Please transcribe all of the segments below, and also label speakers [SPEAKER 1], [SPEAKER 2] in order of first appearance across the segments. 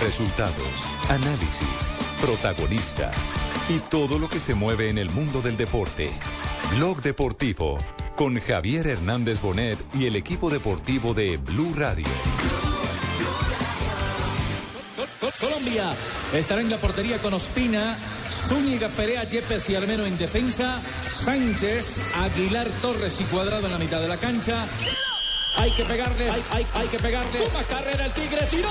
[SPEAKER 1] Resultados, análisis, protagonistas y todo lo que se mueve en el mundo del deporte. Blog Deportivo con Javier Hernández Bonet y el equipo deportivo de Blue Radio.
[SPEAKER 2] Colombia estará en la portería con Ospina, Zúñiga, Perea, Yepes y Armeno en defensa, Sánchez, Aguilar, Torres y Cuadrado en la mitad de la cancha. Hay que pegarle, hay, hay, hay que pegarle.
[SPEAKER 3] uh.
[SPEAKER 2] Toma carrera el Tigre, tiró.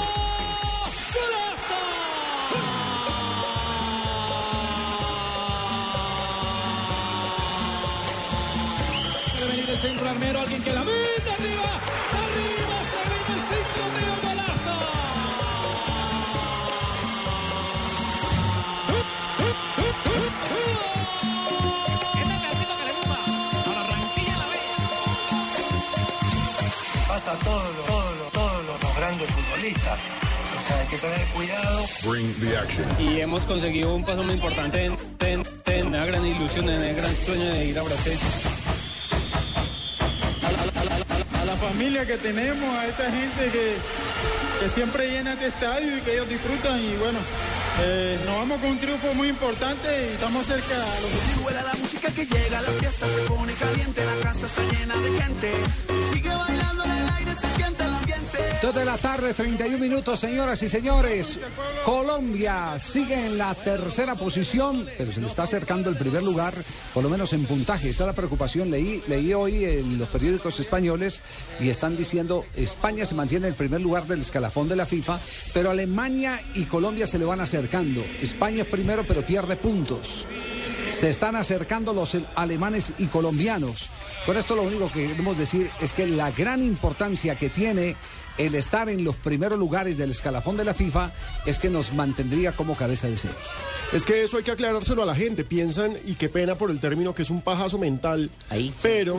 [SPEAKER 2] Debe venir el centro armero, alguien que la meta arriba, arriba, se ve en el centro, Teo golazo. Esta pedacito que le gusta, a la Barranquilla la bella.
[SPEAKER 4] pasa a todos los, todos los, todos los, los grandes futbolistas. O sea, hay que tener cuidado.
[SPEAKER 5] Bring the action.
[SPEAKER 6] y hemos conseguido un paso muy importante en, en- en una gran ilusión, en el gran sueño de ir a Brasil.
[SPEAKER 7] a la familia que tenemos, a esta gente que, que siempre llena este estadio y que ellos disfrutan y bueno, eh, nos vamos con un triunfo muy importante y estamos cerca a los
[SPEAKER 8] Huele la música que llega, la fiesta se pone caliente, la casa está llena de gente. Sigue bailando en el aire, se siente el ambiente.
[SPEAKER 9] Dos de la tarde, 31 minutos, señoras y señores. Colombia sigue en la tercera posición, pero se le está acercando el primer lugar, por lo menos en puntaje. Está la preocupación. Leí, leí hoy en los periódicos españoles y están diciendo España se mantiene en el primer lugar del escalafón de la FIFA, pero Alemania y Colombia se le van acercando. España es primero, pero pierde puntos. Se están acercando los el- alemanes y colombianos. Con esto lo único que queremos decir es que la gran importancia que tiene el estar en los primeros lugares del escalafón de la FIFA es que nos mantendría como cabeza de serie.
[SPEAKER 10] Es que eso hay que aclarárselo a la gente. Piensan, y qué pena por el término, que es un pajazo mental. Pero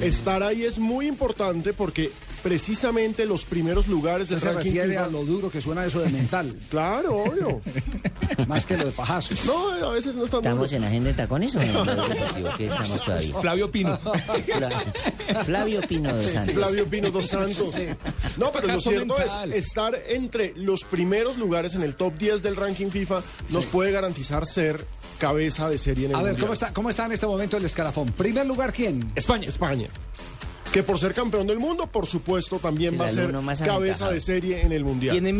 [SPEAKER 10] estar ahí es muy importante porque precisamente los primeros lugares
[SPEAKER 9] Usted
[SPEAKER 10] del
[SPEAKER 9] se
[SPEAKER 10] ranking
[SPEAKER 9] refiere a
[SPEAKER 10] FIFA-
[SPEAKER 9] lo duro que suena eso de mental,
[SPEAKER 10] Claro, obvio.
[SPEAKER 9] más que lo de pajazo.
[SPEAKER 10] No, a veces no están
[SPEAKER 3] ¿Estamos en la agenda de tacones o no? ¿Qué estamos todavía?
[SPEAKER 2] Flavio Pino.
[SPEAKER 3] Fla- Flavio Pino de Santos.
[SPEAKER 10] Flavio Pino dos Santos.
[SPEAKER 9] Sí.
[SPEAKER 10] No, pero lo
[SPEAKER 2] Pajazo
[SPEAKER 10] cierto
[SPEAKER 2] mental.
[SPEAKER 10] es estar entre los primeros lugares en el top 10 del ranking FIFA nos puede garantizar ser cabeza de serie en el
[SPEAKER 9] A ver,
[SPEAKER 10] Mundial.
[SPEAKER 9] ¿cómo está, ¿cómo está en este momento el escalafón? Primer lugar, ¿quién?
[SPEAKER 2] España.
[SPEAKER 10] España. Que por ser campeón del mundo, por supuesto, también
[SPEAKER 3] Es
[SPEAKER 10] va a
[SPEAKER 3] el
[SPEAKER 10] ser
[SPEAKER 3] alumno más
[SPEAKER 10] cabeza
[SPEAKER 3] aventajado.
[SPEAKER 10] de serie en el Mundial.
[SPEAKER 6] Tiene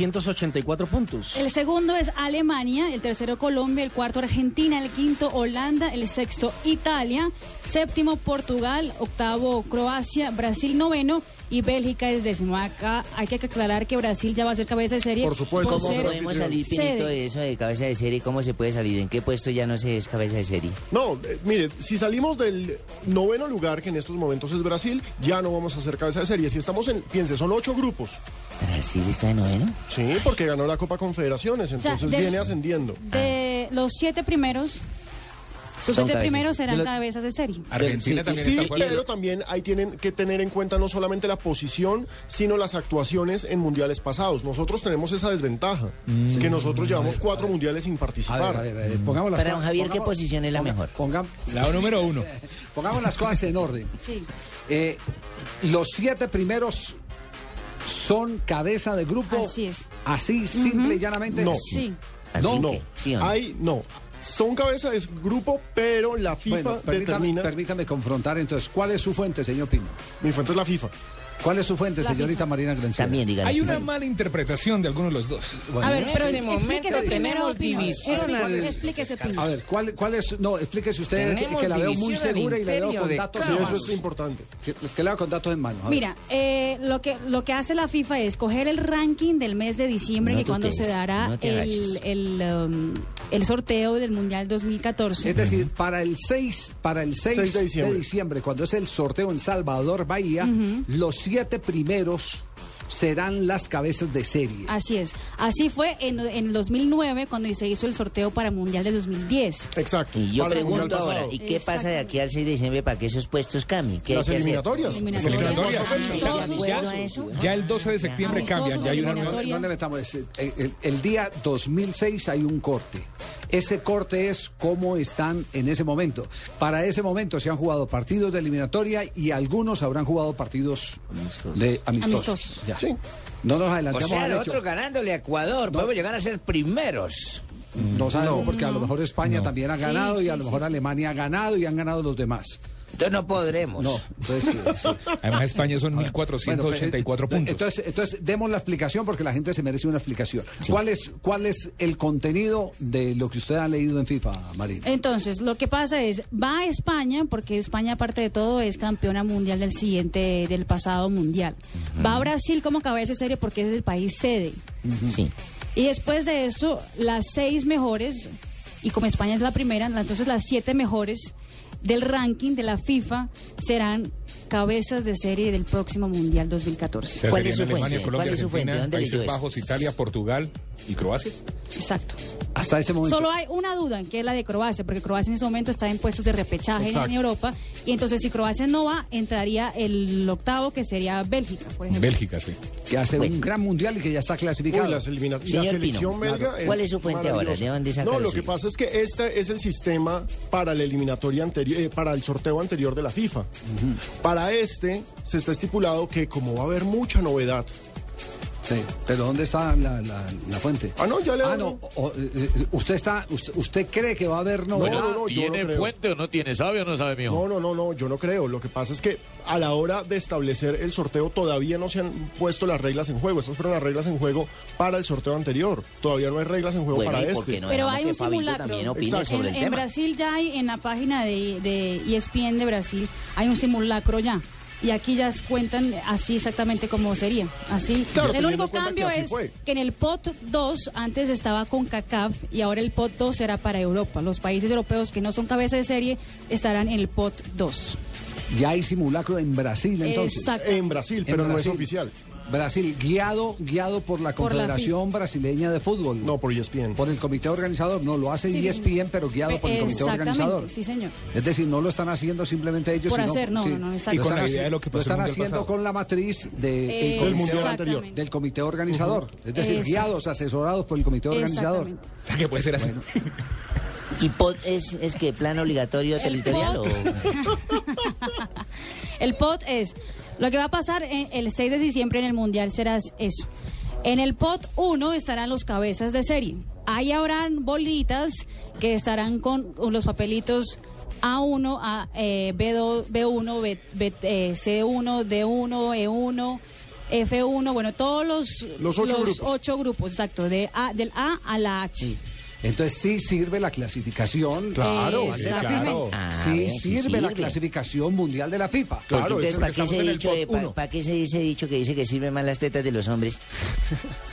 [SPEAKER 6] 1.484 puntos.
[SPEAKER 11] El segundo es Alemania, el tercero Colombia, el cuarto Argentina, el quinto Holanda, el sexto Italia, séptimo Portugal, octavo Croacia, Brasil noveno y Bélgica es décimo. Acá hay que aclarar que Brasil ya va a ser cabeza de serie.
[SPEAKER 10] Por supuesto,
[SPEAKER 11] por
[SPEAKER 10] ¿cómo
[SPEAKER 3] ¿Cómo
[SPEAKER 11] ser
[SPEAKER 3] podemos salir pinito
[SPEAKER 11] sede.
[SPEAKER 3] de eso de cabeza de serie? ¿Cómo se puede salir? ¿En qué puesto ya no se es cabeza de serie?
[SPEAKER 10] No, eh, mire, si salimos del noveno lugar, que en estos momentos es Brasil, ya no vamos a hacer cabeza de serie. Si estamos en, piense, son ocho grupos.
[SPEAKER 3] ¿Brasil está de noveno?
[SPEAKER 10] Sí, porque ganó la Copa Confederaciones,
[SPEAKER 11] sea,
[SPEAKER 10] entonces
[SPEAKER 11] del-
[SPEAKER 10] viene ascendiendo.
[SPEAKER 11] De los siete primeros,
[SPEAKER 3] Son
[SPEAKER 11] los siete
[SPEAKER 3] cabezas.
[SPEAKER 11] primeros serán
[SPEAKER 6] De la-
[SPEAKER 11] cabezas de serie.
[SPEAKER 9] Ah,
[SPEAKER 5] Argentina también
[SPEAKER 10] Sí,
[SPEAKER 5] está fuera.
[SPEAKER 10] pero también ahí tienen que tener en cuenta no solamente la posición, sino las actuaciones en mundiales pasados. Nosotros tenemos esa desventaja, que nosotros llevamos cuatro mundiales sin
[SPEAKER 9] A
[SPEAKER 10] participar.
[SPEAKER 9] ver, Mm. a ver, a ver, pongamos las
[SPEAKER 3] Para
[SPEAKER 9] cosas-
[SPEAKER 3] don Javier, ¿qué
[SPEAKER 9] pongamos-
[SPEAKER 3] posición es la
[SPEAKER 9] ponga-
[SPEAKER 3] mejor?
[SPEAKER 9] ponga-
[SPEAKER 5] La número uno.
[SPEAKER 9] pongamos las cosas en orden.
[SPEAKER 11] Sí.
[SPEAKER 9] Eh, los siete primeros son cabeza de grupo.
[SPEAKER 11] Así es.
[SPEAKER 9] Así, simple y llanamente.
[SPEAKER 10] No.
[SPEAKER 11] Sí.
[SPEAKER 3] Así
[SPEAKER 9] No,
[SPEAKER 10] No,
[SPEAKER 3] que, ¿sí o no?
[SPEAKER 10] hay, no. Son cabeza de grupo, pero la FIFA
[SPEAKER 9] Bueno, permítame,
[SPEAKER 10] determina.
[SPEAKER 9] permítame confrontar entonces. ¿Cuál es su fuente, señor Pino?
[SPEAKER 10] Mi fuente es la FIFA.
[SPEAKER 9] ¿Cuál es su fuente,
[SPEAKER 11] La
[SPEAKER 9] señorita
[SPEAKER 11] FIFA.
[SPEAKER 9] Marina Glencera?
[SPEAKER 3] También, dígale.
[SPEAKER 5] Hay una mala interpretación de alguno de los dos.
[SPEAKER 11] A ver, pero
[SPEAKER 6] este
[SPEAKER 11] es-
[SPEAKER 6] momento
[SPEAKER 11] explíquese primero,
[SPEAKER 6] tenemos
[SPEAKER 11] Pino.
[SPEAKER 6] división
[SPEAKER 11] Explí-
[SPEAKER 6] al-
[SPEAKER 11] Explíquese, Pino.
[SPEAKER 9] A ver, ¿cuál, cuál es? No, explíquese usted que,
[SPEAKER 6] Tenemos
[SPEAKER 9] que la veo muy
[SPEAKER 6] división al
[SPEAKER 9] segura y la veo
[SPEAKER 6] interior
[SPEAKER 9] con
[SPEAKER 6] de
[SPEAKER 9] datos
[SPEAKER 10] Sí,
[SPEAKER 9] en
[SPEAKER 10] eso
[SPEAKER 9] mano.
[SPEAKER 10] es importante.
[SPEAKER 9] Que, que la veo con datos en mano. a ver.
[SPEAKER 11] Mira, eh, lo que lo que hace la FIFA es coger el ranking del mes de diciembre,
[SPEAKER 3] No
[SPEAKER 11] que
[SPEAKER 3] te
[SPEAKER 11] cuando se
[SPEAKER 3] pegues,
[SPEAKER 11] dará
[SPEAKER 3] no te agaches.
[SPEAKER 11] el, el, um, el sorteo del Mundial 2014.
[SPEAKER 9] Es decir, para el 6, para el 6,
[SPEAKER 10] Seis
[SPEAKER 9] de,
[SPEAKER 10] de
[SPEAKER 9] diciembre.
[SPEAKER 10] diciembre.
[SPEAKER 9] cuando es el sorteo en Salvador Bahía, los siete primeros serán las cabezas de serie.
[SPEAKER 11] Así es. Así fue en, en 2009 cuando se hizo el sorteo para el Mundial de 2010.
[SPEAKER 10] Exacto.
[SPEAKER 3] Y yo
[SPEAKER 10] Para el Mundial
[SPEAKER 3] pregunto ahora,
[SPEAKER 10] pasado.
[SPEAKER 3] ¿y qué pasa de aquí al 6 de diciembre para que esos puestos cambien? ¿Qué hay
[SPEAKER 10] Las
[SPEAKER 3] que hacer?
[SPEAKER 10] eliminatorias.
[SPEAKER 11] Eliminatorias.
[SPEAKER 5] Las eliminatorias.
[SPEAKER 11] Ah,
[SPEAKER 5] O sea,
[SPEAKER 11] amistosos,
[SPEAKER 5] ya-
[SPEAKER 3] bueno, eso.
[SPEAKER 5] ya, el 12 de septiembre
[SPEAKER 11] Amistosos,
[SPEAKER 5] cambian. Ya hay una nueva.
[SPEAKER 11] eliminatorias.
[SPEAKER 9] No le metamos ese. El, el- el día 2006 hay un corte. Ese corte es cómo están en ese momento. Para ese momento se han jugado partidos de eliminatoria y algunos habrán jugado partidos de amistosos.
[SPEAKER 11] Amistosos.
[SPEAKER 9] Ya.
[SPEAKER 10] Sí.
[SPEAKER 9] No nos
[SPEAKER 3] O
[SPEAKER 9] adelantamos
[SPEAKER 3] sea,
[SPEAKER 9] al hecho.
[SPEAKER 3] nosotros ganándole a Ecuador, podemos llegar a ser primeros.
[SPEAKER 9] No sabemos, porque a lo mejor España
[SPEAKER 3] No.
[SPEAKER 9] también ha
[SPEAKER 3] Sí,
[SPEAKER 9] ganado y
[SPEAKER 3] sí,
[SPEAKER 9] a lo mejor
[SPEAKER 3] sí.
[SPEAKER 9] Alemania ha ganado y han ganado los demás.
[SPEAKER 3] Entonces no podremos.
[SPEAKER 9] No, entonces sí, sí.
[SPEAKER 5] Además, España son
[SPEAKER 9] Bueno,
[SPEAKER 5] 1484
[SPEAKER 9] pues,
[SPEAKER 5] puntos.
[SPEAKER 9] Entonces, entonces, demos la explicación porque la gente se merece una explicación. ¿Cuál, es, ¿Cuál es el contenido de lo que usted ha leído en FIFA, Marina?
[SPEAKER 11] Entonces, lo que pasa es, va a España, porque España, aparte de todo, es campeona mundial del siguiente, del pasado mundial. Va a Brasil como cabeza de serie porque es el país sede.
[SPEAKER 3] Sí.
[SPEAKER 11] Y después de eso, las seis mejores, y como España es la primera, la- entonces las siete mejores del ranking de la FIFA serán cabezas de serie del próximo Mundial 2014.
[SPEAKER 5] O sea,
[SPEAKER 3] ¿Cuál
[SPEAKER 5] serían
[SPEAKER 3] es su
[SPEAKER 5] Alemania,
[SPEAKER 3] fuente?
[SPEAKER 5] Colombia,
[SPEAKER 3] ¿Cuál es su fuente?
[SPEAKER 5] Argentina,
[SPEAKER 3] ¿Dónde leyó
[SPEAKER 5] Países
[SPEAKER 3] eso?
[SPEAKER 5] Bajos, Italia, Portugal y Croacia.
[SPEAKER 11] Exacto.
[SPEAKER 9] Hasta este momento.
[SPEAKER 11] Solo hay una duda, que es la de Croacia, porque Croacia en ese momento está en puestos de repechaje
[SPEAKER 9] Exacto.
[SPEAKER 11] en Europa, y entonces si Croacia no va, entraría el octavo, que sería Bélgica, pues. por ejemplo.
[SPEAKER 5] Bélgica, sí.
[SPEAKER 9] Que hace
[SPEAKER 3] Bueno.
[SPEAKER 9] un gran mundial y que ya está clasificado.
[SPEAKER 10] Uy, las elimina- y la
[SPEAKER 3] Señor
[SPEAKER 10] selección
[SPEAKER 3] Pino,
[SPEAKER 10] belga
[SPEAKER 3] claro. ¿cuál es su fuente
[SPEAKER 10] maravillosa.
[SPEAKER 3] ahora? ¿De dónde saca
[SPEAKER 10] No,
[SPEAKER 3] lo
[SPEAKER 10] lo que
[SPEAKER 3] suyo?
[SPEAKER 10] pasa es que este es el sistema para la eliminatoria anterior, eh, para el sorteo anterior de la FIFA. Para este se está estipulado que como va a haber mucha novedad,
[SPEAKER 9] Sí, pero ¿dónde está la, la- la fuente?
[SPEAKER 10] Ah, no, ya le
[SPEAKER 9] Ah, no,
[SPEAKER 10] hablo.
[SPEAKER 9] o- eh, usted, está, usted, usted cree que va a haber
[SPEAKER 10] No,
[SPEAKER 9] novedad.
[SPEAKER 10] no, no, yo no creo.
[SPEAKER 2] o no tiene? ¿Sabe o no sabe, mijo?
[SPEAKER 10] No, no, no, no, yo no creo. Lo que pasa es que a la hora de establecer el sorteo todavía no se han puesto las reglas en juego. Estas fueron las reglas en juego para el sorteo anterior. Todavía no hay reglas en juego
[SPEAKER 3] Bueno,
[SPEAKER 10] para
[SPEAKER 3] ¿y por
[SPEAKER 10] este.
[SPEAKER 3] qué no?
[SPEAKER 11] Pero
[SPEAKER 3] Bueno,
[SPEAKER 11] hay
[SPEAKER 3] que
[SPEAKER 11] un
[SPEAKER 3] Fabito
[SPEAKER 11] simulacro.
[SPEAKER 3] también opine Exacto. sobre
[SPEAKER 11] en,
[SPEAKER 3] el
[SPEAKER 11] en
[SPEAKER 3] tema.
[SPEAKER 11] Brasil ya hay, en la página de, de E ESPN de Brasil, hay un simulacro ya. Y aquí ya cuentan así exactamente como sería. Así.
[SPEAKER 10] Claro,
[SPEAKER 11] el
[SPEAKER 10] teniendo en
[SPEAKER 11] único
[SPEAKER 10] cuenta
[SPEAKER 11] cambio
[SPEAKER 10] que así
[SPEAKER 11] es
[SPEAKER 10] fue.
[SPEAKER 11] que en el POT 2 antes estaba con CACAF y ahora el POT 2 será para Europa. Los países europeos que no son cabeza de serie estarán en el POT 2.
[SPEAKER 9] Ya hay simulacro en Brasil, entonces.
[SPEAKER 11] Exacto.
[SPEAKER 10] En Brasil, pero
[SPEAKER 9] En
[SPEAKER 10] no
[SPEAKER 9] Brasil.
[SPEAKER 10] es oficial.
[SPEAKER 9] Brasil, guiado, guiado por la
[SPEAKER 11] Por la
[SPEAKER 9] Confederación Brasileña de Fútbol.
[SPEAKER 10] No, por E ESPN.
[SPEAKER 9] Por el comité organizador, no, lo hace E
[SPEAKER 11] Sí, sí,
[SPEAKER 9] ESPN,
[SPEAKER 11] sí.
[SPEAKER 9] pero guiado por el comité
[SPEAKER 11] Exactamente,
[SPEAKER 9] organizador.
[SPEAKER 11] sí, señor.
[SPEAKER 9] Es decir, no lo están haciendo simplemente ellos.
[SPEAKER 11] Por
[SPEAKER 9] sino-
[SPEAKER 11] hacer, no, no, no, exacto.
[SPEAKER 5] Y con
[SPEAKER 9] Lo
[SPEAKER 5] la
[SPEAKER 9] están
[SPEAKER 5] idea de lo que pasó
[SPEAKER 9] están
[SPEAKER 5] en el mundial
[SPEAKER 9] haciendo
[SPEAKER 5] pasado.
[SPEAKER 9] con la matriz de-
[SPEAKER 11] Eh,
[SPEAKER 9] del, comité,
[SPEAKER 10] mundial
[SPEAKER 11] exactamente.
[SPEAKER 10] anterior.
[SPEAKER 9] del comité organizador. Es decir,
[SPEAKER 11] Exacto.
[SPEAKER 9] guiados, asesorados por el comité organizador.
[SPEAKER 11] Exactamente.
[SPEAKER 5] O sea, que puede ser así.
[SPEAKER 3] ¿Y pod es, es que plan obligatorio territorial
[SPEAKER 11] pod.
[SPEAKER 3] o...?
[SPEAKER 11] El pot es lo que va a pasar en- el 6 de diciembre en el Mundial será eso. En el pot 1 estarán los cabezas de serie. Ahí habrán bolitas que estarán con los papelitos A1, A, eh, B2, B1, B, B, eh, C1, D1, E1, F1, bueno, todos los,
[SPEAKER 10] Los ocho grupos.
[SPEAKER 11] ocho grupos, exacto, de A, del A a la H.
[SPEAKER 9] Entonces sí sirve la clasificación.
[SPEAKER 5] Claro,
[SPEAKER 11] sí,
[SPEAKER 9] Exactamente.
[SPEAKER 5] claro.
[SPEAKER 3] Ah,
[SPEAKER 9] sí,
[SPEAKER 3] bien, sí
[SPEAKER 9] sirve la
[SPEAKER 3] sirve.
[SPEAKER 9] clasificación mundial de la FIFA.
[SPEAKER 3] Porque
[SPEAKER 10] Claro,
[SPEAKER 3] entonces,
[SPEAKER 10] eso
[SPEAKER 3] ¿para
[SPEAKER 10] es lo
[SPEAKER 3] qué,
[SPEAKER 10] que
[SPEAKER 3] se
[SPEAKER 10] estamos en el
[SPEAKER 3] dicho
[SPEAKER 10] top
[SPEAKER 3] de- pa-
[SPEAKER 10] uno.
[SPEAKER 3] pa' qué se dice dicho que dice que sirven más las tetas de los hombres?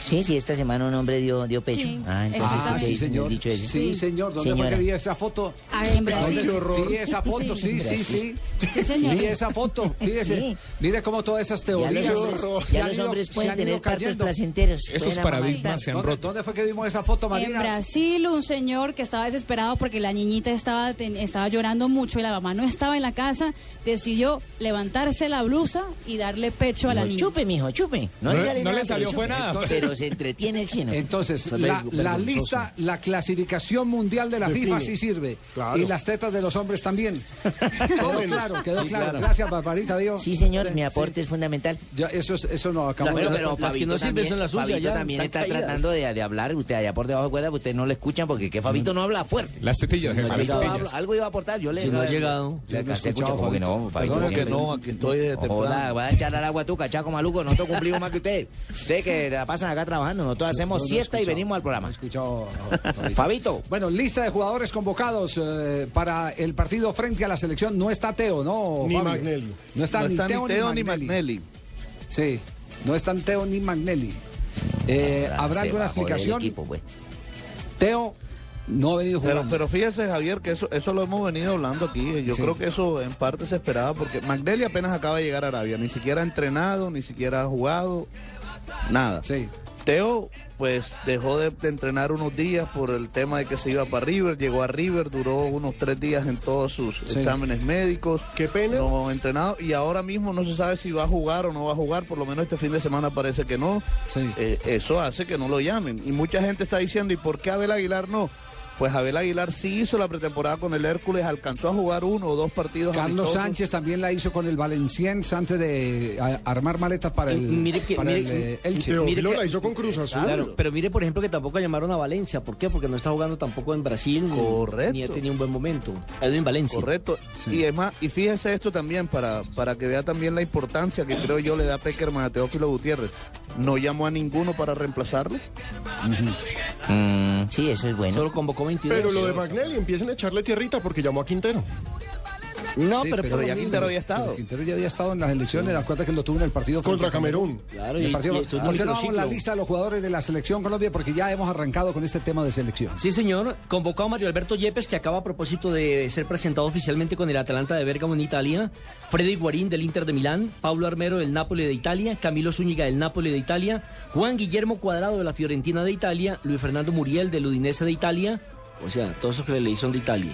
[SPEAKER 3] Sí, sí, esta semana un hombre dio, dio pecho.
[SPEAKER 11] Sí,
[SPEAKER 3] ah, entonces,
[SPEAKER 11] exactamente.
[SPEAKER 9] Ah,
[SPEAKER 3] ¿qué
[SPEAKER 9] sí,
[SPEAKER 3] dicen el
[SPEAKER 9] señor.
[SPEAKER 3] dicho ese?
[SPEAKER 9] Sí, señor. ¿Dónde fue
[SPEAKER 3] Señora.
[SPEAKER 9] que vi esa foto?
[SPEAKER 11] Ah, en Brasil.
[SPEAKER 9] ¿Dónde- Sí, esa foto, sí, sí, sí.
[SPEAKER 11] Sí, señor.
[SPEAKER 9] Vi esa foto, fíjese.
[SPEAKER 3] Sí.
[SPEAKER 9] Mire cómo todas esas
[SPEAKER 3] Ya
[SPEAKER 9] teorías.
[SPEAKER 3] los hombres,
[SPEAKER 9] se
[SPEAKER 3] ya
[SPEAKER 9] han
[SPEAKER 3] los
[SPEAKER 9] ido-
[SPEAKER 3] hombres
[SPEAKER 9] se
[SPEAKER 3] pueden
[SPEAKER 9] han ido
[SPEAKER 3] tener partos
[SPEAKER 9] cayendo.
[SPEAKER 3] paracenteros.
[SPEAKER 5] Esos
[SPEAKER 3] Pueden
[SPEAKER 5] paradigmas
[SPEAKER 3] amamantar.
[SPEAKER 5] se han
[SPEAKER 9] ¿Dónde,
[SPEAKER 5] roto.
[SPEAKER 9] dónde fue que vimos esa foto,
[SPEAKER 11] En
[SPEAKER 9] Marina?
[SPEAKER 11] Brasil, un señor que estaba desesperado porque la niñita estaba, ten- estaba llorando mucho y la mamá no estaba en la casa, decidió levantarse la blusa y darle pecho a la
[SPEAKER 3] Mijo,
[SPEAKER 11] niña.
[SPEAKER 3] Chupe, mijo, chupe.
[SPEAKER 5] No
[SPEAKER 3] No, le
[SPEAKER 9] Eh,
[SPEAKER 5] le-
[SPEAKER 3] sale
[SPEAKER 5] no
[SPEAKER 3] nada,
[SPEAKER 5] le salió,
[SPEAKER 3] pero
[SPEAKER 5] fue
[SPEAKER 3] chupe.
[SPEAKER 5] nada.
[SPEAKER 3] Entonces- pero se entretiene el chino.
[SPEAKER 9] Entonces,
[SPEAKER 3] Eso es
[SPEAKER 9] la,
[SPEAKER 3] vergo-
[SPEAKER 9] la
[SPEAKER 3] vergonzoso.
[SPEAKER 9] lista, la clasificación mundial de la FIFA sí sirve.
[SPEAKER 10] Claro.
[SPEAKER 9] Y las tetas de los hombres también. quedó claro, quedó
[SPEAKER 3] Sí,
[SPEAKER 9] claro.
[SPEAKER 3] claro.
[SPEAKER 9] Gracias, Barbarita, Dios.
[SPEAKER 3] Sí, señor, mi aporte es fundamental.
[SPEAKER 9] Ya, eso, es- eso no acabó
[SPEAKER 3] Claro, pero,
[SPEAKER 9] de
[SPEAKER 3] pero
[SPEAKER 2] las que
[SPEAKER 3] Fabito
[SPEAKER 2] no sirven
[SPEAKER 3] también,
[SPEAKER 2] son las suyas,
[SPEAKER 3] Fabito
[SPEAKER 2] ya
[SPEAKER 3] también está
[SPEAKER 2] están caídas.
[SPEAKER 3] tratando de, de hablar. Usted allá por debajo de cuerda, usted no le escuchan porque que Fabito no habla fuerte.
[SPEAKER 5] Las tetillas, jefe,
[SPEAKER 3] Fabito
[SPEAKER 5] las
[SPEAKER 3] habla-
[SPEAKER 5] tetillas.
[SPEAKER 3] algo iba a aportar, yo le
[SPEAKER 2] Si no ha
[SPEAKER 3] le-
[SPEAKER 2] llegado.
[SPEAKER 3] Le
[SPEAKER 9] Yo no he
[SPEAKER 3] alcancé
[SPEAKER 9] escuchado,
[SPEAKER 3] mucho, como que no,
[SPEAKER 9] Fabito.
[SPEAKER 3] Fabito.
[SPEAKER 9] Perdón,
[SPEAKER 2] que
[SPEAKER 3] siempre-
[SPEAKER 2] no, aquí estoy desde
[SPEAKER 3] Joda,
[SPEAKER 2] temprano.
[SPEAKER 3] va a echar al agua tú, cachaco maluco. Nosotros cumplimos más que ustedes. Ustedes que la pasan acá trabajando, nosotros hacemos
[SPEAKER 9] No, no he
[SPEAKER 3] siesta y
[SPEAKER 9] escuchado,
[SPEAKER 3] venimos al
[SPEAKER 9] no
[SPEAKER 3] programa.
[SPEAKER 9] he escuchado a- a Fabito.
[SPEAKER 3] Fabito,
[SPEAKER 9] Bueno, lista de jugadores convocados eh, para el partido frente a la selección. No está Teo, ¿no?
[SPEAKER 10] Ni
[SPEAKER 9] Fabio?
[SPEAKER 10] Magnelli.
[SPEAKER 9] No está,
[SPEAKER 2] No
[SPEAKER 9] ni,
[SPEAKER 2] están
[SPEAKER 9] Teo, ni Magnelli. Sí, no están Teo ni Magnelli. Eh, ¿Habrá
[SPEAKER 3] se
[SPEAKER 9] alguna
[SPEAKER 3] bajó del
[SPEAKER 9] explicación?
[SPEAKER 3] equipo, pues.
[SPEAKER 9] Teo no ha venido
[SPEAKER 12] Pero,
[SPEAKER 9] jugando.
[SPEAKER 12] pero fíjese, Javier, que eso, eso lo hemos venido hablando aquí. Yo
[SPEAKER 9] Sí.
[SPEAKER 12] creo que eso en parte se esperaba porque Magdelli apenas acaba de llegar a Arabia. Ni siquiera ha entrenado, ni siquiera ha jugado, nada.
[SPEAKER 9] Sí.
[SPEAKER 12] Teo, pues dejó de, de entrenar unos días por el tema de que se iba para River. Llegó a River, duró unos tres días en todos sus
[SPEAKER 9] Sí.
[SPEAKER 12] exámenes médicos.
[SPEAKER 10] Qué pena.
[SPEAKER 12] No ha entrenado y ahora mismo no se sabe si va a jugar o no va a jugar. Por lo menos este fin de semana parece que no.
[SPEAKER 9] Sí.
[SPEAKER 12] Eh, eso hace que no lo llamen. Y mucha gente está diciendo, ¿y por qué Abel Aguilar no? Pues Abel Aguilar sí hizo la pretemporada con el Hércules, alcanzó a jugar uno o dos partidos.
[SPEAKER 9] Carlos
[SPEAKER 12] amistosos.
[SPEAKER 9] Sánchez también la hizo con el Valenciennes antes de a- armar maletas para
[SPEAKER 13] Eh,
[SPEAKER 9] el,
[SPEAKER 13] mire que-
[SPEAKER 9] para
[SPEAKER 13] mire-
[SPEAKER 9] el eh, Elche.
[SPEAKER 13] mire que- Claro,
[SPEAKER 9] Claro.
[SPEAKER 13] pero mire, por ejemplo, que tampoco llamaron a Valencia. ¿Por qué? Porque no está jugando tampoco en Brasil. ni- Ni ha tenido un buen momento. Edwin Valencia.
[SPEAKER 12] Correcto. Y es más, Ah, y fíjese esto también para, para que vea también la importancia que creo yo le da Peckerman a Teófilo Gutiérrez. No llamó a ninguno para reemplazarlo.
[SPEAKER 3] sí, eso es bueno.
[SPEAKER 13] Solo convocó 22.
[SPEAKER 10] Pero lo de Magnelli, empiecen a echarle tierrita porque llamó a Quintero.
[SPEAKER 9] Sí, lo mismo, pero Quintero ya había estado en las elecciones, las cuentas que lo tuvo en el partido
[SPEAKER 10] Contra
[SPEAKER 9] frente a
[SPEAKER 10] Camerún.
[SPEAKER 9] El
[SPEAKER 13] y-
[SPEAKER 9] partido-
[SPEAKER 13] y esto es
[SPEAKER 9] ¿Por qué no
[SPEAKER 13] microciclo.
[SPEAKER 9] vamos la lista de los jugadores de la selección Colombia? Porque ya hemos arrancado con este tema de selección.
[SPEAKER 13] Sí, señor. Convocó a Mario Alberto Yepes, que acaba a propósito de ser presentado oficialmente con el Atalanta de Bérgamo en Italia. Freddy Guarín del Inter de Milán. Pablo Armero del Nápoles de Italia. Camilo Zúñiga del Nápoles de Italia. Juan Guillermo Cuadrado de la Fiorentina de Italia. Luis Fernando Muriel del Udinese de Italia. O sea, todos los que le son de Italia.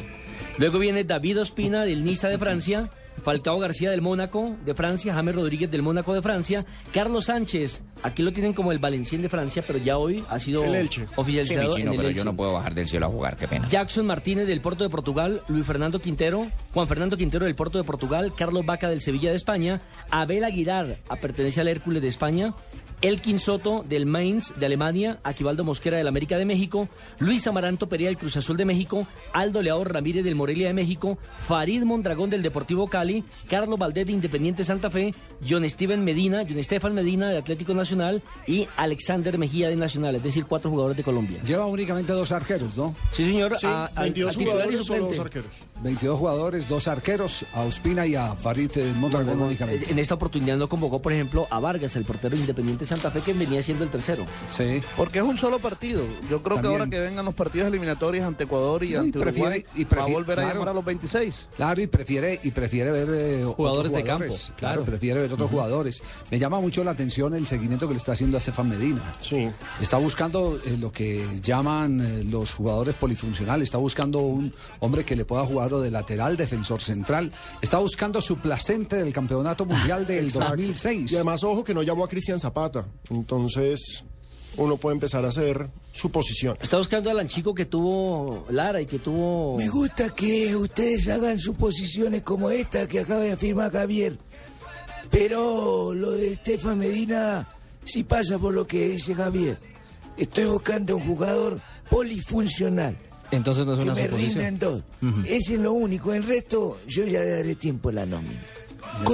[SPEAKER 13] Luego viene David Ospina del Niza de Francia. Falcao García del Mónaco de Francia, James Rodríguez del Mónaco de Francia, Carlos Sánchez, aquí lo tienen como el Valencien de Francia, pero ya hoy ha sido
[SPEAKER 2] Sí,
[SPEAKER 13] oficializado
[SPEAKER 2] mi chino,
[SPEAKER 13] en el
[SPEAKER 2] pero
[SPEAKER 13] Elche.
[SPEAKER 2] yo no puedo bajar del cielo a jugar, qué pena.
[SPEAKER 13] Jackson Martínez del Porto de Portugal, Luis Fernando Quintero, Juan Fernando Quintero del Porto de Portugal, Carlos Vaca del Sevilla de España, Abel Aguilar a- pertenece al Hércules de España, Elkin Soto del Mainz de Alemania, Aquivaldo Mosquera del América de México, Luis Amaranto Perea del Cruz Azul de México, Aldo Leador Ramírez del Morelia de México, Farid Mondragón del Deportivo Cali, Carlos Valdés de Independiente Santa Fe, John Steven Medina, John Estefan Medina de Atlético Nacional y Alexander Mejía de Nacional, es decir, cuatro jugadores de Colombia.
[SPEAKER 9] Lleva únicamente dos arqueros, ¿no?
[SPEAKER 13] Sí, señor. a- a- a titular y suplente.
[SPEAKER 9] 22 jugadores, dos arqueros, a Ospina y a Farid eh, Mondragón únicamente.
[SPEAKER 13] En esta oportunidad no convocó, por ejemplo, a Vargas, el portero de independiente Santa Fe, que venía siendo el tercero.
[SPEAKER 9] Sí.
[SPEAKER 12] Porque es un solo partido. Yo creo que
[SPEAKER 13] También.
[SPEAKER 12] ahora que vengan los partidos eliminatorios ante Ecuador y
[SPEAKER 9] No, y
[SPEAKER 12] ante
[SPEAKER 9] prefiere-
[SPEAKER 12] Uruguay,
[SPEAKER 9] y
[SPEAKER 12] va a
[SPEAKER 9] prefiere-
[SPEAKER 12] volver a
[SPEAKER 9] claro.
[SPEAKER 12] llamar a los 26.
[SPEAKER 9] Claro, y prefiere, y prefiere ver eh, otros
[SPEAKER 12] Jugadores de campo,
[SPEAKER 9] Claro,
[SPEAKER 12] claro.
[SPEAKER 9] prefiere ver otros
[SPEAKER 12] Ujú.
[SPEAKER 9] jugadores. Me llama mucho la atención el seguimiento que le está haciendo a Estefan Medina.
[SPEAKER 10] Sí.
[SPEAKER 9] Está buscando eh, lo que llaman eh, los jugadores polifuncionales. Está buscando un hombre que le pueda jugar o de lateral, defensor central. Está buscando su placente del campeonato mundial del
[SPEAKER 10] Exacto.
[SPEAKER 9] 2006.
[SPEAKER 10] Y además, ojo que no llamó a Cristian Zapata. Entonces, uno puede empezar a hacer suposiciones.
[SPEAKER 13] Está buscando al chico que tuvo Lara y que tuvo.
[SPEAKER 14] Me gusta que ustedes hagan suposiciones como esta que acaba de afirmar Javier. Pero lo de Estefan Medina sí pasa por lo que dice Javier. Estoy buscando un jugador polifuncional.
[SPEAKER 13] Entonces no
[SPEAKER 14] que
[SPEAKER 13] es una
[SPEAKER 14] me rinda
[SPEAKER 13] suposición.
[SPEAKER 14] en todo.
[SPEAKER 13] Ujú.
[SPEAKER 14] Ese es lo único. El resto yo ya daré tiempo a la nómina.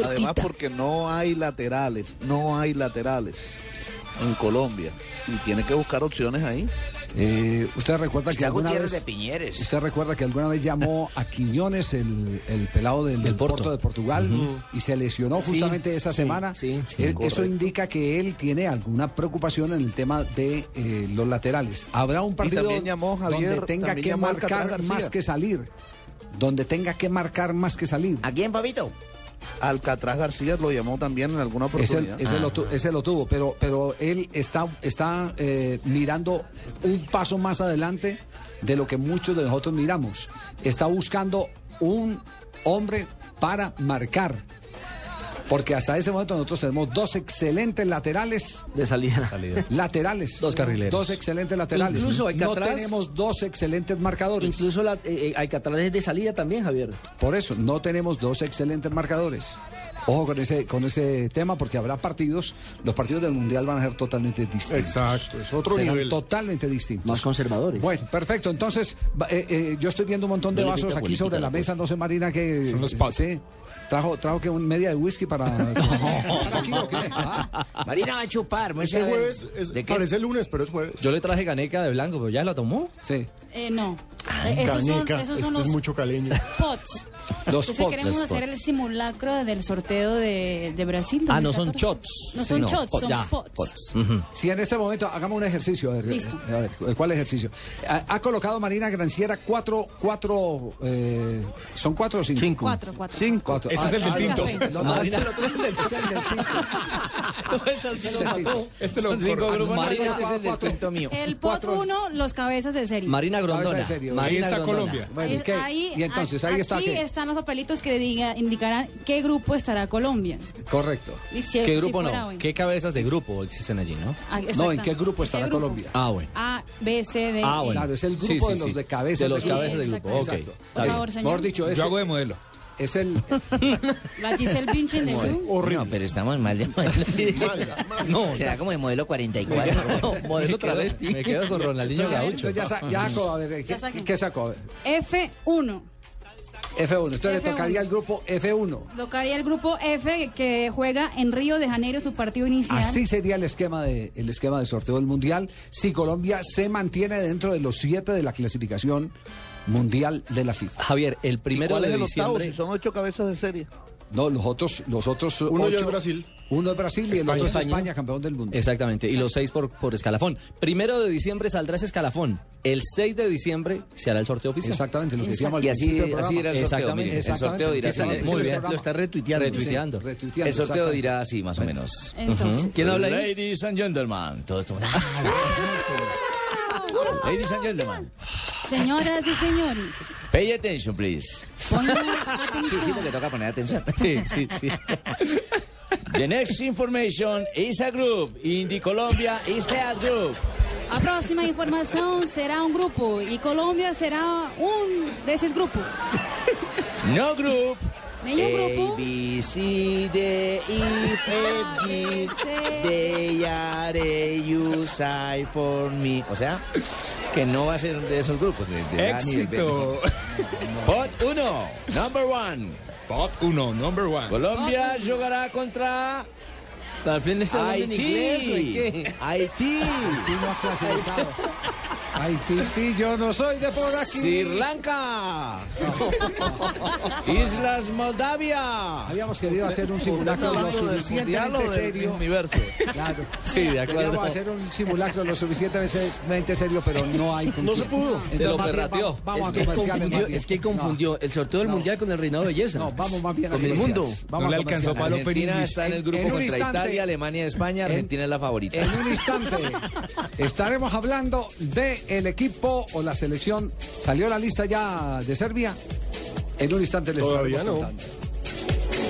[SPEAKER 12] Además porque no hay laterales, no hay laterales en Colombia. Y tiene que buscar opciones ahí.
[SPEAKER 9] Eh, usted recuerda que
[SPEAKER 12] Está
[SPEAKER 9] alguna
[SPEAKER 12] Gutiérrez
[SPEAKER 9] vez,
[SPEAKER 12] de Piñeres.
[SPEAKER 9] usted recuerda que alguna vez llamó a Quiñones el, el pelado del, del Porto. de Portugal
[SPEAKER 13] Ujú.
[SPEAKER 9] y se lesionó
[SPEAKER 13] Sí,
[SPEAKER 9] justamente esa
[SPEAKER 13] sí,
[SPEAKER 9] semana.
[SPEAKER 13] sí, sí,
[SPEAKER 9] Eh, eso
[SPEAKER 13] correcto.
[SPEAKER 9] indica que él tiene alguna preocupación en el tema de eh, los laterales. Habrá un partido
[SPEAKER 12] también llamó, Javier,
[SPEAKER 9] donde tenga
[SPEAKER 12] también
[SPEAKER 9] que
[SPEAKER 12] llamó Alcatraz
[SPEAKER 9] marcar
[SPEAKER 12] García.
[SPEAKER 9] más que salir, donde tenga que marcar más que salir.
[SPEAKER 3] ¿A quién, Pabito?
[SPEAKER 12] Alcatraz García lo llamó también en alguna
[SPEAKER 9] Ese,
[SPEAKER 12] oportunidad.
[SPEAKER 9] ese
[SPEAKER 13] Ah.
[SPEAKER 9] lo, tu- ese lo tuvo, pero, pero él está, está eh, mirando un paso más adelante de lo que muchos de nosotros miramos. Está buscando un hombre para marcar. Porque hasta este momento nosotros tenemos dos excelentes laterales.
[SPEAKER 13] De salida.
[SPEAKER 9] Laterales.
[SPEAKER 13] Dos carrileros.
[SPEAKER 9] Dos excelentes laterales.
[SPEAKER 13] Incluso
[SPEAKER 9] no
[SPEAKER 13] Alcatraz-
[SPEAKER 9] tenemos dos excelentes marcadores.
[SPEAKER 13] Incluso la, eh, eh, Alcatraz es de salida también, Javier.
[SPEAKER 9] Por eso, no tenemos dos excelentes marcadores. Ojo con ese, con ese tema, porque habrá partidos, los partidos del Mundial van a ser totalmente distintos.
[SPEAKER 10] Exacto, es otro
[SPEAKER 9] Serán
[SPEAKER 10] nivel.
[SPEAKER 9] totalmente distintos.
[SPEAKER 13] Más conservadores.
[SPEAKER 9] Bueno, perfecto. Entonces, va- eh, eh, yo estoy viendo un montón de
[SPEAKER 13] No le
[SPEAKER 9] vasos
[SPEAKER 13] meta
[SPEAKER 9] aquí
[SPEAKER 13] política
[SPEAKER 9] sobre
[SPEAKER 13] a la
[SPEAKER 9] la mesa, no sé, Marina, que...
[SPEAKER 13] Son los
[SPEAKER 9] sí. Trajo, trajo que un media de whisky para...
[SPEAKER 3] Marina va a chupar. vamos
[SPEAKER 10] Este
[SPEAKER 3] a ver.
[SPEAKER 10] jueves es-
[SPEAKER 3] ¿De qué?
[SPEAKER 10] parece lunes, pero es jueves.
[SPEAKER 15] Yo le traje ganeca de blanco, pero ya la tomó.
[SPEAKER 9] Sí.
[SPEAKER 5] Eh, no. Eh, esos son,
[SPEAKER 10] Caneca,
[SPEAKER 5] esos
[SPEAKER 10] este
[SPEAKER 5] son
[SPEAKER 10] es
[SPEAKER 5] los
[SPEAKER 10] mucho caleño.
[SPEAKER 5] pots.
[SPEAKER 10] Los
[SPEAKER 5] Entonces
[SPEAKER 10] pots.
[SPEAKER 5] queremos
[SPEAKER 10] Los
[SPEAKER 5] hacer
[SPEAKER 10] pots.
[SPEAKER 5] el simulacro del sorteo de, de Brasil.
[SPEAKER 15] Ah, no son
[SPEAKER 5] 2014.
[SPEAKER 15] shots.
[SPEAKER 5] No
[SPEAKER 15] Sí,
[SPEAKER 5] son shots,
[SPEAKER 9] Oh,
[SPEAKER 15] pot-
[SPEAKER 5] son
[SPEAKER 15] ya,
[SPEAKER 5] pots.
[SPEAKER 15] Ujú.
[SPEAKER 9] Si en este momento hagamos un ejercicio, a ver,
[SPEAKER 5] Listo.
[SPEAKER 9] eh, a ver, ¿cuál ejercicio? Ha, ha colocado Marina Granciera cuatro, cuatro, eh, ¿son cuatro o cinco? Cinco. Ah,
[SPEAKER 5] Cuatro, cuatro.
[SPEAKER 9] Cuatro.
[SPEAKER 5] Ese es el distinto.
[SPEAKER 9] no,
[SPEAKER 13] Ah,
[SPEAKER 9] no,
[SPEAKER 5] Marina-
[SPEAKER 9] este lo tuvo, este es el del
[SPEAKER 15] mató.
[SPEAKER 9] Este
[SPEAKER 15] lo
[SPEAKER 9] grupos.
[SPEAKER 15] Marina, este es el
[SPEAKER 9] Cuatro.
[SPEAKER 15] descuento mío.
[SPEAKER 5] El pot 1, los cabezas de serie.
[SPEAKER 15] Marina
[SPEAKER 9] Cabeza
[SPEAKER 15] Grondona.
[SPEAKER 9] de serio.
[SPEAKER 15] Marina
[SPEAKER 9] Ahí está
[SPEAKER 15] Grondona.
[SPEAKER 9] Colombia. Bueno,
[SPEAKER 5] Ahí-
[SPEAKER 9] ¿y qué?
[SPEAKER 5] ahí-
[SPEAKER 9] y entonces,
[SPEAKER 5] a-
[SPEAKER 9] ahí está
[SPEAKER 5] Aquí
[SPEAKER 9] qué?
[SPEAKER 5] están los papelitos que diga, indicarán qué grupo estará Colombia.
[SPEAKER 9] Correcto.
[SPEAKER 5] Y si-
[SPEAKER 15] ¿Qué
[SPEAKER 5] si
[SPEAKER 15] grupo
[SPEAKER 5] fuera
[SPEAKER 15] no?
[SPEAKER 5] hoy.
[SPEAKER 15] ¿Qué cabezas de grupo existen allí, no?
[SPEAKER 5] Ah, exacto. No, ¿en qué grupo ¿En qué estará grupo? Colombia?
[SPEAKER 15] Ah, bueno.
[SPEAKER 5] Ah,
[SPEAKER 11] B, C, D.
[SPEAKER 15] Ah,
[SPEAKER 11] E.
[SPEAKER 15] bueno.
[SPEAKER 9] Claro, es el grupo
[SPEAKER 15] Sí, sí,
[SPEAKER 9] de los
[SPEAKER 15] sí.
[SPEAKER 9] de cabeza.
[SPEAKER 15] De los
[SPEAKER 9] del
[SPEAKER 15] cabezas del grupo, ok.
[SPEAKER 9] Exacto.
[SPEAKER 15] Por
[SPEAKER 9] Es-
[SPEAKER 11] favor, señor.
[SPEAKER 9] mejor dicho, es
[SPEAKER 15] Yo hago
[SPEAKER 9] de modelo. Es el...
[SPEAKER 11] La Giselle Bündchen de Zoom.
[SPEAKER 2] No, pero estamos mal de modelo. No, será como de modelo 44.
[SPEAKER 15] modelo
[SPEAKER 2] Me quedo-
[SPEAKER 15] travesti.
[SPEAKER 2] Me quedo con Ronaldinho
[SPEAKER 9] Entonces,
[SPEAKER 2] Gaucho.
[SPEAKER 9] entonces ya, sa- ya sacó, a ver, eh, ¿qué,
[SPEAKER 11] Ya saqué.
[SPEAKER 9] qué sacó? A ver,
[SPEAKER 11] F1.
[SPEAKER 9] F1, entonces le
[SPEAKER 11] F1.
[SPEAKER 9] tocaría al grupo F1.
[SPEAKER 11] Tocaría el grupo F que juega en Río de Janeiro su partido
[SPEAKER 15] Ah,
[SPEAKER 11] inicial.
[SPEAKER 9] Así sería el esquema de el esquema de sorteo del mundial si Colombia se mantiene dentro de los siete de la clasificación mundial de la FIFA.
[SPEAKER 15] Javier, el
[SPEAKER 12] ¿Y cuál es el octavo? Si son ocho cabezas de serie.
[SPEAKER 9] No, los otros, los otros
[SPEAKER 12] Uno ya es
[SPEAKER 9] ocho-
[SPEAKER 12] Brasil.
[SPEAKER 9] Uno es Brasil y el
[SPEAKER 15] España.
[SPEAKER 9] otro es
[SPEAKER 15] España.
[SPEAKER 9] España, campeón del mundo.
[SPEAKER 15] Exactamente, y los seis por, por escalafón. Primero de diciembre saldrá ese escalafón. El 6 de diciembre se hará el sorteo oficial.
[SPEAKER 9] Exactamente,
[SPEAKER 15] lo
[SPEAKER 9] que decíamos
[SPEAKER 2] Y así, así irá el sorteo.
[SPEAKER 15] Exactamente,
[SPEAKER 2] mire, el sorteo dirá así.
[SPEAKER 15] Muy bien.
[SPEAKER 2] Lo está retuiteando.
[SPEAKER 15] Retuiteando.
[SPEAKER 2] Sí,
[SPEAKER 15] Retuiteando,
[SPEAKER 2] El sorteo
[SPEAKER 15] exactamente.
[SPEAKER 2] dirá así, más o menos.
[SPEAKER 15] Entonces.
[SPEAKER 2] Ujú.
[SPEAKER 15] ¿Quién habla ahí?
[SPEAKER 2] Ladies and gentlemen. Todo esto. Ah, Ladies and gentlemen.
[SPEAKER 11] Señoras y señores,
[SPEAKER 2] Pay attention, please.
[SPEAKER 11] pongan
[SPEAKER 2] Sí, sí,
[SPEAKER 11] atención.
[SPEAKER 2] porque toca poner atención. Sí, sí, sí. The next information is a group. In the Colombia is that group.
[SPEAKER 11] A próxima información será un grupo y Colombia será un de esos grupos.
[SPEAKER 2] No group.
[SPEAKER 11] Nenhum grupo.
[SPEAKER 2] A, B, C, D, E, F, G, D, R, A, U, I, for me. O sea, que no va a ser de esos grupos. De, de A ni de B.
[SPEAKER 13] Éxito.
[SPEAKER 2] Pot 1, number one.
[SPEAKER 13] Pot 1, number one.
[SPEAKER 2] Colombia jugará contra
[SPEAKER 15] Al fin está hablando en inglés o en
[SPEAKER 2] Haití.
[SPEAKER 15] qué?
[SPEAKER 2] Haití.
[SPEAKER 9] no ha clasificado. Haití, yo no soy de por aquí.
[SPEAKER 2] Sri Lanka. Islas Moldavia.
[SPEAKER 9] Habíamos querido hacer un simulacro lo
[SPEAKER 12] hablando del mundial o
[SPEAKER 9] suficientemente
[SPEAKER 12] del
[SPEAKER 9] serio.
[SPEAKER 12] universo?
[SPEAKER 9] Claro.
[SPEAKER 15] Sí, de acuerdo.
[SPEAKER 9] Queríamos hacer un simulacro lo suficientemente serio, pero no hay. con
[SPEAKER 12] No se
[SPEAKER 9] quién.
[SPEAKER 12] pudo.
[SPEAKER 9] Entonces,
[SPEAKER 15] Se lo
[SPEAKER 9] más bien,
[SPEAKER 15] perrateó.
[SPEAKER 9] Vamos, vamos
[SPEAKER 15] es,
[SPEAKER 9] a
[SPEAKER 15] que
[SPEAKER 9] comerciales. más
[SPEAKER 15] confundió,
[SPEAKER 9] bien.
[SPEAKER 15] es que
[SPEAKER 9] No.
[SPEAKER 15] confundió el sorteo del mundial con el reinado de belleza.
[SPEAKER 9] No, vamos más bien a
[SPEAKER 15] Con el
[SPEAKER 9] comerciales.
[SPEAKER 15] mundo.
[SPEAKER 9] Vamos
[SPEAKER 13] No le
[SPEAKER 9] a
[SPEAKER 13] alcanzó
[SPEAKER 9] comerciales.
[SPEAKER 13] palo
[SPEAKER 2] Argentina está en el grupo
[SPEAKER 9] En un
[SPEAKER 2] contra
[SPEAKER 9] instante.
[SPEAKER 2] Italia, Alemania, España. Argentina es la favorita.
[SPEAKER 9] En un instante estaremos hablando del el equipo o la selección. ¿Salió la lista ya de Serbia? En un instante les
[SPEAKER 16] Todavía
[SPEAKER 9] estaremos
[SPEAKER 16] no.
[SPEAKER 9] contando.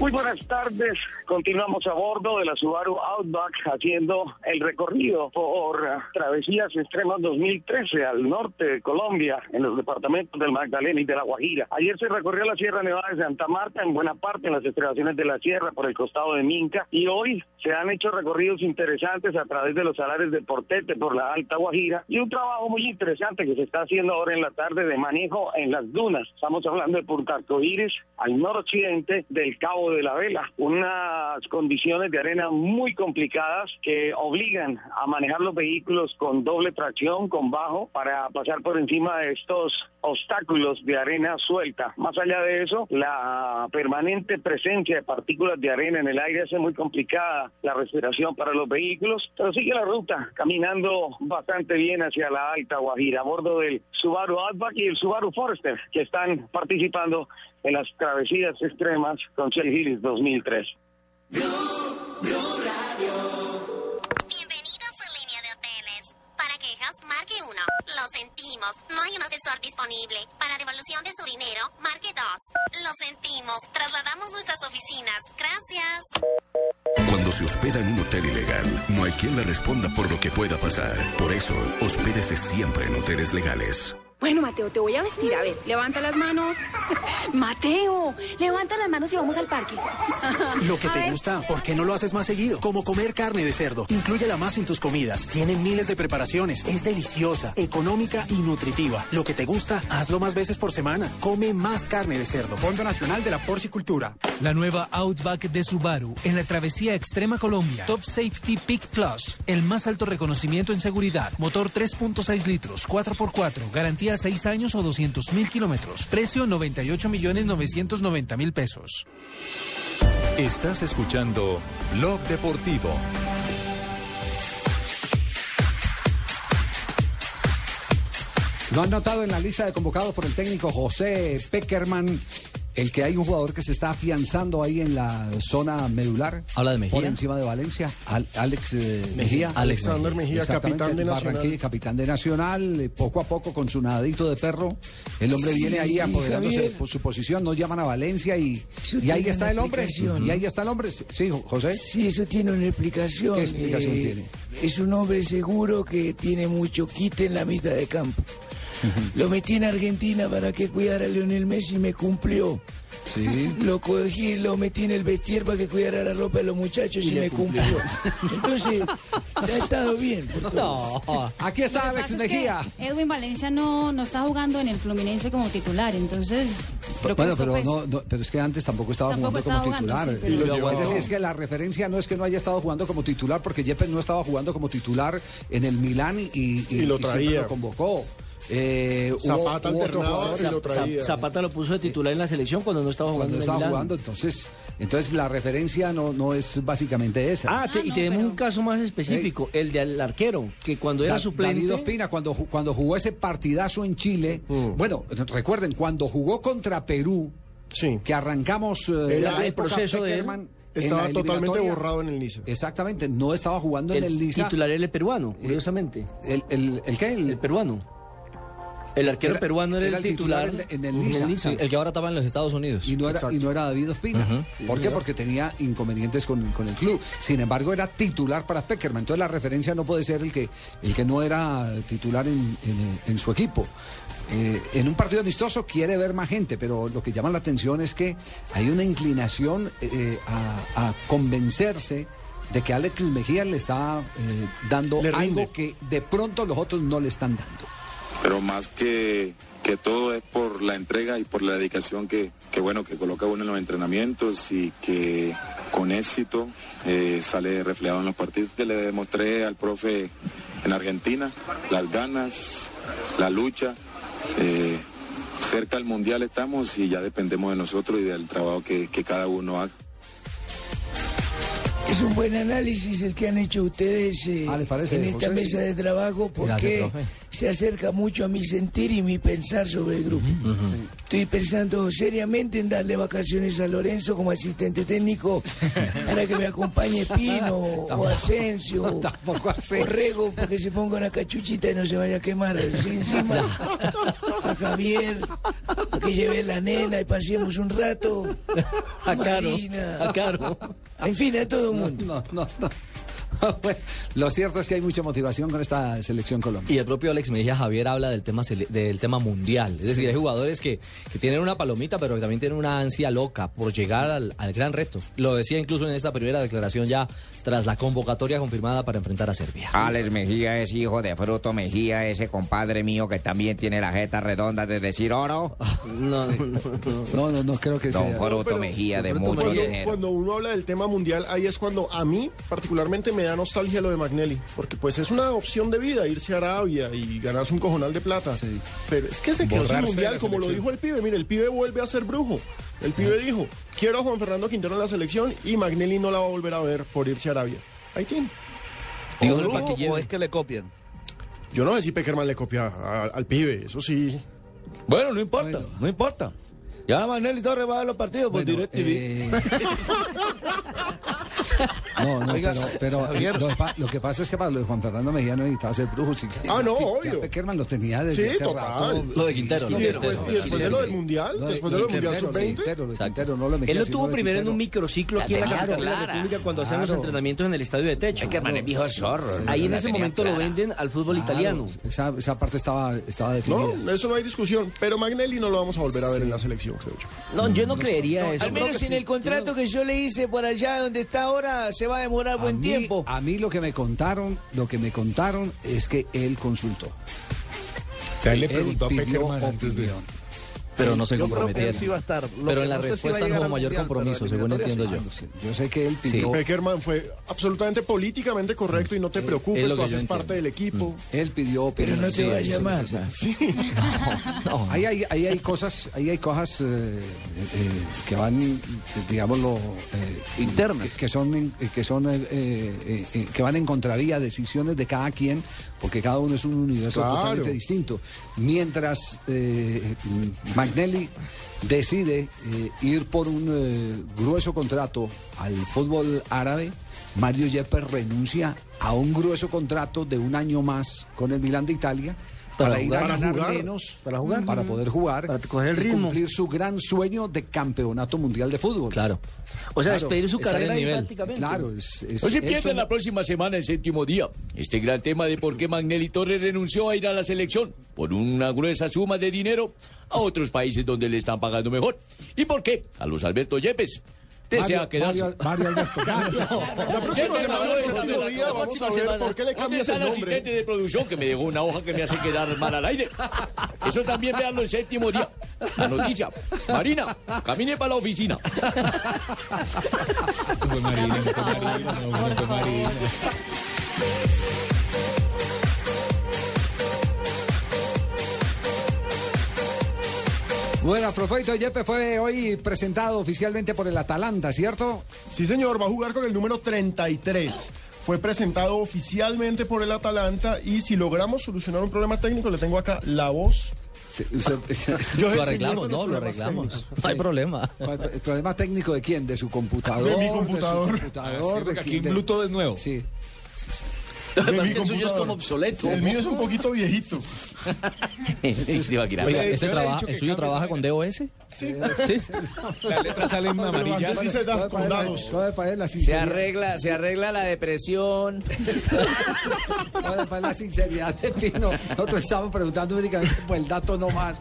[SPEAKER 17] Muy buenas tardes. Continuamos a bordo de la Subaru Outback haciendo el recorrido por eh, Travesías Extremas 2013 al norte de Colombia, en los departamentos del Magdalena y de la Guajira. Ayer se recorrió la Sierra Nevada de Santa Marta, en buena parte en las estribaciones de la sierra por el costado de Minca, y hoy se han hecho recorridos interesantes a través de los salares de Portete por la Alta Guajira y un trabajo muy interesante que se está haciendo ahora en la tarde de manejo en las dunas. Estamos hablando de Punta Arcoíris, al noroccidente del Cabo de la Vela. Unas condiciones de arena muy complicadas que obligan a manejar los vehículos con doble tracción, con bajo, para pasar por encima de estos obstáculos de arena suelta. Más allá de eso, la permanente presencia de partículas de arena en el aire hace muy complicada la respiración para los vehículos, pero sigue la ruta caminando bastante bien hacia la Alta Guajira, a bordo del Subaru Outback y el Subaru Forester, que están participando en las travesías extremas con Shell Hills 2003.
[SPEAKER 18] Bienvenidos a su línea de hoteles. Para quejas, marque 1. Lo sentimos, no hay un asesor disponible. Para devolución de su dinero, marque 2. Lo sentimos, trasladamos nuestras oficinas. Gracias.
[SPEAKER 19] Cuando se hospeda en un hotel ilegal, no hay quien le responda por lo que pueda pasar. Por eso, hospédese siempre en hoteles legales.
[SPEAKER 20] Bueno, Mateo, te voy a vestir. A ver, levanta las manos. Mateo, levanta las manos y vamos al parque.
[SPEAKER 21] Lo que
[SPEAKER 20] A
[SPEAKER 21] te
[SPEAKER 20] ver,
[SPEAKER 21] gusta, ¿por qué no lo haces más seguido? Como comer carne de cerdo. Inclúyela más en tus comidas. Tiene miles de preparaciones. Es deliciosa, económica y nutritiva. Lo que te gusta, hazlo más veces por semana. Come más carne de cerdo. Fondo Nacional de la Porcicultura.
[SPEAKER 8] La nueva Outback de Subaru en la travesía extrema Colombia. Top Safety Peak Plus, el más alto reconocimiento en seguridad. Motor 3.6 litros, 4x4, garantía 6 años o 200 mil kilómetros. Precio 98 millones 990 mil pesos.
[SPEAKER 1] Estás escuchando Blog Deportivo.
[SPEAKER 9] Lo han notado en la lista de convocados por el técnico José Peckerman El que hay un jugador que se está afianzando ahí en la zona medular.
[SPEAKER 13] Habla de Mejía.
[SPEAKER 9] Por encima de Valencia. Al- Alex eh, Mejía.
[SPEAKER 10] Alexander Mejía,
[SPEAKER 9] Exactamente,
[SPEAKER 10] capitán de Nacional.
[SPEAKER 9] Barranquilla, capitán de Nacional. eh, Poco a poco, con su nadadito de perro, el hombre viene ahí
[SPEAKER 14] Y,
[SPEAKER 9] apoderándose
[SPEAKER 14] Javier.
[SPEAKER 9] por su posición. No llaman a Valencia y,
[SPEAKER 14] Eso
[SPEAKER 9] y ahí
[SPEAKER 14] tiene
[SPEAKER 9] está
[SPEAKER 14] una
[SPEAKER 9] el hombre.
[SPEAKER 14] explicación.
[SPEAKER 9] Y ahí está el hombre. Sí, José.
[SPEAKER 14] Sí, eso tiene una explicación.
[SPEAKER 9] ¿Qué explicación
[SPEAKER 14] Eh, Es un hombre seguro que tiene mucho quite en la mitad de campo. Lo metí en Argentina para que cuidara a Lionel Messi y me cumplió.
[SPEAKER 9] Sí.
[SPEAKER 14] Lo cogí, lo metí en el vestir para que cuidara la ropa de los muchachos y, me cumplió. Entonces, ya ha estado bien. por todo.
[SPEAKER 9] Aquí está
[SPEAKER 5] Lo que
[SPEAKER 9] Alex
[SPEAKER 5] pasa es que
[SPEAKER 9] Mejía.
[SPEAKER 5] Edwin Valencia no, no está jugando en el Fluminense como titular, entonces creo que
[SPEAKER 9] Bueno,
[SPEAKER 5] esto,
[SPEAKER 9] pero,
[SPEAKER 5] pues,
[SPEAKER 9] no, no, pero es que antes tampoco estaba
[SPEAKER 5] Tampoco
[SPEAKER 9] jugando como
[SPEAKER 5] estaba jugando,
[SPEAKER 9] titular.
[SPEAKER 5] sí, pero- Y lo
[SPEAKER 9] es
[SPEAKER 5] llevaba.
[SPEAKER 9] decir, es que la referencia no es que no haya estado jugando como titular, porque Yepes no estaba jugando como titular en el Milán y, y,
[SPEAKER 10] Y lo
[SPEAKER 9] siempre
[SPEAKER 10] traía.
[SPEAKER 9] lo convocó. Eh, hubo-
[SPEAKER 10] Zapata
[SPEAKER 9] hubo otro
[SPEAKER 10] alternaba
[SPEAKER 9] jugador
[SPEAKER 10] y lo traía.
[SPEAKER 13] Zapata lo puso de titular en la selección cuando no estaba
[SPEAKER 9] cuando
[SPEAKER 13] jugando en el
[SPEAKER 9] estaba
[SPEAKER 13] Milán.
[SPEAKER 9] jugando, entonces, entonces la referencia no, no es básicamente esa.
[SPEAKER 13] Ah, te- y tenemos un caso más específico, el del arquero, que cuando era
[SPEAKER 9] Da-
[SPEAKER 13] suplente...
[SPEAKER 9] David Ospina, cuando, ju- cuando jugó ese partidazo en Chile,
[SPEAKER 10] Mm.
[SPEAKER 9] bueno, recuerden, cuando jugó contra Perú, que arrancamos eh,
[SPEAKER 10] Era
[SPEAKER 9] la
[SPEAKER 10] el
[SPEAKER 9] época
[SPEAKER 10] proceso de él.
[SPEAKER 9] Peckerman en la
[SPEAKER 10] Estaba totalmente
[SPEAKER 9] eliminatoria.
[SPEAKER 10] borrado en el Niza.
[SPEAKER 9] Exactamente, no estaba jugando en el Niza. eh,
[SPEAKER 13] titular era el peruano, curiosamente.
[SPEAKER 9] ¿El, el, qué? El,
[SPEAKER 13] peruano. El arquero
[SPEAKER 15] Era-
[SPEAKER 13] peruano era,
[SPEAKER 15] era
[SPEAKER 13] el
[SPEAKER 15] el
[SPEAKER 13] titular,
[SPEAKER 15] titular en- en
[SPEAKER 9] el Niza.
[SPEAKER 15] Sí, el que ahora estaba en los Estados Unidos.
[SPEAKER 9] Y no era, y no era David Ospina.
[SPEAKER 15] Ujú. Sí,
[SPEAKER 9] ¿Por qué?
[SPEAKER 15] señor.
[SPEAKER 9] Porque tenía inconvenientes con, con el club. Sin embargo, era titular para Peckerman. Entonces la referencia no puede ser el que, el que no era titular en, en- en su equipo. Eh, en un partido amistoso quiere ver más gente, pero lo que llama la atención es que hay una inclinación eh, a, a convencerse de que Alex Mejía le está eh, dando algo que de pronto los otros no le están dando.
[SPEAKER 22] pero más que, que todo es por la entrega y por la dedicación que, que, bueno que coloca uno en los entrenamientos y que con éxito eh, sale reflejado en los partidos que le demostré al profe en Argentina las ganas la lucha eh, cerca al mundial estamos y ya dependemos de nosotros y del trabajo que, que cada uno haga
[SPEAKER 14] Es un buen análisis el que han hecho ustedes eh,
[SPEAKER 22] Ah, ¿les parece,
[SPEAKER 14] en esta
[SPEAKER 22] José?
[SPEAKER 14] mesa de trabajo
[SPEAKER 22] Gracias,
[SPEAKER 14] porque
[SPEAKER 22] profe.
[SPEAKER 14] se acerca mucho a mi sentir y mi pensar sobre el grupo. Estoy pensando seriamente en darle vacaciones a Lorenzo como asistente técnico para que me acompañe Pino o Asensio o Rego para que se ponga una cachuchita y no se vaya a quemar así encima. A Javier, para que lleve la nena y pasemos un rato.
[SPEAKER 13] A Caro,
[SPEAKER 14] Marina.
[SPEAKER 13] a Caro.
[SPEAKER 14] En fin, a todo el mundo.
[SPEAKER 9] no, no. Bueno, lo cierto es que hay mucha motivación con esta selección Colombia.
[SPEAKER 15] Y el propio Alex Mejía Javier habla del tema, sele- del tema mundial. Es decir, hay jugadores que, que tienen una palomita, pero que también tienen una ansia loca por llegar al, al gran reto. Lo decía incluso en esta primera declaración ya tras la convocatoria confirmada para enfrentar a Serbia.
[SPEAKER 19] Alex Mejía es hijo de Fruto Mejía, ese compadre mío que también tiene la jeta redonda de decir oro.
[SPEAKER 10] Ah,
[SPEAKER 13] No, no, no,
[SPEAKER 9] no, no, creo que
[SPEAKER 19] Don
[SPEAKER 10] sea.
[SPEAKER 19] Fruto
[SPEAKER 10] Pero-
[SPEAKER 19] Mejía de mucho
[SPEAKER 10] cuando,
[SPEAKER 19] dinero.
[SPEAKER 10] cuando uno habla del tema mundial, ahí es cuando a mí particularmente me da nostalgia lo de Magnelli, porque pues es una opción de vida irse a Arabia y ganarse un cojonal de plata. Pero es que se quedó sin
[SPEAKER 23] Borrarse de
[SPEAKER 10] mundial,
[SPEAKER 23] la
[SPEAKER 10] como lo
[SPEAKER 23] selección.
[SPEAKER 10] dijo el pibe. Mire, el pibe vuelve a ser brujo. El pibe dijo, quiero a Juan Fernando Quintero en la selección y Magnelli no la va a volver a ver por irse a Arabia. Ahí tiene.
[SPEAKER 12] ¿O brujo o es que le copian?
[SPEAKER 10] Yo no sé si Peckerman le copia a- al pibe, eso sí.
[SPEAKER 8] Bueno, no importa, no importa. Ya Manuel y Torres va a dar los partidos por DirecTV.
[SPEAKER 9] No, no,
[SPEAKER 8] Oiga,
[SPEAKER 9] pero, pero
[SPEAKER 8] Javier.
[SPEAKER 9] lo, que pa- lo que pasa es que para lo de Juan Fernando Mejía no necesitaba ser brujo. sí.
[SPEAKER 10] Ah, no,
[SPEAKER 9] Ya
[SPEAKER 10] obvio.
[SPEAKER 9] Peckerman los tenía desde
[SPEAKER 10] Sí,
[SPEAKER 9] hace
[SPEAKER 10] total.
[SPEAKER 9] rato.
[SPEAKER 10] Lo de Quintero, lo
[SPEAKER 9] Y
[SPEAKER 10] de
[SPEAKER 9] después,
[SPEAKER 10] Quintero.
[SPEAKER 9] y después de lo del Mundial, después de lo del Mundial
[SPEAKER 10] sub-veinte.
[SPEAKER 13] Él lo tuvo primero en un microciclo aquí en la
[SPEAKER 9] Claro,
[SPEAKER 13] capital de la
[SPEAKER 9] claro.
[SPEAKER 13] República cuando hacían los
[SPEAKER 9] Claro.
[SPEAKER 13] entrenamientos en el estadio de techo.
[SPEAKER 9] Peckerman es viejo zorro, ¿no?
[SPEAKER 13] Ahí en
[SPEAKER 9] La
[SPEAKER 13] ese
[SPEAKER 9] tenía
[SPEAKER 13] momento lo
[SPEAKER 9] clara.
[SPEAKER 13] venden al fútbol
[SPEAKER 9] Claro,
[SPEAKER 13] italiano.
[SPEAKER 9] Esa, esa parte estaba, estaba definida.
[SPEAKER 10] No, eso no hay discusión. Pero Magnelli no lo vamos a volver a ver en la selección, creo yo.
[SPEAKER 13] No, yo no creería
[SPEAKER 14] Al menos en el contrato que yo le hice por allá donde está ahora se va a demorar
[SPEAKER 9] a
[SPEAKER 14] buen
[SPEAKER 9] mí,
[SPEAKER 14] tiempo.
[SPEAKER 9] A mí lo que me contaron, lo que me contaron es que él consultó.
[SPEAKER 6] O sea, él le
[SPEAKER 9] Él
[SPEAKER 6] preguntó a
[SPEAKER 9] pidió
[SPEAKER 6] Peckerman antes de...
[SPEAKER 9] opinión.
[SPEAKER 15] Pero no se
[SPEAKER 12] Yo creo que él
[SPEAKER 15] comprometieron.
[SPEAKER 12] sí va a estar. Lo que
[SPEAKER 15] pero en la
[SPEAKER 12] no sé si va a
[SPEAKER 15] respuesta
[SPEAKER 12] llegar
[SPEAKER 15] no hubo
[SPEAKER 12] al Mundial,
[SPEAKER 15] mayor
[SPEAKER 12] pero
[SPEAKER 15] compromiso, según
[SPEAKER 12] eliminatorias
[SPEAKER 15] entiendo
[SPEAKER 9] Ah,
[SPEAKER 15] yo.
[SPEAKER 9] Yo sé que él
[SPEAKER 15] Sí.
[SPEAKER 9] pidió.
[SPEAKER 10] Peckerman fue absolutamente políticamente correcto y no te preocupes,
[SPEAKER 9] es
[SPEAKER 10] tú
[SPEAKER 9] lo que
[SPEAKER 10] haces
[SPEAKER 9] yo
[SPEAKER 10] parte del equipo.
[SPEAKER 9] Él pidió
[SPEAKER 10] Pero no te va a llamar.
[SPEAKER 9] Ahí, hay, ahí hay cosas, ahí hay cosas eh, eh, que van, eh, digámoslo, internas, que, que son, en- eh, que son, eh, eh, eh, que van en contravía a decisiones de cada quien, porque cada uno es un universo
[SPEAKER 10] Claro.
[SPEAKER 9] totalmente distinto. Mientras eh, mm, Magnelli decide eh, ir por un eh, grueso contrato al fútbol árabe. Mario Yepes renuncia a un grueso contrato de un año más con el Milan de Italia para,
[SPEAKER 24] Para
[SPEAKER 9] ir
[SPEAKER 24] jugar.
[SPEAKER 9] a
[SPEAKER 24] Para
[SPEAKER 9] ganar
[SPEAKER 24] jugar.
[SPEAKER 9] menos,
[SPEAKER 24] Para jugar.
[SPEAKER 9] para poder jugar,
[SPEAKER 24] Para coger el
[SPEAKER 9] y
[SPEAKER 24] ritmo.
[SPEAKER 9] cumplir su gran sueño de campeonato mundial de fútbol. Claro.
[SPEAKER 24] O sea, despedir su carrera ahí prácticamente.
[SPEAKER 9] Claro, es, es
[SPEAKER 25] No se
[SPEAKER 9] hecho-
[SPEAKER 25] pierdan la próxima semana, el séptimo día, este gran tema de por qué Magnelli Torres renunció a ir a la selección por una gruesa suma de dinero a otros países donde le están pagando mejor. ¿Y por qué? A los Alberto Yepes. Desea
[SPEAKER 9] Mario-
[SPEAKER 25] quedarse.
[SPEAKER 9] Mario- Mario Alberto.
[SPEAKER 10] La próxima
[SPEAKER 25] Yepes,
[SPEAKER 10] semana,
[SPEAKER 25] Manuel,
[SPEAKER 10] el séptimo
[SPEAKER 25] la-
[SPEAKER 10] día,
[SPEAKER 25] la
[SPEAKER 10] vamos
[SPEAKER 25] próxima
[SPEAKER 10] a ver
[SPEAKER 25] semana.
[SPEAKER 10] por qué le
[SPEAKER 25] ¿Dónde
[SPEAKER 10] cambias
[SPEAKER 25] está
[SPEAKER 10] el
[SPEAKER 25] el
[SPEAKER 10] nombre.
[SPEAKER 25] asistente de producción que me dejó una hoja que me hace quedar mal al aire? Eso también veanlo el séptimo día. La noticia. Marina, camine para la oficina.
[SPEAKER 9] Bueno, a propósito, Yepes fue hoy presentado oficialmente por el Atalanta, ¿cierto?
[SPEAKER 10] Sí, señor, va a jugar con el número 33. Fue presentado oficialmente por el Atalanta y si logramos solucionar un problema técnico, le tengo acá la voz.
[SPEAKER 15] lo arreglamos, no, lo arreglamos. No hay problema.
[SPEAKER 9] ¿El problema técnico de quién? ¿De su computador?
[SPEAKER 15] De mi
[SPEAKER 9] su
[SPEAKER 15] computador.
[SPEAKER 9] computador,
[SPEAKER 15] Ah, sí, porque
[SPEAKER 9] de
[SPEAKER 15] aquí
[SPEAKER 9] quién, de-
[SPEAKER 15] Bluetooth es nuevo.
[SPEAKER 9] Sí.
[SPEAKER 25] Lo que pasa es que el suyo es como obsoleto.
[SPEAKER 10] El mío es un poquito viejito.
[SPEAKER 15] Oiga, este traba- ¿El suyo trabaja con DOS?
[SPEAKER 10] Sí.
[SPEAKER 15] Las letras salen amarillas.
[SPEAKER 10] Así se da con dados.
[SPEAKER 2] Se arregla, se arregla la depresión.
[SPEAKER 9] Bueno, para la sinceridad de Pino, nosotros estábamos preguntando únicamente por el dato no más.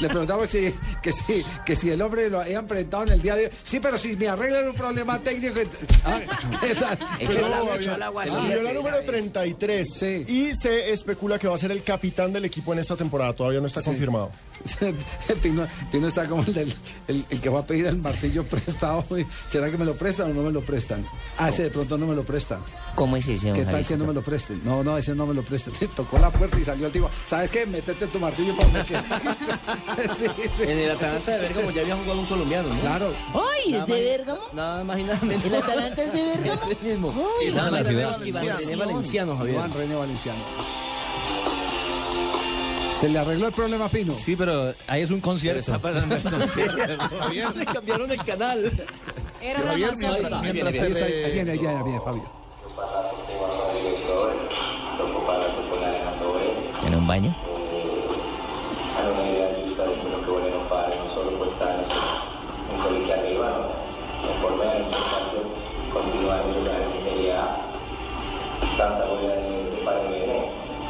[SPEAKER 9] Le preguntamos si, que, si, que si el hombre lo habían presentado en el día de hoy. Sí, pero si me arreglan un problema técnico. Ah, ¿qué tal?
[SPEAKER 10] Pero,
[SPEAKER 9] Pero-
[SPEAKER 10] Javier, Salió la número 33 y se especula que va a ser el capitán del equipo en esta temporada. Todavía no está confirmado.
[SPEAKER 9] Pino, Pino está como el, del- el- el que va a pedir el martillo prestado. y, ¿Será que me lo prestan o no me lo prestan? Ah, ese de pronto no me lo prestan.
[SPEAKER 2] ¿Cómo es ese, don
[SPEAKER 9] ¿Qué tal
[SPEAKER 2] Javiercito?
[SPEAKER 9] que no me lo presten? No, no, ese no me lo presten. Tocó la puerta y salió el tipo. ¿Sabes qué? Métete tu martillo para que... Sí, sí.
[SPEAKER 13] En el Atalanta de Bérgamo ya había jugado un colombiano, ¿no?
[SPEAKER 9] Claro.
[SPEAKER 2] ¡Ay, es de
[SPEAKER 13] Bérgamo! Nada más y nada menos.
[SPEAKER 2] ¿El Atalanta es de Bérgamo?
[SPEAKER 13] Ese mismo.
[SPEAKER 2] Ay,
[SPEAKER 13] Esa
[SPEAKER 2] Iván
[SPEAKER 13] es
[SPEAKER 2] René
[SPEAKER 13] la Iván
[SPEAKER 2] Valenciano.
[SPEAKER 13] René Valenciano, Javier.
[SPEAKER 9] Juan René Valenciano. ¿Se le arregló el problema a Pino?
[SPEAKER 15] Sí, pero ahí es un concierto.
[SPEAKER 13] Le cambiaron el canal.
[SPEAKER 5] Era la
[SPEAKER 13] Javier,
[SPEAKER 5] masacre.
[SPEAKER 13] mientras-
[SPEAKER 9] Ahí
[SPEAKER 13] mientras
[SPEAKER 9] está, ahí está,
[SPEAKER 13] se le-
[SPEAKER 9] ahí viene, ahí viene, ahí viene, Fabio.
[SPEAKER 2] ¿En un baño?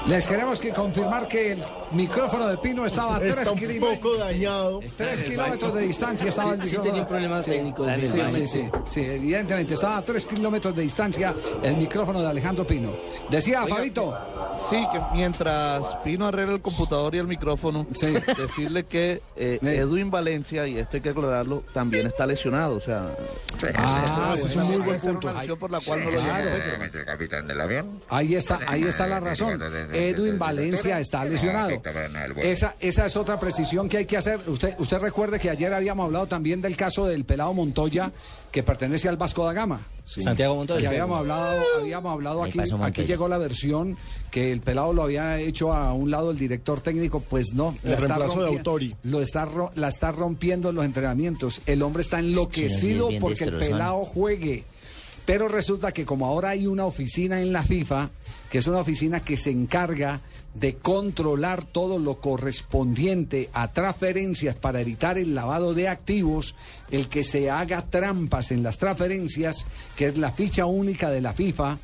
[SPEAKER 9] Les queremos que confirmar que el micrófono de Pino estaba a tres
[SPEAKER 10] Está un
[SPEAKER 9] kilómetros.
[SPEAKER 10] poco dañado.
[SPEAKER 9] Tres kilómetros de distancia estaba el
[SPEAKER 13] Sí, sí
[SPEAKER 9] micrófono.
[SPEAKER 13] tenía un problema técnico,
[SPEAKER 9] Sí, sí, sí,
[SPEAKER 13] definitivamente.
[SPEAKER 9] sí, sí, evidentemente. Estaba a tres kilómetros de distancia el micrófono de Alejandro Pino. Decía
[SPEAKER 10] Oiga,
[SPEAKER 9] Fabito.
[SPEAKER 10] Sí,
[SPEAKER 12] que mientras Pino arregla el computador y el micrófono, decirle que eh, Edwin Valencia, y esto hay que aclararlo, también está lesionado. O sea,
[SPEAKER 9] Ah,
[SPEAKER 12] ese es
[SPEAKER 9] bueno.
[SPEAKER 12] un muy buen
[SPEAKER 9] Esa era
[SPEAKER 12] punto.
[SPEAKER 9] una lesión
[SPEAKER 12] por la cual no lo
[SPEAKER 9] Claro.
[SPEAKER 12] llamaron.
[SPEAKER 2] capitán del avión?
[SPEAKER 9] Ahí está, ahí está la razón. Edwin Valencia está lesionado. Esa, esa es otra precisión que hay que hacer. Usted, usted recuerde que ayer habíamos hablado también del caso del pelado Montoya, que pertenece al Vasco da Gama.
[SPEAKER 15] Santiago Montoya.
[SPEAKER 9] Que habíamos hablado, habíamos hablado
[SPEAKER 15] Ahí
[SPEAKER 9] aquí,
[SPEAKER 15] pasó Montoya.
[SPEAKER 9] aquí llegó la versión que el pelado lo había hecho a un lado el director técnico, pues no.
[SPEAKER 10] El
[SPEAKER 9] la está
[SPEAKER 10] reemplazo de
[SPEAKER 9] rompie-
[SPEAKER 10] Autori.
[SPEAKER 9] Lo está, ro- la está rompiendo en los entrenamientos. El hombre está
[SPEAKER 2] Sí, así es
[SPEAKER 9] enloquecido
[SPEAKER 2] bien
[SPEAKER 9] porque el
[SPEAKER 2] destrozón.
[SPEAKER 9] pelado juegue. Pero resulta que como ahora hay una oficina en la FIFA, que es una oficina que se encarga de controlar todo lo correspondiente a transferencias para evitar el lavado de activos, el que se haga trampas en las transferencias, que es la ficha única de la FIFA,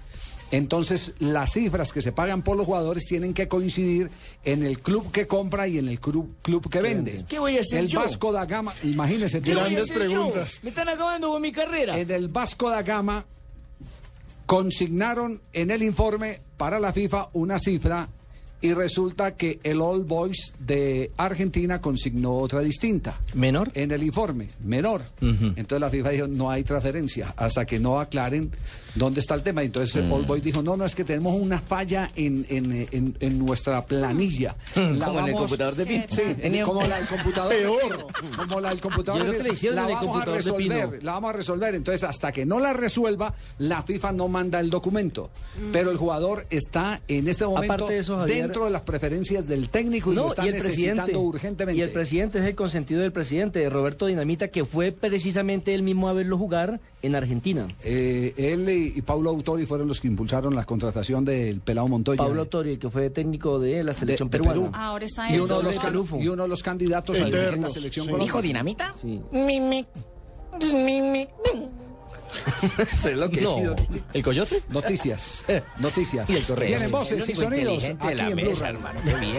[SPEAKER 9] entonces las cifras que se pagan por los jugadores tienen que coincidir en el club que compra y en el club, club que vende.
[SPEAKER 2] ¿Qué voy a hacer
[SPEAKER 9] El
[SPEAKER 2] yo?
[SPEAKER 9] Vasco da Gama, imagínese.
[SPEAKER 2] ¿Qué voy a hacer yo? Me están acabando con mi carrera.
[SPEAKER 9] En el Vasco da Gama consignaron en el informe para la FIFA una cifra y resulta que el All Boys de Argentina consignó otra distinta. ¿Menor? En el informe, menor. Entonces la FIFA dijo, no hay transferencia hasta que no aclaren dónde está el tema. Entonces el All Boys dijo, no, no, es que tenemos una falla en, en- en- en nuestra planilla.
[SPEAKER 2] Mm,
[SPEAKER 9] La
[SPEAKER 2] como en el
[SPEAKER 9] vamos-
[SPEAKER 2] computador de Pino.
[SPEAKER 9] Sí,
[SPEAKER 2] Tenía un-
[SPEAKER 9] como la del computador. Peor. Como la del computador
[SPEAKER 13] Ah, Yo creo
[SPEAKER 9] de
[SPEAKER 13] que le hicieron
[SPEAKER 9] La
[SPEAKER 13] en el
[SPEAKER 9] vamos a
[SPEAKER 13] computador de Pino.
[SPEAKER 9] resolver, la vamos a resolver. Entonces, hasta que no la resuelva, la FIFA no manda el documento. Pero el jugador está en este momento
[SPEAKER 13] Mm. Aparte de eso, Javier,
[SPEAKER 9] dentro de las preferencias del técnico y lo está necesitando urgentemente.
[SPEAKER 13] Y el presidente es el consentido del presidente, Roberto Dinamita, que fue precisamente él mismo a verlo jugar en Argentina.
[SPEAKER 9] Eh, él y, y Paulo Autori fueron los que impulsaron la contratación del Pelado Montoya.
[SPEAKER 13] Pablo Autori, que fue técnico de la selección peruana. Ah,
[SPEAKER 11] Ahora está
[SPEAKER 9] y
[SPEAKER 11] en
[SPEAKER 9] uno, de los
[SPEAKER 11] doble
[SPEAKER 9] can-
[SPEAKER 11] pelufo.
[SPEAKER 9] y uno de los candidatos a dirigir la selección
[SPEAKER 25] Sí.
[SPEAKER 9] colombiana.
[SPEAKER 25] ¿Dijo Dinamita?
[SPEAKER 13] Sí.
[SPEAKER 25] Mimi. Mimi.
[SPEAKER 9] No.
[SPEAKER 26] ¿El coyote?
[SPEAKER 9] Noticias. eh, noticias.
[SPEAKER 25] Y el correo.
[SPEAKER 9] Vienen
[SPEAKER 25] El
[SPEAKER 9] voces y
[SPEAKER 25] único
[SPEAKER 9] sonidos
[SPEAKER 25] inteligente de
[SPEAKER 9] aquí
[SPEAKER 25] la
[SPEAKER 9] en Blue
[SPEAKER 25] mesa,
[SPEAKER 9] Radio.
[SPEAKER 25] hermano, qué bien.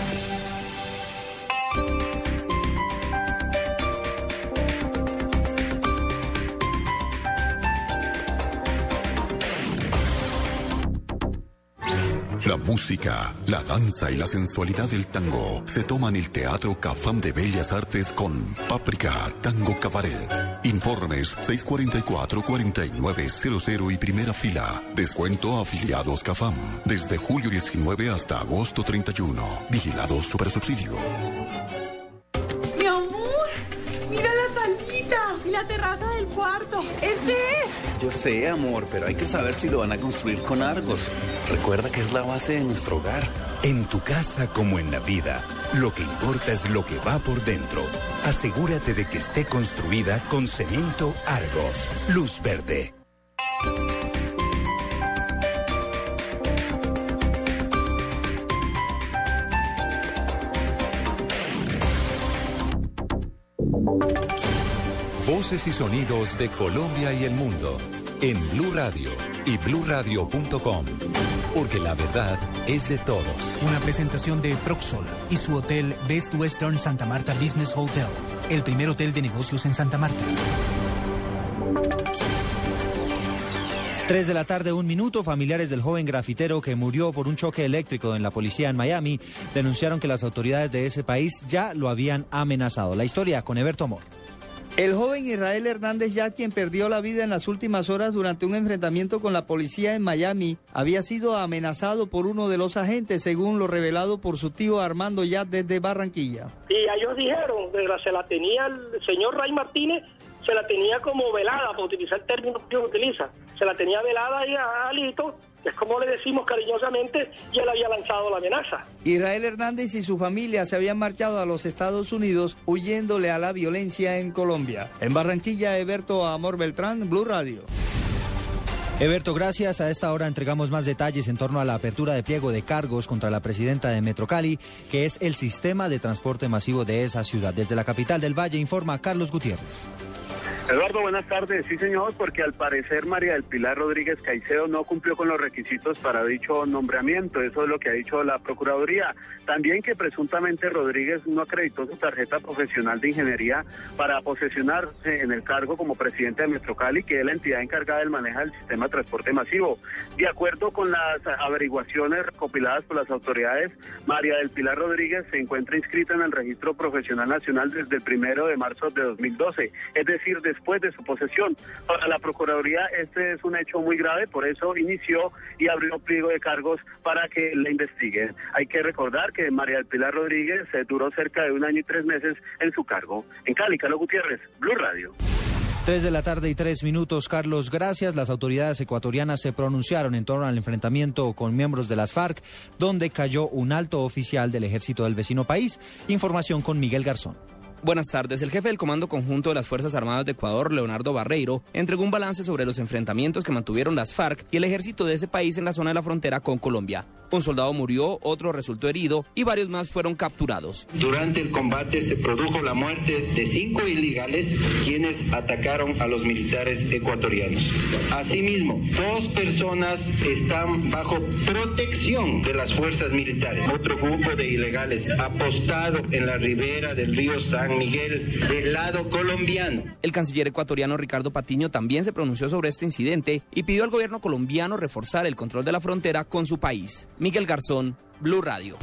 [SPEAKER 27] La música, la danza y la sensualidad del tango se toman el Teatro Cafam de Bellas Artes con Páprica Tango Cabaret. Informes 644-4900 y primera fila. Descuento a afiliados Cafam desde julio 19 hasta agosto 31. Vigilados Supersubsidio.
[SPEAKER 28] Mi amor, mira la salita y la terraza del cuarto. Este es.
[SPEAKER 29] Yo sé, amor, pero hay que saber si lo van a construir con Argos. Recuerda que es la base de nuestro hogar.
[SPEAKER 8] En tu casa como en la vida, lo que importa es lo que va por dentro. Asegúrate de que esté construida con cemento Argos. Luz verde.
[SPEAKER 1] Voces y sonidos de Colombia y el mundo en Blue Radio y BlueRadio.com. Porque la verdad es de todos.
[SPEAKER 30] Una presentación de Proxol y su hotel Best Western Santa Marta Business Hotel, el primer hotel de negocios en Santa Marta.
[SPEAKER 31] 3 de la tarde, un minuto, familiares del joven grafitero que murió por un choque eléctrico en la policía en Miami denunciaron que las autoridades de ese país ya lo habían amenazado. La historia con Everto Amor.
[SPEAKER 32] El joven Israel Hernández ya, quien perdió la vida en las últimas horas durante un enfrentamiento con la policía en Miami, había sido amenazado por uno de los agentes, según lo revelado por su tío Armando Yat desde Barranquilla.
[SPEAKER 33] Y ellos dijeron, de la- se la tenía el señor Ray Martínez, se la tenía como velada, para utilizar el término que ellos utilizan. Se la tenía velada ahí a Alito, que es como le decimos cariñosamente, y él había lanzado la amenaza.
[SPEAKER 32] Israel Hernández y su familia se habían marchado a los Estados Unidos huyéndole a la violencia en Colombia. En Barranquilla, Eberto Amor Beltrán, Blue Radio.
[SPEAKER 31] Everto, gracias. A esta hora entregamos más detalles en torno a la apertura de pliego de cargos contra la presidenta de Metrocali, que es el sistema de transporte masivo de esa ciudad. Desde la capital del Valle informa Carlos Gutiérrez.
[SPEAKER 33] Eduardo, buenas tardes. Sí, señor, porque al parecer María del Pilar Rodríguez Caicedo no cumplió con los requisitos para dicho nombramiento. Eso es lo que ha dicho la Procuraduría. También que presuntamente Rodríguez no acreditó su tarjeta profesional de ingeniería para posesionarse en el cargo como presidente de Metrocali, que es la entidad encargada del manejo del sistema de transporte masivo. De acuerdo con las averiguaciones recopiladas por las autoridades, María del Pilar Rodríguez se encuentra inscrita en el Registro Profesional Nacional desde el primero de marzo de 2012, es decir, después de su posesión. Para la Procuraduría este es un hecho muy grave, por eso inició y abrió pliego de cargos para que la investiguen. Hay que recordar que María del Pilar Rodríguez eh, duró cerca de un año y tres meses en su cargo. En Cali, Carlos Gutiérrez, Blue Radio.
[SPEAKER 31] 3 de la tarde y 3 minutos, Carlos, gracias. Las autoridades ecuatorianas se pronunciaron en torno al enfrentamiento con miembros de las FARC, donde cayó un alto oficial del ejército del vecino país. Información con Miguel Garzón.
[SPEAKER 6] Buenas tardes. El jefe del Comando Conjunto de las Fuerzas Armadas de Ecuador, Leonardo Barreiro, entregó un balance sobre los enfrentamientos que mantuvieron las FARC y el ejército de ese país en la zona de la frontera con Colombia. Un soldado murió, otro resultó herido y varios más fueron capturados.
[SPEAKER 2] Durante el combate se produjo la muerte de cinco ilegales quienes atacaron a los militares ecuatorianos. Asimismo, dos personas están bajo protección de las fuerzas militares. Otro grupo de ilegales apostado en la ribera del río San Miguel del lado colombiano.
[SPEAKER 6] El canciller ecuatoriano Ricardo Patiño también se pronunció sobre este incidente y pidió al gobierno colombiano reforzar el control de la frontera con su país. Miguel Garzón, Blue Radio.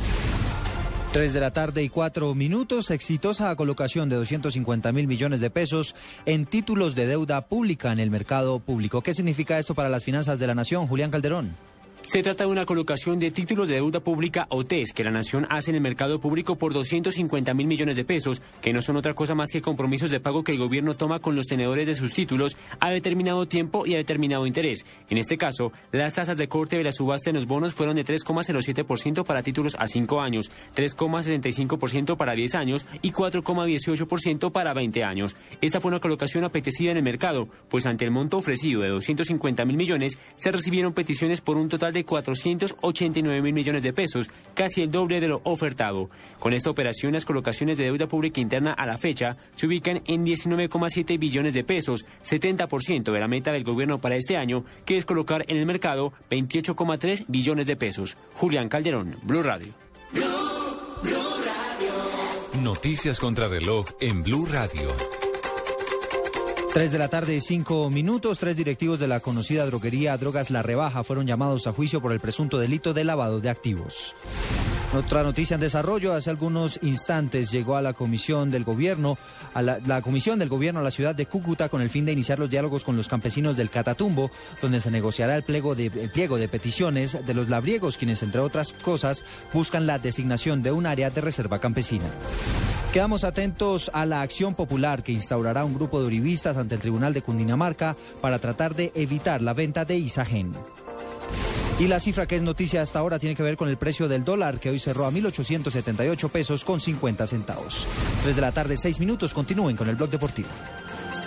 [SPEAKER 31] 3 de la tarde y 4 minutos, exitosa colocación de 250 mil millones de pesos en títulos de deuda pública en el mercado público. ¿Qué significa esto para las finanzas de la nación, Julián Calderón?
[SPEAKER 24] Se trata de una colocación de títulos de deuda pública o TES que la nación hace en el mercado público por 250 mil millones de pesos, que no son otra cosa más que compromisos de pago que el gobierno toma con los tenedores de sus títulos a determinado tiempo y a determinado interés. En este caso, las tasas de corte de la subasta en los bonos fueron de 3,07% para títulos a 5 años, 3,75% para 10 años y 4,18% para 20 años. Esta fue una colocación apetecida en el mercado, pues ante el monto ofrecido de 250 mil millones, se recibieron peticiones por un total de 489 mil millones de pesos, casi el doble de lo ofertado. Con esta operación, las colocaciones de deuda pública interna a la fecha se ubican en 19,7 billones de pesos, 70% de la meta del gobierno para este año, que es colocar en el mercado 28,3 billones de pesos. Julián Calderón, Blue Radio.
[SPEAKER 1] Noticias contra reloj en Blue Radio.
[SPEAKER 31] 3 de la tarde y 5 minutos, tres directivos de la conocida droguería Drogas La Rebaja fueron llamados a juicio por el presunto delito de lavado de activos. Otra noticia en desarrollo, hace algunos instantes llegó a la comisión del gobierno, a la, la comisión del gobierno a la ciudad de Cúcuta con el fin de iniciar los diálogos con los campesinos del Catatumbo, donde se negociará el, pliego de, el pliego de peticiones de los labriegos, quienes entre otras cosas buscan la designación de un área de reserva campesina. Quedamos atentos a la acción popular que instaurará un grupo de uribistas ante el Tribunal de Cundinamarca para tratar de evitar la venta de Isagen. Y la cifra que es noticia hasta ahora tiene que ver con el precio del dólar, que hoy cerró a 1.878 pesos con 50 centavos. 3 de la tarde, 6 minutos. Continúen con el blog deportivo.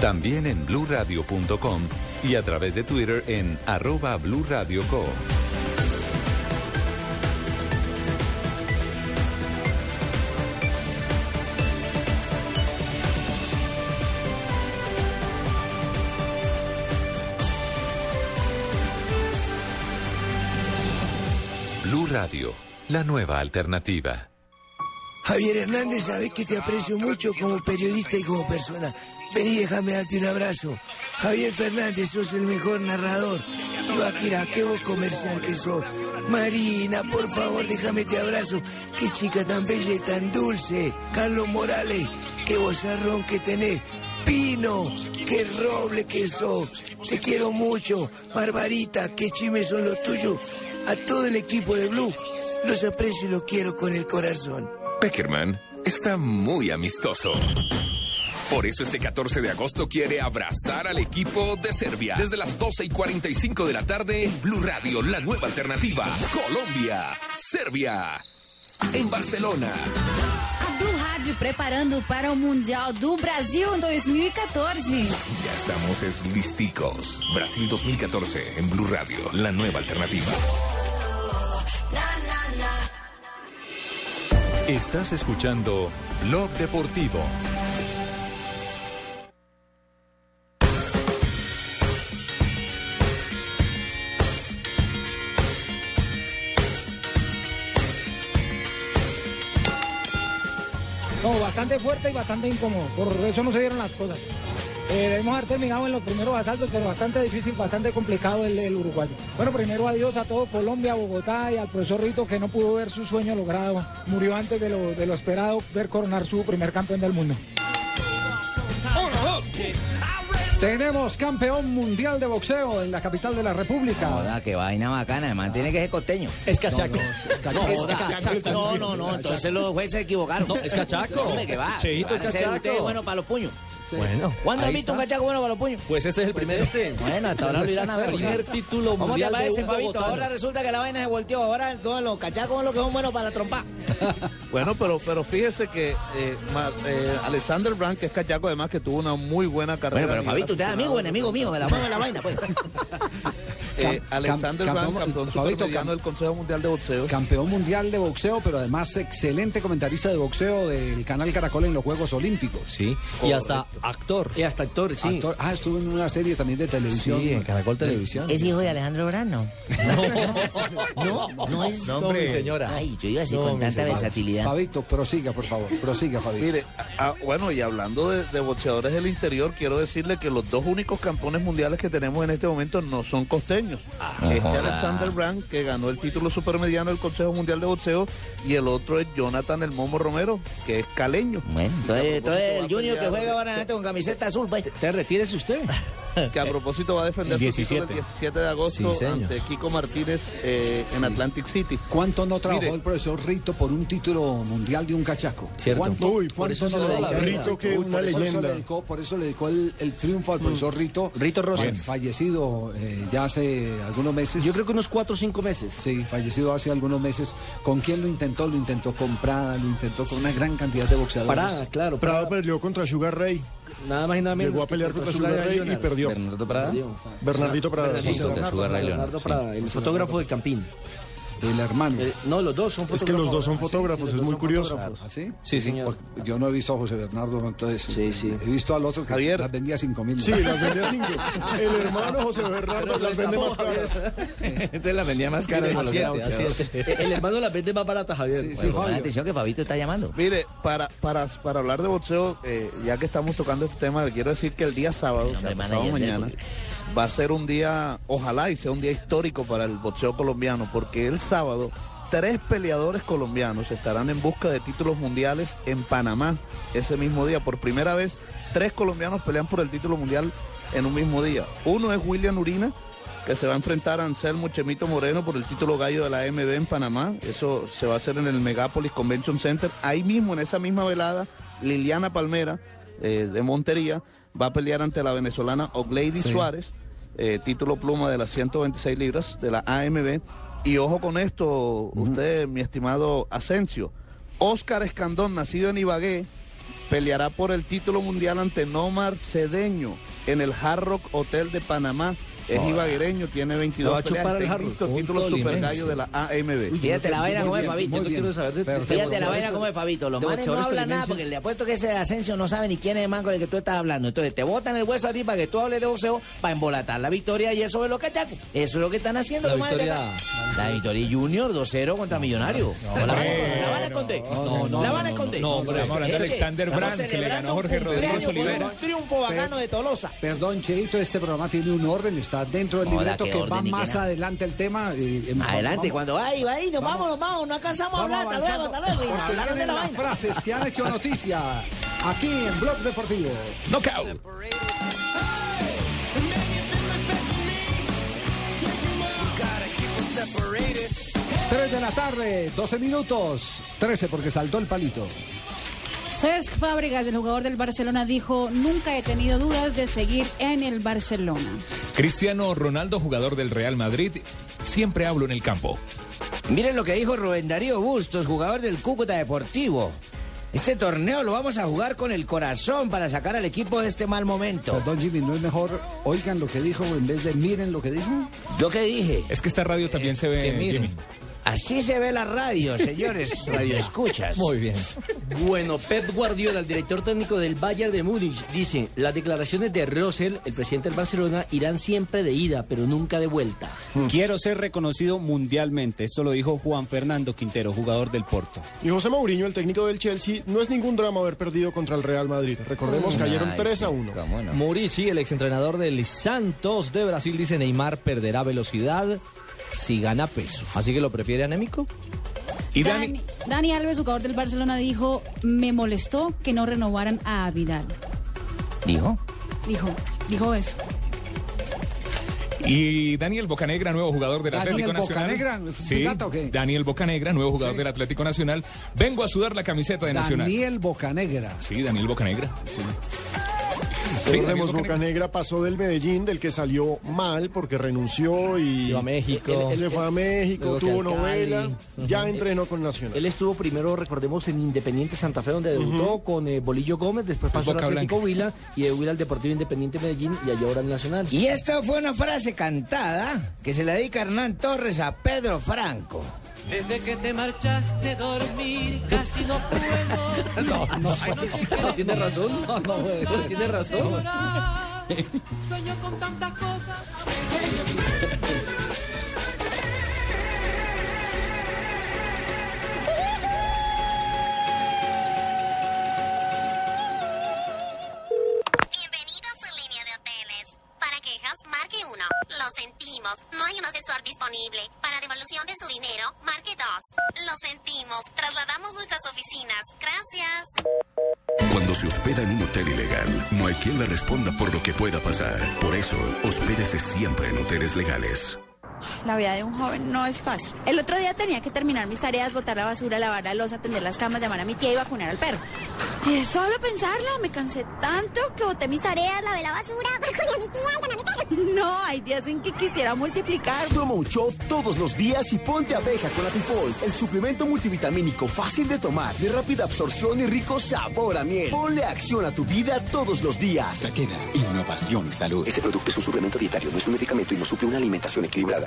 [SPEAKER 1] También en bluradio.com y a través de Twitter en arroba bluradioco. Blue Radio, la nueva alternativa.
[SPEAKER 14] Javier Hernández, sabes que te aprecio mucho como periodista y como persona. Vení, déjame darte un abrazo. Javier Fernández, sos el mejor narrador. Tibaquira, qué voz comercial que sos. Marina, por favor, déjame te abrazo. Qué chica tan bella y tan dulce. Carlos Morales, qué vozarrón que tenés. Pino, qué roble que sos. Te quiero mucho. Barbarita, qué chimes son los tuyos. A todo el equipo de Blue, los aprecio y los quiero con el corazón.
[SPEAKER 5] Peckerman está muy amistoso. Por eso este 14 de agosto quiere abrazar al equipo de Serbia. Desde las 12 y 45 de la tarde, Blue Radio, la nueva alternativa. Colombia, Serbia, en Barcelona.
[SPEAKER 11] A Blue Rádio preparando para o Mundial do Brasil 2014.
[SPEAKER 5] Ya estamos es listicos. Brasil 2014 en Blue Radio, la nueva alternativa.
[SPEAKER 1] Estás escuchando Blog Deportivo.
[SPEAKER 2] No, bastante fuerte y bastante incómodo. Por eso no se dieron las cosas. Eh, debemos haber terminado en los primeros asaltos, pero bastante difícil, bastante complicado el, el uruguayo. Bueno, primero adiós a todo Colombia, Bogotá y al profesor Rito que no pudo ver su sueño logrado. Murió antes de lo, de lo esperado ver coronar su primer campeón del mundo.
[SPEAKER 34] Tenemos campeón mundial de boxeo en la capital de la República.
[SPEAKER 3] Joda, qué vaina bacana. Además, tiene que ser costeño. Es
[SPEAKER 34] cachaco.
[SPEAKER 3] No,
[SPEAKER 34] Es
[SPEAKER 3] joda.
[SPEAKER 34] cachaco.
[SPEAKER 3] no, no, no, Entonces los jueces se equivocaron.
[SPEAKER 15] No, es cachaco.
[SPEAKER 3] Hombre, que va.
[SPEAKER 15] Cheito, es
[SPEAKER 3] Van a ser
[SPEAKER 15] cachaco.
[SPEAKER 3] ustedes buenos para los puños.
[SPEAKER 15] Bueno.
[SPEAKER 2] ¿Cuándo
[SPEAKER 15] ahí
[SPEAKER 2] has visto un
[SPEAKER 15] está.
[SPEAKER 2] cachaco bueno para los puños?
[SPEAKER 15] Pues este es el primero.
[SPEAKER 2] Bueno, hasta ahora lo irán a ver.
[SPEAKER 15] Primer título
[SPEAKER 2] ¿Cómo te
[SPEAKER 15] mundial de
[SPEAKER 2] parece,
[SPEAKER 15] un
[SPEAKER 2] Fabito?
[SPEAKER 15] bogotano.
[SPEAKER 2] Ahora resulta que la vaina se volteó. Ahora todos los cachacos son los que son buenos para la trompa.
[SPEAKER 12] Bueno, pero, pero fíjese que eh, Ma- eh, Alexander Brandt, que es cachaco, además que tuvo una muy buena carrera.
[SPEAKER 2] Bueno, pero Fabito, usted es amigo o enemigo mío. Me la mueve la vaina, pues.
[SPEAKER 12] Eh,
[SPEAKER 9] Cam-
[SPEAKER 12] Alexander
[SPEAKER 9] cam-
[SPEAKER 12] Brandt,
[SPEAKER 9] campeón-
[SPEAKER 12] campeón
[SPEAKER 9] Fabito,
[SPEAKER 12] supermediano
[SPEAKER 9] cam-
[SPEAKER 12] del Consejo Mundial de Boxeo.
[SPEAKER 9] Campeón mundial de boxeo, pero además excelente comentarista de boxeo del canal Caracol en los Juegos Olímpicos.
[SPEAKER 15] Sí, y hasta actor. Y hasta actor, sí.
[SPEAKER 9] ah, estuvo en una serie también de televisión.
[SPEAKER 15] Sí, en Caracol Televisión.
[SPEAKER 2] ¿Es hijo de Alejandro Brano? No, no, no es.
[SPEAKER 9] No, hombre.
[SPEAKER 2] mi señora. Ay, yo iba así con tanta versatilidad.
[SPEAKER 9] Fabito, prosiga, por favor. Prosiga, Fabito.
[SPEAKER 12] Mire, ah, bueno, y hablando de, de boxeadores del interior, quiero decirle que los dos únicos campeones mundiales que tenemos en este momento no son costeños. este
[SPEAKER 14] joda.
[SPEAKER 12] Alexander Brand, que ganó el título supermediano del Consejo Mundial de Boxeo, y el otro es Jonathan El Momo Romero, que es caleño.
[SPEAKER 2] Bueno, entonces, entonces el Junior que juega ahora en
[SPEAKER 12] en
[SPEAKER 2] este con camiseta azul, pues. Te retires usted.
[SPEAKER 12] que a propósito va a defender
[SPEAKER 2] El
[SPEAKER 12] su título
[SPEAKER 2] 17.
[SPEAKER 12] el 17 de agosto
[SPEAKER 9] Sí, señor.
[SPEAKER 12] ante Kiko Martínez eh, en Atlantic City.
[SPEAKER 9] ¿Cuánto no trabajó
[SPEAKER 12] Mire.
[SPEAKER 9] el profesor Rito por un título mundial de un cachaco?
[SPEAKER 12] Cierto.
[SPEAKER 9] ¿Cuánto,
[SPEAKER 12] Uy, por
[SPEAKER 9] cuánto
[SPEAKER 12] eso se
[SPEAKER 9] no
[SPEAKER 12] le
[SPEAKER 9] trabajó?
[SPEAKER 12] dedica Rito, que es
[SPEAKER 9] Uy,
[SPEAKER 12] una
[SPEAKER 9] por eso
[SPEAKER 12] leyenda.
[SPEAKER 9] le dedicó- por eso le dedicó el, el triunfo al
[SPEAKER 2] Mm.
[SPEAKER 9] profesor Rito.
[SPEAKER 13] Rito Rosas.
[SPEAKER 9] Bien. Fallecido eh, ya hace algunos meses. Yo creo
[SPEAKER 13] que unos cuatro o cinco meses.
[SPEAKER 9] Sí, fallecido hace algunos meses. ¿Con quién lo intentó? Lo intentó con Prada, lo intentó con una gran cantidad de boxeadores.
[SPEAKER 13] Parada, claro.
[SPEAKER 9] Prada
[SPEAKER 13] perdió contra Sugar Ray. Nada más y nada menos.
[SPEAKER 9] Llegó a
[SPEAKER 13] que
[SPEAKER 9] pelear contra Sugar Ray y
[SPEAKER 13] Leonard.
[SPEAKER 9] perdió.
[SPEAKER 13] Bernardo
[SPEAKER 9] Prada.
[SPEAKER 13] Bernardito Prada.
[SPEAKER 9] Sí, contra Sugar Ray Leonard,
[SPEAKER 13] Bernardo
[SPEAKER 9] sí.
[SPEAKER 13] Prada, el fotógrafo de Campín. Eh,
[SPEAKER 9] El hermano.
[SPEAKER 13] no, los dos son
[SPEAKER 9] Es
[SPEAKER 13] fotógrafos.
[SPEAKER 9] que los dos son
[SPEAKER 13] Ah, sí,
[SPEAKER 9] fotógrafos,
[SPEAKER 13] los
[SPEAKER 9] es
[SPEAKER 13] dos
[SPEAKER 9] muy
[SPEAKER 13] son
[SPEAKER 9] curioso.
[SPEAKER 13] fotógrafos.
[SPEAKER 9] ¿Ah, sí?
[SPEAKER 13] Sí, señor.
[SPEAKER 9] Porque yo no he visto a José Bernardo, entonces. Sí, sí. He visto al otro que las vendía a 5 mil.
[SPEAKER 13] Sí, las vendía
[SPEAKER 9] a 5.
[SPEAKER 13] El hermano José
[SPEAKER 9] Bernardo
[SPEAKER 13] las vende más caras.
[SPEAKER 2] Este la vendía más
[SPEAKER 13] cara de
[SPEAKER 2] A
[SPEAKER 13] los
[SPEAKER 2] siete, a
[SPEAKER 13] gauchos.
[SPEAKER 2] siete.
[SPEAKER 13] El hermano las vende más baratas, Javier.
[SPEAKER 12] Bueno, pon
[SPEAKER 2] atención que Fabito está llamando.
[SPEAKER 12] Mire, para, para, para hablar de boxeo, eh, ya que estamos tocando este tema, le quiero decir que el día sábado, o sea, pasado
[SPEAKER 2] manager del
[SPEAKER 12] mañana, va a ser un día, ojalá y sea un día histórico para el boxeo colombiano, porque el sábado tres peleadores colombianos estarán en busca de títulos mundiales en Panamá ese mismo día. Por primera vez, tres colombianos pelean por el título mundial en un mismo día. Uno es William Urina, que se va a enfrentar a Anselmo Chemito Moreno por el título gallo de la MB en Panamá. Eso se va a hacer en el Megápolis Convention Center. Ahí mismo, en esa misma velada, Liliana Palmera, eh, de Montería, va a pelear ante la venezolana Oglady Suárez, eh, título pluma de las 126 libras de la AMB. Y ojo con esto, usted, mi estimado Asensio. Óscar Escandón, nacido en Ibagué, peleará por el título mundial ante Nomar Cedeño en el Hard Rock Hotel de Panamá. Es
[SPEAKER 2] Joder.
[SPEAKER 12] ibaguereño, tiene
[SPEAKER 2] Lo va
[SPEAKER 12] 22
[SPEAKER 2] a chupar
[SPEAKER 12] peleas,
[SPEAKER 2] el
[SPEAKER 12] está
[SPEAKER 2] Hard Rock.
[SPEAKER 12] invicto,
[SPEAKER 2] Un
[SPEAKER 12] título
[SPEAKER 2] tolimense.
[SPEAKER 12] super gallo de la AMB.
[SPEAKER 2] Fíjate la vaina, Juan Fabito. Yo no quiero saber de- Fíjate la vaina como es Fabito. Los
[SPEAKER 12] De
[SPEAKER 2] manes no
[SPEAKER 12] boxeadores
[SPEAKER 2] hablan nada
[SPEAKER 12] tolimenses.
[SPEAKER 2] porque le apuesto que ese Asensio no sabe ni quién es el man con el que tú estás hablando. Entonces te botan el hueso a ti para que tú hables de boxeo para embolatar la victoria y eso es lo cachacos. Eso es lo que están haciendo La los manes de victoria- acá. La victoria Junior 2-0 contra Millonario. La van a esconder, la van a esconder. La van a esconder.
[SPEAKER 5] no, hombre, estamos hablando de
[SPEAKER 2] Eche,
[SPEAKER 5] Alexander
[SPEAKER 2] estamos
[SPEAKER 5] Brand, que le
[SPEAKER 2] celebrando
[SPEAKER 5] ganó a
[SPEAKER 2] un
[SPEAKER 5] Jorge Rodríguez
[SPEAKER 2] cumpleaños con
[SPEAKER 5] Olivera.
[SPEAKER 2] Un triunfo bacano de Tolosa.
[SPEAKER 9] Perdón, Cheito, este programa tiene un orden, está dentro del
[SPEAKER 2] Hola,
[SPEAKER 9] libreto
[SPEAKER 2] qué
[SPEAKER 9] que va
[SPEAKER 2] orden, ni
[SPEAKER 9] más
[SPEAKER 2] qué nada.
[SPEAKER 9] adelante el tema. eh, eh,
[SPEAKER 2] Adelante,
[SPEAKER 9] vamos-
[SPEAKER 2] cuando ay, va ahí, nos
[SPEAKER 9] vamos-
[SPEAKER 2] vamos, nos vamos, no alcanzamos a
[SPEAKER 9] Vamos
[SPEAKER 2] hablar, hasta luego,
[SPEAKER 9] avanzando,
[SPEAKER 2] hasta luego.
[SPEAKER 9] porque
[SPEAKER 2] Hablaron de
[SPEAKER 9] vienen
[SPEAKER 2] la
[SPEAKER 9] las
[SPEAKER 2] vaina.
[SPEAKER 9] frases que han hecho noticia aquí en Blog Deportivo.
[SPEAKER 35] Knockout.
[SPEAKER 9] Tres de la tarde, 12 minutos, 13 porque saltó el palito.
[SPEAKER 11] Cesc Fábregas, el jugador del Barcelona, dijo, nunca he tenido dudas de seguir en el Barcelona.
[SPEAKER 5] Cristiano Ronaldo, jugador del Real Madrid, siempre hablo en el campo.
[SPEAKER 2] Miren lo que dijo Rubén Darío Bustos, jugador del Cúcuta Deportivo. Este torneo lo vamos a jugar con el corazón para sacar al equipo de este mal momento.
[SPEAKER 9] Perdón, Jimmy, ¿no es mejor oigan lo que dijo en vez de miren lo que dijo?
[SPEAKER 2] ¿Yo qué dije? Eh,
[SPEAKER 5] Es que esta radio también se ve.
[SPEAKER 2] que miren.
[SPEAKER 5] Jimmy.
[SPEAKER 2] Así se ve la radio, señores radioescuchas.
[SPEAKER 13] Muy bien. Bueno, Pep Guardiola, el director técnico del Bayern de Múnich, dice, las declaraciones de Russell, el presidente del Barcelona, irán siempre de ida, pero nunca de vuelta.
[SPEAKER 36] Hmm. Quiero ser reconocido mundialmente. Esto lo dijo Juan Fernando Quintero, jugador del Porto.
[SPEAKER 10] Y José Mourinho, el técnico del Chelsea, no es ningún drama haber perdido contra el Real Madrid. Recordemos, cayeron 3 a 1.
[SPEAKER 15] Murici, el exentrenador del Santos de Brasil, dice Neymar perderá velocidad si gana peso. Así que lo prefiere anémico.
[SPEAKER 11] Dani, Dani Alves, jugador del Barcelona, dijo, me molestó que no renovaran a Vidal.
[SPEAKER 2] ¿Dijo?
[SPEAKER 11] Dijo, dijo eso.
[SPEAKER 5] Y Daniel Bocanegra, nuevo jugador del
[SPEAKER 9] Daniel
[SPEAKER 5] Atlético Nacional.
[SPEAKER 9] Bocanegra, ¿es un
[SPEAKER 5] sí,
[SPEAKER 9] pirata o qué?
[SPEAKER 5] Daniel Bocanegra, nuevo jugador del Atlético Nacional. Vengo a sudar la camiseta de Nacional.
[SPEAKER 9] Daniel Bocanegra.
[SPEAKER 5] Sí, Daniel Bocanegra.
[SPEAKER 10] Recordemos, Boca Negra pasó del Medellín, del que salió mal porque renunció y.
[SPEAKER 28] Se fue a México.
[SPEAKER 10] Él- él se fue a México,
[SPEAKER 28] Luego que
[SPEAKER 10] tuvo
[SPEAKER 28] al Cali.
[SPEAKER 10] novela, ya entrenó con Nacional.
[SPEAKER 28] Él
[SPEAKER 13] estuvo primero, recordemos, en Independiente Santa Fe, donde
[SPEAKER 28] debutó
[SPEAKER 13] con eh, Bolillo Gómez, después
[SPEAKER 36] Pues
[SPEAKER 28] pasó al
[SPEAKER 13] Boca
[SPEAKER 28] Atlético
[SPEAKER 13] Huila y de Huila al Deportivo Independiente Medellín y allá ahora al Nacional.
[SPEAKER 2] Y esta fue una frase cantada que se la dedica Hernán Torres a Pedro Franco.
[SPEAKER 37] Desde que te marchaste dormir casi no puedo.
[SPEAKER 28] No, no, no, tiene razón. No, no, puede ser. tiene razón.
[SPEAKER 37] llorar. Sueño con tantas cosas.
[SPEAKER 18] Bienvenidos a línea de hoteles. Para quejas, marque uno. Lo sentimos, no hay un asesor disponible. Para devolución de su dinero, marque dos. Lo sentimos, trasladamos nuestras oficinas. Gracias.
[SPEAKER 19] Cuando se hospeda en un hotel ilegal, no hay quien le responda por lo que pueda pasar. Por eso, hospédese siempre en hoteles legales.
[SPEAKER 11] La vida de un joven no es fácil. El otro día tenía que terminar mis tareas, botar la basura, lavar la losa, atender las camas, llamar a mi tía y vacunar al perro. Y de solo pensarlo, me cansé tanto que boté mis tareas, lavé la basura, vacuné a mi tía y llamé a mi perro. No, hay días en que quisiera multiplicar.
[SPEAKER 19] Toma un shot todos los días y ponte abeja con Atifol, el suplemento multivitamínico fácil de tomar, de rápida absorción y rico sabor a miel. Ponle acción a tu vida todos los días.
[SPEAKER 11] Queda innovación y salud. Este producto es un suplemento dietario, no es un medicamento y no suple una alimentación equilibrada.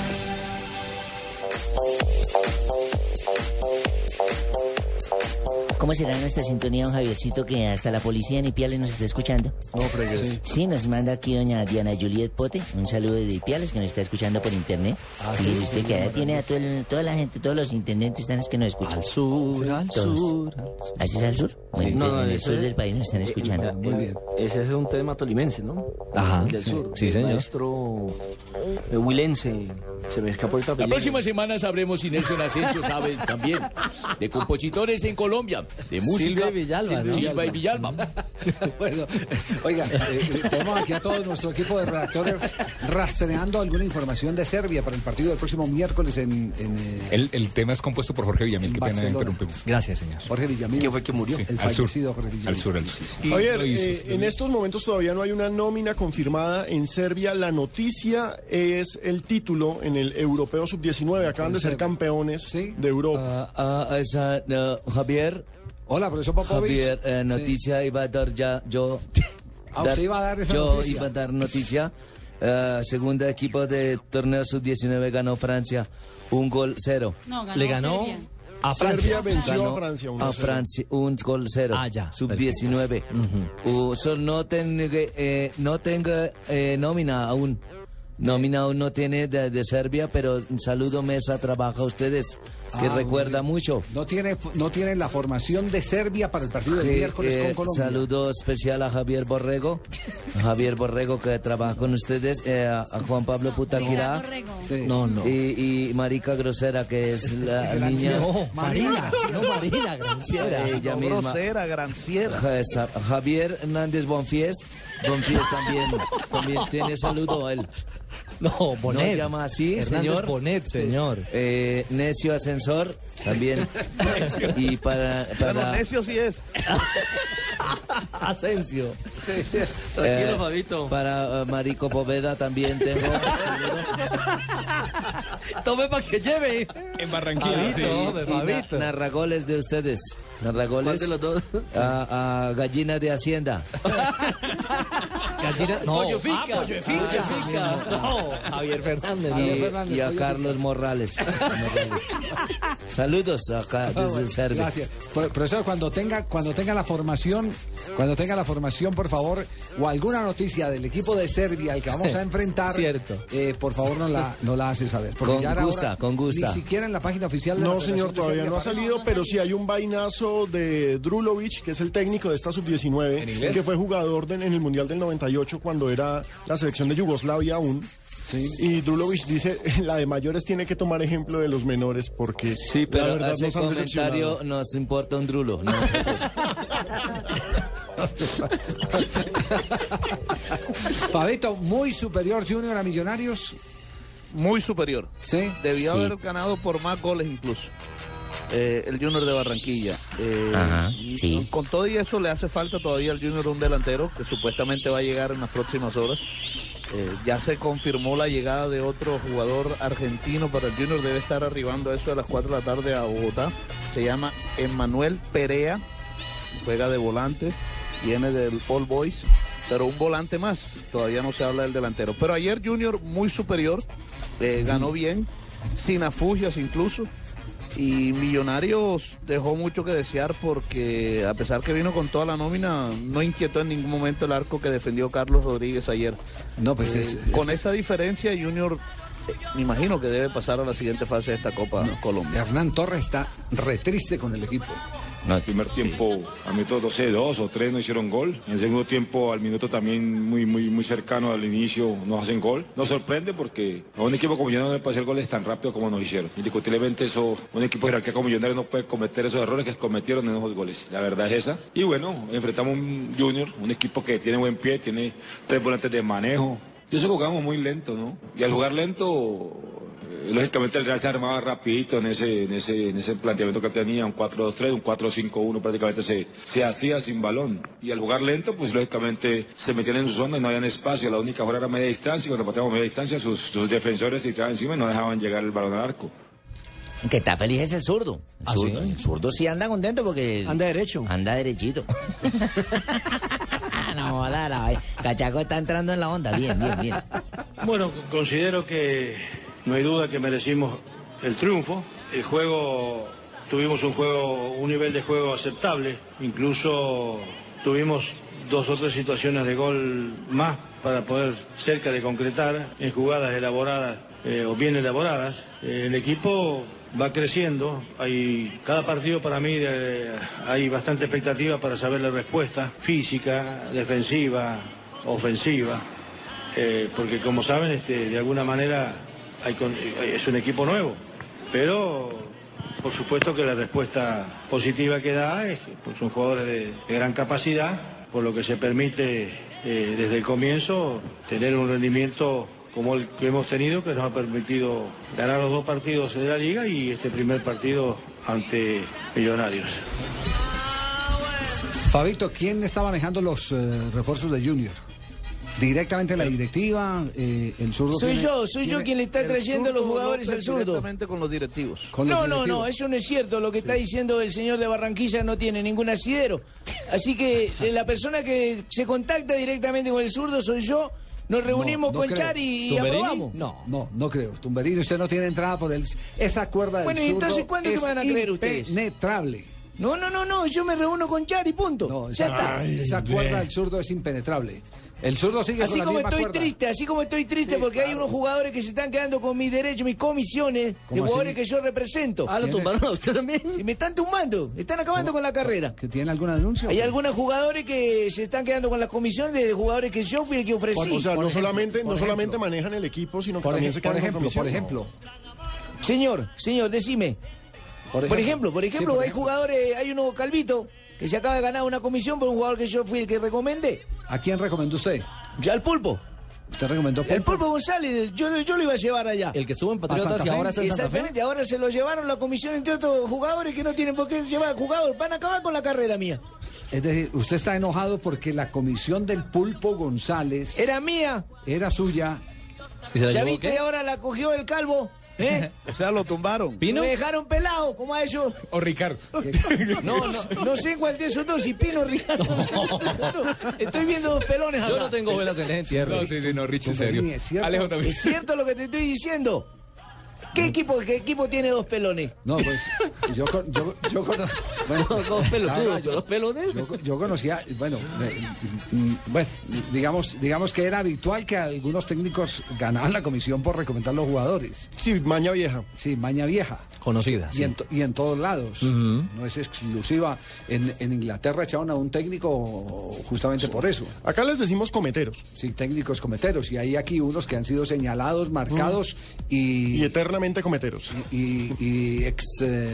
[SPEAKER 3] ¿Cómo será nuestra sintonía, don Javiercito, que hasta la policía ni Piales nos está escuchando? No, pero
[SPEAKER 25] Sí.
[SPEAKER 3] Sí, nos manda aquí doña Diana Juliet Pote, un saludo de Piales, que nos está escuchando por internet.
[SPEAKER 25] Ah,
[SPEAKER 3] y
[SPEAKER 25] sí,
[SPEAKER 3] dice usted
[SPEAKER 25] sí,
[SPEAKER 3] que allá
[SPEAKER 25] sí.
[SPEAKER 3] tiene a todo el- toda la gente, todos los intendentes están es que nos escuchan. Al sur, al
[SPEAKER 13] sur,
[SPEAKER 3] ¿Así es al sur? Bueno,
[SPEAKER 13] Sí.
[SPEAKER 3] entonces
[SPEAKER 13] No, no,
[SPEAKER 3] en el
[SPEAKER 13] eso
[SPEAKER 3] sur
[SPEAKER 13] es-
[SPEAKER 3] del país nos están escuchando.
[SPEAKER 13] Muy bien. Ese es un tema tolimense, ¿no?
[SPEAKER 3] Ajá,
[SPEAKER 13] El Del
[SPEAKER 3] sí,
[SPEAKER 13] sur.
[SPEAKER 3] sí,
[SPEAKER 13] El
[SPEAKER 3] señor.
[SPEAKER 13] Maestro eh, huilense. Se me escapó el
[SPEAKER 34] La
[SPEAKER 13] papel.
[SPEAKER 34] próxima semana sabremos si Nelson Asensio sabe también de compositores en Colombia, de
[SPEAKER 13] Silva
[SPEAKER 34] música.
[SPEAKER 13] y Villalba, ¿no?
[SPEAKER 34] Silva y Villalba.
[SPEAKER 9] Bueno, oigan, eh, tenemos aquí a todo nuestro equipo de redactores rastreando alguna información de Serbia para el partido del próximo miércoles en, en, eh,
[SPEAKER 5] El, el tema es compuesto por Jorge Villamil, qué pena
[SPEAKER 9] Barcelona.
[SPEAKER 5] interrumpimos. Gracias, señor.
[SPEAKER 9] Jorge Villamil.
[SPEAKER 5] ¿Qué fue que murió?
[SPEAKER 9] El
[SPEAKER 5] al
[SPEAKER 9] fallecido
[SPEAKER 5] sur,
[SPEAKER 9] Jorge Villamil.
[SPEAKER 5] Al sur, al sur.
[SPEAKER 10] Javier,
[SPEAKER 5] Lo hizo.
[SPEAKER 10] eh, en estos momentos todavía no hay una nómina confirmada en Serbia. La noticia es el título en el Europeo Sub-19. Acaban de ser campeones de Europa.
[SPEAKER 34] Ah, ah, esa, no, Javier.
[SPEAKER 9] Hola, profesor Popovich.
[SPEAKER 34] Javier, eh,
[SPEAKER 9] Sí.
[SPEAKER 34] noticia iba a dar ya yo.
[SPEAKER 9] Ah, usted iba a dar esa
[SPEAKER 34] yo
[SPEAKER 9] noticia.
[SPEAKER 34] iba a dar noticia. Eh, segundo equipo de torneo sub-19 ganó Francia. Un gol cero.
[SPEAKER 24] No, ganó Le ganó Serbia.
[SPEAKER 34] a Francia.
[SPEAKER 10] Serbia venció
[SPEAKER 34] Ganó
[SPEAKER 10] a Francia uno
[SPEAKER 34] A
[SPEAKER 10] cero.
[SPEAKER 34] Francia, un gol cero.
[SPEAKER 25] Ah, ya,
[SPEAKER 34] Sub-19. Uh, so no tengo, eh, no tengo eh, nómina aún. Nómina aún no tiene de, de Serbia, pero un saludo mesa, trabaja ustedes, que
[SPEAKER 9] Ah,
[SPEAKER 34] recuerda mucho.
[SPEAKER 9] No tiene, no tiene la formación de Serbia para el partido del
[SPEAKER 34] Eh,
[SPEAKER 9] miércoles
[SPEAKER 34] eh,
[SPEAKER 9] con Colombia.
[SPEAKER 34] Saludo especial a Javier Borrego, Javier Borrego que trabaja con ustedes, eh, a a Juan Pablo Putaquirá.
[SPEAKER 9] Sí.
[SPEAKER 34] No, no. Y, y Marica Grosera, que es la niña.
[SPEAKER 15] No, Marina, no Marina, granciera.
[SPEAKER 34] Ella
[SPEAKER 15] No,
[SPEAKER 34] misma.
[SPEAKER 15] grosera, granciera.
[SPEAKER 34] Ja- Sa- Javier Hernández Bonfiest. Bonfiest también, también tiene saludo a él. No,
[SPEAKER 28] Bonet.
[SPEAKER 34] No llama así,
[SPEAKER 28] Hernández
[SPEAKER 34] señor.
[SPEAKER 28] Bonet, señor.
[SPEAKER 34] Eh, necio Ascensor, también. y para... para
[SPEAKER 15] Bueno, necio sí es.
[SPEAKER 34] Asensio.
[SPEAKER 15] Tranquilo,
[SPEAKER 34] Fabito. Para eh, Marico Poveda también tengo. Tome para que lleve.
[SPEAKER 5] En Barranquilla, sí.
[SPEAKER 34] narragoles de ustedes. Narragoles.
[SPEAKER 5] ¿Cuál de los dos?
[SPEAKER 34] A, a gallina de Hacienda. Gallina-
[SPEAKER 38] no.
[SPEAKER 34] Pollo Finca.
[SPEAKER 38] Ah, Pollo Finca.
[SPEAKER 34] Ah,
[SPEAKER 38] No, Javier Fernández.
[SPEAKER 34] Y,
[SPEAKER 38] Javier Fernández,
[SPEAKER 34] y a
[SPEAKER 38] Pollo
[SPEAKER 34] Carlos Morales. Morales. Saludos acá
[SPEAKER 9] Ah,
[SPEAKER 34] desde
[SPEAKER 9] bueno,
[SPEAKER 34] Serbia.
[SPEAKER 9] Gracias. Pro- Profesor, cuando tenga, cuando tenga la formación, cuando tenga la formación, por favor, o alguna noticia del equipo de Serbia al que vamos a enfrentar,
[SPEAKER 34] Cierto.
[SPEAKER 9] eh, por favor nos la, nos la hace saber. Ah, porque
[SPEAKER 34] Con
[SPEAKER 9] ya era
[SPEAKER 34] gusta,
[SPEAKER 9] hora,
[SPEAKER 34] con gusta.
[SPEAKER 9] Ni siquiera en la página oficial de la
[SPEAKER 10] No,
[SPEAKER 9] Federación
[SPEAKER 10] señor,
[SPEAKER 9] de
[SPEAKER 10] todavía
[SPEAKER 9] Serbia
[SPEAKER 10] no ha
[SPEAKER 9] aparece.
[SPEAKER 10] salido, pero sí hay un vainazo de Drulovic, que es el técnico de esta
[SPEAKER 39] inglés?
[SPEAKER 10] sub-19, que fue jugador de- en el Mundial del 98 cuando era la selección de Yugoslavia aún. Y Drulovic dice, la de mayores tiene que tomar ejemplo de los menores porque
[SPEAKER 34] Sí, pero
[SPEAKER 10] la verdad
[SPEAKER 34] hace
[SPEAKER 10] nos han decepcionado.
[SPEAKER 34] comentario nos importa un drulo. no nosotros.
[SPEAKER 9] Fabito, muy superior Junior a Millonarios.
[SPEAKER 12] Muy superior.
[SPEAKER 9] Sí.
[SPEAKER 12] Debió
[SPEAKER 9] Sí.
[SPEAKER 12] haber ganado por más goles incluso. eh, el Junior de Barranquilla. Eh,
[SPEAKER 40] Ajá,
[SPEAKER 12] y
[SPEAKER 40] sí.
[SPEAKER 12] Con todo y eso le hace falta todavía al Junior un delantero que supuestamente va a llegar en las próximas horas. Eh, ya se confirmó la llegada de otro jugador argentino para el Junior. Debe estar arribando a eso de las 4 de la tarde a Bogotá. Se llama Emmanuel Perea. Juega de volante. Viene del All Boys. Pero un volante más. Todavía no se habla del delantero. Pero ayer Junior muy superior. eh, ganó bien. Sin afugias incluso. Y Millonarios dejó mucho que desear porque a pesar que vino con toda la nómina, no inquietó en ningún momento el arco que defendió Carlos Rodríguez ayer.
[SPEAKER 9] No, pues
[SPEAKER 12] Eh,
[SPEAKER 9] es-
[SPEAKER 12] Con esa diferencia, Junior eh, me imagino que debe pasar a la siguiente fase de esta Copa Colombia.
[SPEAKER 9] Hernán Torres está re triste con el equipo.
[SPEAKER 41] El primer tiempo, a minuto 12, dos o tres no hicieron gol. En el segundo tiempo, al minuto también muy, muy, muy cercano al inicio, nos hacen gol. Nos sorprende porque a un equipo como Millonarios no le puede hacer goles tan rápido como nos hicieron. Indiscutiblemente eso, un equipo de jerarquía como Millonarios no puede cometer esos errores que cometieron en esos goles. La verdad es esa. Y bueno, enfrentamos un Junior, un equipo que tiene buen pie, tiene tres volantes de manejo. Y eso jugamos muy lento, ¿no? Y al jugar lento, eh, Lógicamente el Real se armaba rapidito en ese, en ese, en ese planteamiento que tenía, un 4-2-3, un 4-5-1 prácticamente se, se hacía sin balón. Y al jugar lento, pues lógicamente se metían en su zona y no habían espacio. La única hora era media distancia y cuando pateamos media distancia sus, sus defensores se tiraban encima y no dejaban llegar el balón al arco.
[SPEAKER 2] Que está feliz es el zurdo. El,
[SPEAKER 41] ¿Ah,
[SPEAKER 2] zurdo,
[SPEAKER 41] sí?
[SPEAKER 2] el zurdo sí anda contento porque. Anda derecho. Anda derechito.
[SPEAKER 3] ah,
[SPEAKER 2] no, joda, la vaina. Cachaco está entrando en la onda. Bien, bien, bien.
[SPEAKER 22] Bueno, considero que no hay duda que merecimos el triunfo. El juego, tuvimos un juego, un nivel de juego aceptable. Incluso tuvimos dos o tres situaciones de gol más para poder cerca de concretar en jugadas elaboradas eh, o bien elaboradas. Eh, el equipo va creciendo. Hay, cada partido para mí eh, hay bastante expectativa para saber la respuesta física, defensiva, ofensiva. Eh, porque como saben, este, de alguna manera hay con- eh, es un equipo nuevo, pero por supuesto que la respuesta positiva que da es que pues, son jugadores de, de gran capacidad, por lo que se permite eh, desde el comienzo tener un rendimiento como el que hemos tenido, que nos ha permitido ganar los dos partidos de la liga y este primer partido ante Millonarios.
[SPEAKER 9] Fabito, ¿quién está manejando los eh, refuerzos de Junior? Directamente la directiva, eh, el zurdo.
[SPEAKER 2] Soy
[SPEAKER 9] tiene-
[SPEAKER 2] yo, soy yo
[SPEAKER 9] tiene-
[SPEAKER 2] quien le está
[SPEAKER 9] el
[SPEAKER 2] trayendo los
[SPEAKER 9] zurdo
[SPEAKER 2] jugadores
[SPEAKER 9] López
[SPEAKER 2] al zurdo.
[SPEAKER 12] Directamente con los directivos.
[SPEAKER 9] Con los
[SPEAKER 2] no, no,
[SPEAKER 9] directivos.
[SPEAKER 2] no, eso no es cierto. Lo que está diciendo el señor de Barranquilla no tiene ningún asidero. Así que eh, la persona que se contacta directamente con el zurdo soy yo. Nos reunimos
[SPEAKER 9] No, no
[SPEAKER 2] con
[SPEAKER 9] creo.
[SPEAKER 2] Char y, y
[SPEAKER 9] ¿Tumberini?
[SPEAKER 2] aprobamos.
[SPEAKER 9] No, no, no creo. Tumberini, usted no tiene entrada por el, esa cuerda del
[SPEAKER 2] Bueno, ¿y
[SPEAKER 9] zurdo
[SPEAKER 2] entonces cuándo es que
[SPEAKER 9] es
[SPEAKER 2] me van a creer ustedes?
[SPEAKER 9] Impenetrable.
[SPEAKER 2] No, no, no, no, yo me reúno con Char y punto. ya está.
[SPEAKER 9] Esa, esa cuerda del zurdo es impenetrable. El zurdo sigue con
[SPEAKER 2] Así
[SPEAKER 9] la
[SPEAKER 2] como
[SPEAKER 9] misma
[SPEAKER 2] estoy
[SPEAKER 9] cuerda.
[SPEAKER 2] triste, así como estoy triste porque hay unos jugadores que se están quedando con mis derechos, mis comisiones, de
[SPEAKER 9] ¿Cómo
[SPEAKER 2] jugadores
[SPEAKER 9] así?
[SPEAKER 2] que yo represento.
[SPEAKER 9] Ah, ¿lo ¿Quiénes? tumbaron
[SPEAKER 2] a usted también? Sí, me están tumbando, están acabando con la carrera.
[SPEAKER 9] ¿Que tiene alguna denuncia?
[SPEAKER 2] Hay algunos jugadores que se están quedando con las comisiones de jugadores que yo fui el que ofrecí.
[SPEAKER 10] o sea, no solamente, no solamente manejan el equipo, sino que
[SPEAKER 2] Por
[SPEAKER 10] también
[SPEAKER 2] ej-
[SPEAKER 10] se quedan
[SPEAKER 2] por
[SPEAKER 10] con
[SPEAKER 2] ejemplo, por
[SPEAKER 10] comisión.
[SPEAKER 2] ejemplo. Señor, señor, decime. Por ejemplo, por
[SPEAKER 10] Sí,
[SPEAKER 2] ejemplo,
[SPEAKER 10] por
[SPEAKER 2] hay
[SPEAKER 10] ejemplo.
[SPEAKER 2] jugadores, hay uno calvito que se acaba de ganar una comisión por un jugador que yo fui el que recomendé.
[SPEAKER 9] ¿A quién recomendó usted?
[SPEAKER 2] Ya al pulpo.
[SPEAKER 9] ¿Usted recomendó
[SPEAKER 2] El pulpo González, yo, yo lo iba a llevar allá.
[SPEAKER 9] El que estuvo en
[SPEAKER 15] Patriotas y ahora está en Santa Fe.
[SPEAKER 2] Exactamente, ahora se lo llevaron la comisión entre otros jugadores que no tienen por qué llevar jugadores. Van a acabar con la carrera mía.
[SPEAKER 9] Es decir, usted está enojado porque la comisión del pulpo
[SPEAKER 2] Eh.
[SPEAKER 9] González...
[SPEAKER 2] Era mía.
[SPEAKER 9] Era suya.
[SPEAKER 2] ¿Ya viste ahora la cogió el calvo? ¿Eh?
[SPEAKER 25] O sea, lo tumbaron.
[SPEAKER 2] ¿Me dejaron pelado? ¿Cómo a eso?
[SPEAKER 5] O Ricardo.
[SPEAKER 2] No, no, no sé cuál de esos dos, si Pino o Ricardo. Estoy viendo dos pelones
[SPEAKER 5] Yo
[SPEAKER 2] acá.
[SPEAKER 5] no eh, tengo velas en el entierro. No, sí, sí, no, Richie, serio.
[SPEAKER 2] Es cierto.
[SPEAKER 5] Alejo también. Mm.
[SPEAKER 2] Es cierto lo que te estoy diciendo. ¿Qué equipo, qué equipo tiene dos pelones?
[SPEAKER 9] No, pues yo, con- yo, yo cono- bueno,
[SPEAKER 10] dos pelotudos,
[SPEAKER 9] ahora yo-
[SPEAKER 10] dos pelones.
[SPEAKER 9] Yo, yo conocía, bueno, eh, mm, bueno, digamos, digamos que era habitual que algunos técnicos ganaban la comisión por recomendar los jugadores.
[SPEAKER 13] Sí, maña vieja.
[SPEAKER 9] Sí, maña vieja.
[SPEAKER 15] Conocida.
[SPEAKER 9] Y en, to- y en todos lados.
[SPEAKER 15] Ujú.
[SPEAKER 9] No es exclusiva. En, en Inglaterra echaron a un técnico justamente por eso.
[SPEAKER 13] Acá les decimos cometeros.
[SPEAKER 9] Sí, técnicos cometeros. Y hay aquí unos que han sido señalados, marcados y...
[SPEAKER 13] Mm. Y eternamente cometeros.
[SPEAKER 9] Y, y ex... eh,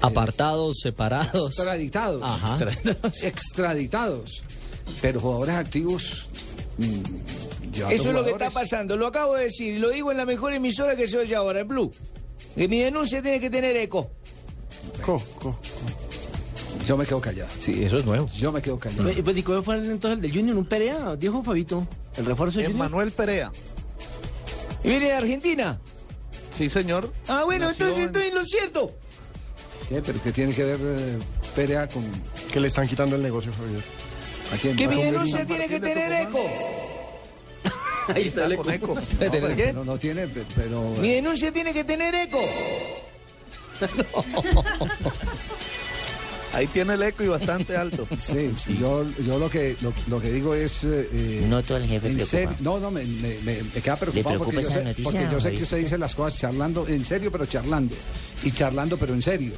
[SPEAKER 15] Apartados, separados.
[SPEAKER 9] Extraditados.
[SPEAKER 15] Ajá.
[SPEAKER 9] Extraditados. Extraditados. Pero jugadores activos. mm, llevando
[SPEAKER 2] Eso es lo que
[SPEAKER 9] jugadores.
[SPEAKER 2] está pasando. Lo acabo de decir y lo digo en la mejor emisora que se oye ahora, en Blue. Que mi denuncia tiene que tener eco.
[SPEAKER 9] Yo me quedo callado.
[SPEAKER 15] Sí, eso es nuevo.
[SPEAKER 9] Yo me quedo callado.
[SPEAKER 10] Pues, pues, ¿y cómo fue el- entonces el del Junior? ¿Un Perea? Dijo Fabito. ¿El refuerzo de Junior?
[SPEAKER 25] Manuel Perea.
[SPEAKER 2] ¿Y viene de Argentina?
[SPEAKER 25] Sí, señor.
[SPEAKER 2] Ah, bueno,
[SPEAKER 25] Nació
[SPEAKER 2] entonces
[SPEAKER 25] en-
[SPEAKER 2] estoy en lo cierto.
[SPEAKER 9] ¿Qué? ¿Pero qué tiene que ver eh, Perea con
[SPEAKER 13] Que le están quitando el negocio, Javier.
[SPEAKER 9] a quién?
[SPEAKER 2] Que
[SPEAKER 9] ¿Con
[SPEAKER 2] mi
[SPEAKER 9] Medellín?
[SPEAKER 2] denuncia tiene que tener eco.
[SPEAKER 10] Ahí está el
[SPEAKER 25] Con eco.
[SPEAKER 9] No, pero-
[SPEAKER 10] ¿Qué?
[SPEAKER 9] No, no tiene, pe- pero...
[SPEAKER 2] Mi denuncia tiene que tener eco.
[SPEAKER 25] Ahí tiene el eco y bastante alto.
[SPEAKER 9] Sí, Yo, yo lo que lo, lo que digo es... eh,
[SPEAKER 32] Noto al jefe
[SPEAKER 9] en serio-
[SPEAKER 32] preocupado.
[SPEAKER 9] no, no, me, me- me- me queda
[SPEAKER 32] ¿Le
[SPEAKER 9] preocupado
[SPEAKER 32] preocupa
[SPEAKER 9] porque yo,
[SPEAKER 32] esa
[SPEAKER 9] sé,
[SPEAKER 32] noticia,
[SPEAKER 9] porque yo sé que
[SPEAKER 32] Javier?
[SPEAKER 9] usted dice las cosas charlando, en serio, pero charlando. Y charlando, pero en serio.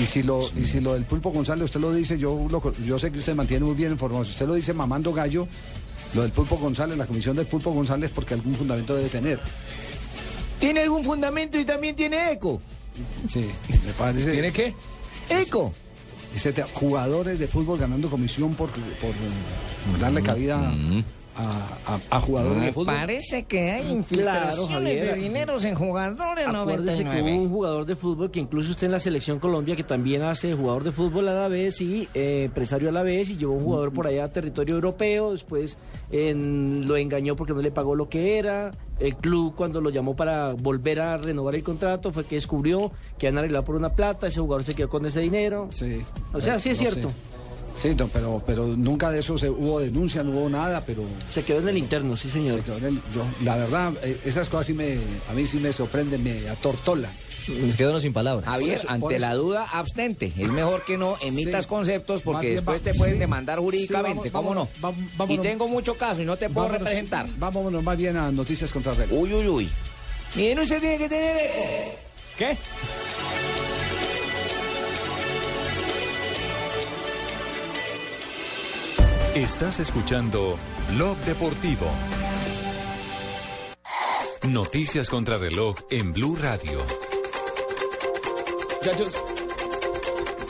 [SPEAKER 9] Y si lo, y si lo del Pulpo González usted lo dice, yo, lo co- yo sé que usted mantiene muy bien informado. Si usted lo dice mamando gallo, lo del Pulpo González, la comisión del Pulpo González, porque algún fundamento debe tener.
[SPEAKER 2] Tiene algún fundamento y también tiene eco.
[SPEAKER 9] Sí, me parece...
[SPEAKER 5] ¿Tiene qué?
[SPEAKER 2] Eco.
[SPEAKER 9] Ese te- jugadores de fútbol ganando comisión por, por, eh, darle
[SPEAKER 2] Mm-hmm.
[SPEAKER 9] cabida a, a- a jugadores
[SPEAKER 10] Mm-hmm.
[SPEAKER 9] de fútbol.
[SPEAKER 2] Parece que hay
[SPEAKER 10] infiltraciones Javier. de
[SPEAKER 2] dineros en jugadores
[SPEAKER 10] Acuérdese que hubo un jugador de fútbol que incluso usted en la selección Colombia que también hace jugador de fútbol a la vez y eh, empresario a la vez y llevó un jugador por allá a territorio europeo, después en- lo engañó porque no le pagó lo que era. El club cuando lo llamó para volver a renovar el contrato fue que descubrió que han arreglado por una plata, ese jugador se quedó con ese dinero.
[SPEAKER 9] Sí.
[SPEAKER 10] O sea, sí es
[SPEAKER 9] No
[SPEAKER 10] cierto.
[SPEAKER 9] sé. Sí, no, pero, pero nunca de eso se, hubo denuncia, no hubo nada, pero
[SPEAKER 10] Se quedó en el interno, sí señor.
[SPEAKER 9] se quedó en el- yo- la verdad, eh, esas cosas sí me, a mí sí me sorprenden, me atortolan.
[SPEAKER 15] Nos quedaron sin palabras.
[SPEAKER 9] Por
[SPEAKER 2] Javier,
[SPEAKER 9] eso, por
[SPEAKER 2] ante
[SPEAKER 9] eso.
[SPEAKER 2] la duda, abstente. Es mejor que no emitas
[SPEAKER 9] Sí.
[SPEAKER 2] conceptos
[SPEAKER 9] Más
[SPEAKER 2] porque
[SPEAKER 9] bien
[SPEAKER 2] después
[SPEAKER 9] va-
[SPEAKER 2] te pueden
[SPEAKER 9] sí.
[SPEAKER 2] demandar
[SPEAKER 9] Sí,
[SPEAKER 2] jurídicamente,
[SPEAKER 9] vamos-
[SPEAKER 2] ¿cómo no?
[SPEAKER 9] vamos- vamos-
[SPEAKER 2] y tengo mucho caso y no te puedo
[SPEAKER 9] Vámonos-
[SPEAKER 2] representar.
[SPEAKER 9] Vámonos más bien a noticias contra reloj.
[SPEAKER 2] Uy, uy, uy. Mi denuncia tiene que tener eh, eco.
[SPEAKER 9] ¿Qué?
[SPEAKER 1] Estás escuchando Blog Deportivo. Noticias contra reloj en Blue Radio.
[SPEAKER 6] Muchachos.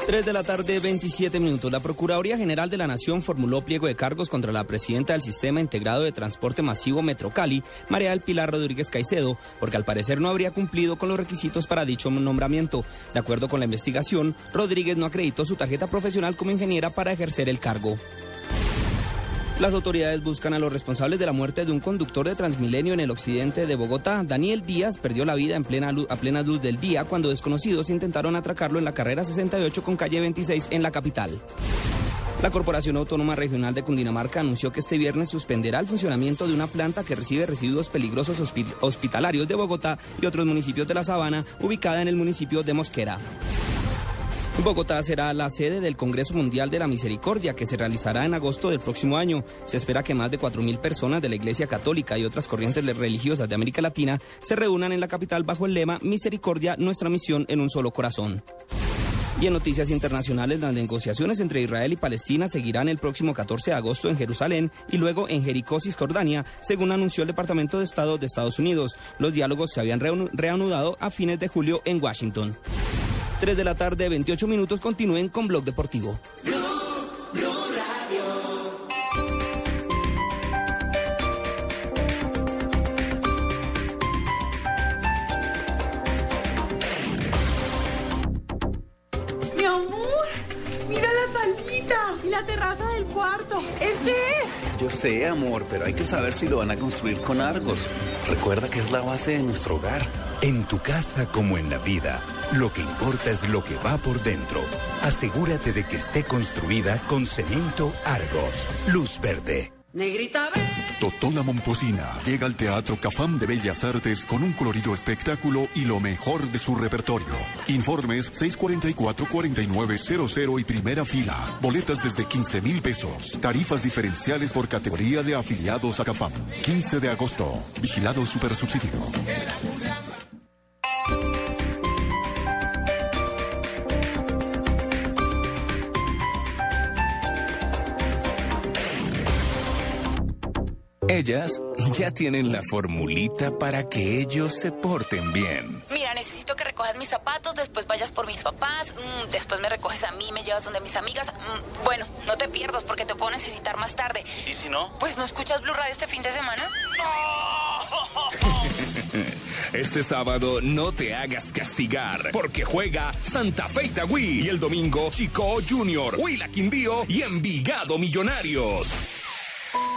[SPEAKER 6] 3 de la tarde, 27 minutos. La Procuraduría General de la Nación formuló pliego de cargos contra la presidenta del Sistema Integrado de Transporte Masivo Metrocali, María del Pilar Rodríguez Caicedo, porque al parecer no habría cumplido con los requisitos para dicho nombramiento. De acuerdo con la investigación, Rodríguez no acreditó su tarjeta profesional como ingeniera para ejercer el cargo. Las autoridades buscan a los responsables de la muerte de un conductor de Transmilenio en el occidente de Bogotá. Daniel Díaz perdió la vida en plena luz, a plena luz del día cuando desconocidos intentaron atracarlo en la carrera 68 con calle 26 en la capital. La Corporación Autónoma Regional de Cundinamarca anunció que este viernes suspenderá el funcionamiento de una planta que recibe residuos peligrosos hospi- hospitalarios de Bogotá y otros municipios de la Sabana, ubicada en el municipio de Mosquera. Bogotá será la sede del Congreso Mundial de la Misericordia que se realizará en agosto del próximo año. Se espera que más de 4.000 personas de la Iglesia Católica y otras corrientes le- religiosas de América Latina se reúnan en la capital bajo el lema Misericordia, nuestra misión en un solo corazón. Y en noticias internacionales, las negociaciones entre Israel y Palestina seguirán el próximo 14 de agosto en Jerusalén y luego en Jericó, Cisjordania, según anunció el Departamento de Estado de Estados Unidos. Los diálogos se habían reanu- reanudado a fines de julio en Washington. 3 de la tarde, 28 minutos, continúen con Blog Deportivo.
[SPEAKER 14] Mi amor, mira la salita.
[SPEAKER 28] bonita! Y la terraza del cuarto. ¡Este es!
[SPEAKER 42] Yo sé, amor, pero hay que saber si lo van a construir con Argos. Recuerda que es la base de nuestro hogar.
[SPEAKER 8] En tu casa como en la vida, lo que importa es lo que va por dentro. Asegúrate de que esté construida con cemento Argos. Luz verde.
[SPEAKER 33] Negrita B.
[SPEAKER 27] Totona Momposina llega al Teatro Cafam de Bellas Artes con un colorido espectáculo y lo mejor de su repertorio. Informes 644-4900 y primera fila. Boletas desde 15 mil pesos. Tarifas diferenciales por categoría de afiliados a Cafam. 15 de agosto. Vigilado Supersubsidio.
[SPEAKER 5] Ellas ya tienen la formulita para que ellos se porten bien.
[SPEAKER 11] Mira, necesito que recojas mis zapatos, después vayas por mis papás, mm, después me recoges a mí, me llevas donde mis amigas. mm, bueno, no te pierdas porque te puedo necesitar más tarde.
[SPEAKER 33] ¿Y si no?
[SPEAKER 11] Pues no escuchas Blue Radio este fin de semana.
[SPEAKER 5] Este sábado no te hagas castigar porque juega Santa Fe Itagüí y el domingo Chico Junior, Huila Quindío y Envigado Millonarios.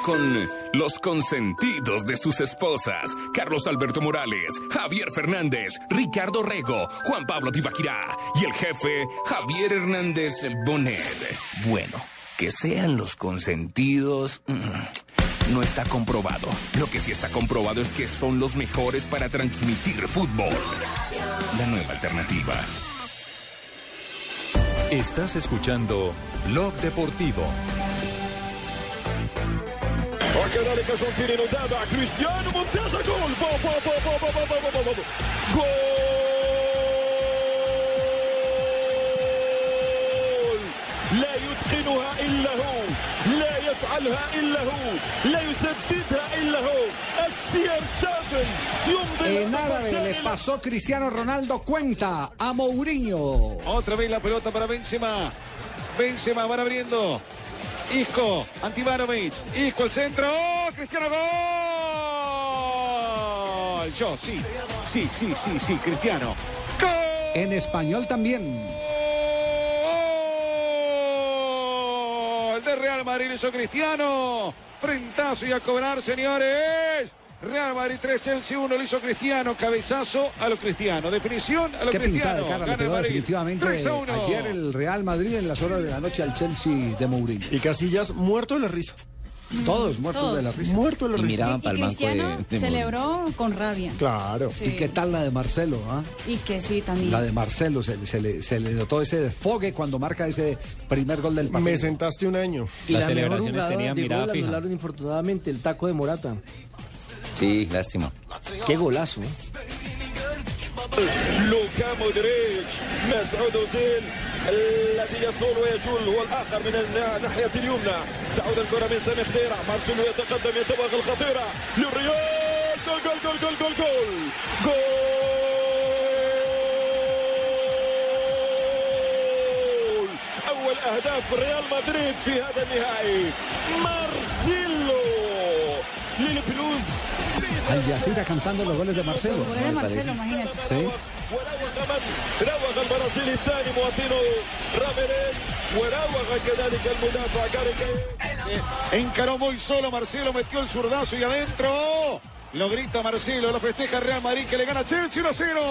[SPEAKER 5] Con los consentidos de sus esposas, Carlos Alberto Morales, Javier Fernández, Ricardo Rego, Juan Pablo Tibaquirá y el jefe Javier Hernández Bonet. Bueno, que sean los consentidos mm, no está comprobado. Lo que sí está comprobado es que son los mejores para transmitir fútbol. La nueva alternativa.
[SPEAKER 1] Estás escuchando Blog Deportivo.
[SPEAKER 43] Olha a área que a Argentina inundada. Cristiano Monteza, gol! Bom, bom, bom, bom, bom, bom, bom, bom, bom, bom. Gol! لا يتقنها إلا هو لا يفعلها إلا هو لا يسددها إلا هو السير ساجن يمضي
[SPEAKER 9] En árabe le pasó Cristiano Ronaldo cuenta a Mourinho.
[SPEAKER 43] Otra vez la pelota para Benzema. Benzema van abriendo. Isco, Antivanovic. Isco el centro. ¡Oh, Cristiano gol. Yo, sí. Sí, sí, sí, sí, Cristiano.
[SPEAKER 9] En español también.
[SPEAKER 43] Gol de Real Madrid hizo Cristiano. Frentazo y a cobrar, señores. Real Madrid 3, Chelsea 1, lo hizo Cristiano, cabezazo a lo Cristiano, definición a lo
[SPEAKER 9] Qué pintada
[SPEAKER 43] Cristiano,
[SPEAKER 9] de cara le
[SPEAKER 43] gana el
[SPEAKER 9] pegó
[SPEAKER 43] Madrid.
[SPEAKER 9] definitivamente
[SPEAKER 43] 3 a 1.
[SPEAKER 9] ayer el Real Madrid en las horas de la noche al Chelsea de Mourinho. Y Casillas muerto de la risa. Todos muertos
[SPEAKER 10] Todos.
[SPEAKER 9] de la risa.
[SPEAKER 43] Muerto
[SPEAKER 9] de
[SPEAKER 43] la
[SPEAKER 10] Y Cristiano celebró con rabia.
[SPEAKER 9] Claro.
[SPEAKER 10] Sí.
[SPEAKER 9] ¿Y qué tal la de Marcelo? ah?
[SPEAKER 10] Y que sí, también.
[SPEAKER 9] La de Marcelo, se, le- se le, se le notó ese desfogue cuando marca ese primer gol del partido. Me sentaste un año.
[SPEAKER 13] Y la mejor jugada de gol la anularon infortunadamente el taco de Morata.
[SPEAKER 2] Sí, lástima.
[SPEAKER 13] Qué golazo. ¿eh?
[SPEAKER 43] لوكا مودريتش مسعود اوزيل الذي يصول ويجول هو الاخر من الناحيه اليمنى تعود الكره من سامي خضيره مارسيلو يتقدم يتبغى الخطيره للريال جول جول جول جول جول جول جول اول اهداف ريال مدريد في هذا النهائي مارسيلو للبلوز
[SPEAKER 9] Al Yacira cantando los goles de Marcelo.
[SPEAKER 43] goles de Marcelo, imagínate.
[SPEAKER 9] Sí.
[SPEAKER 43] راوغ البرازيلي الثاني مواطنه راميريز وراوغ كذلك المدافع كاريكاي Eh, Encaró muy solo Marcelo, metió el zurdazo y adentro. Lo grita Marcelo, lo festeja el Real Madrid que le gana Chelsea 1 0.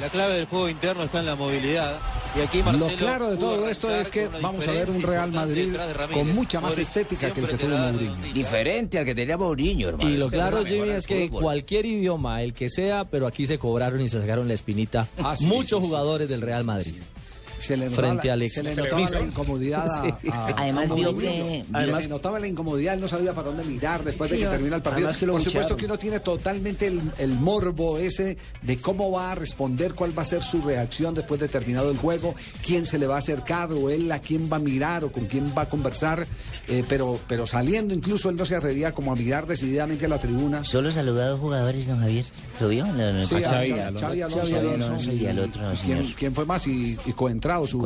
[SPEAKER 22] La clave del juego interno está en la movilidad. Y aquí
[SPEAKER 9] Lo
[SPEAKER 22] Marcelo
[SPEAKER 9] claro de
[SPEAKER 22] pudo
[SPEAKER 9] todo esto
[SPEAKER 22] arrancar
[SPEAKER 9] es que
[SPEAKER 22] con una
[SPEAKER 9] vamos a ver un
[SPEAKER 22] diferencia
[SPEAKER 9] Real
[SPEAKER 22] importante
[SPEAKER 9] Madrid
[SPEAKER 22] detrás de Ramírez.
[SPEAKER 9] con mucha más
[SPEAKER 22] Modric
[SPEAKER 9] estética que el que
[SPEAKER 22] siempre
[SPEAKER 9] tuvo
[SPEAKER 22] te da
[SPEAKER 9] Mourinho.
[SPEAKER 2] Diferente al que tenía Mourinho, hermano.
[SPEAKER 15] Y lo
[SPEAKER 2] Este
[SPEAKER 15] claro,
[SPEAKER 2] programa
[SPEAKER 15] Jimmy,
[SPEAKER 2] mejora el
[SPEAKER 15] es que
[SPEAKER 2] fútbol.
[SPEAKER 15] cualquier idioma, el que sea, pero aquí se cobraron y se sacaron la espinita
[SPEAKER 9] Ah, sí,
[SPEAKER 15] muchos
[SPEAKER 9] sí, sí,
[SPEAKER 15] jugadores del Real Madrid.
[SPEAKER 9] Se le notaba
[SPEAKER 15] frente
[SPEAKER 9] la-
[SPEAKER 15] al ex.
[SPEAKER 9] se le notaba la incomodidad a-
[SPEAKER 15] Sí.
[SPEAKER 9] a- a
[SPEAKER 15] Además, vio
[SPEAKER 9] Mourinho.
[SPEAKER 15] que-
[SPEAKER 9] Además,
[SPEAKER 15] además-
[SPEAKER 9] se le notaba la incomodidad, él no sabía para dónde mirar después
[SPEAKER 15] Sí,
[SPEAKER 9] de que
[SPEAKER 15] o-
[SPEAKER 9] termina el partido.
[SPEAKER 15] además que lo
[SPEAKER 9] Por supuesto
[SPEAKER 15] buchearon.
[SPEAKER 9] que uno tiene totalmente el, el morbo ese de cómo va a responder, cuál va a ser su reacción después de terminado el juego, quién se le va a acercar o él a quién va a mirar o con quién va a conversar, eh, pero, pero saliendo incluso él no se atrevía como a mirar decididamente a la tribuna.
[SPEAKER 2] Solo saludó a dos jugadores, don Javier. ¿Lo vio? Lo- lo-
[SPEAKER 9] Sí, a Xavi
[SPEAKER 2] pues Xavi
[SPEAKER 9] Alonso. Xavi Alonso.
[SPEAKER 2] Xavi Alonso y al otro
[SPEAKER 9] ¿Y
[SPEAKER 2] señor.
[SPEAKER 9] ¿Quién, quién fue más? Y, y Coentrao, su,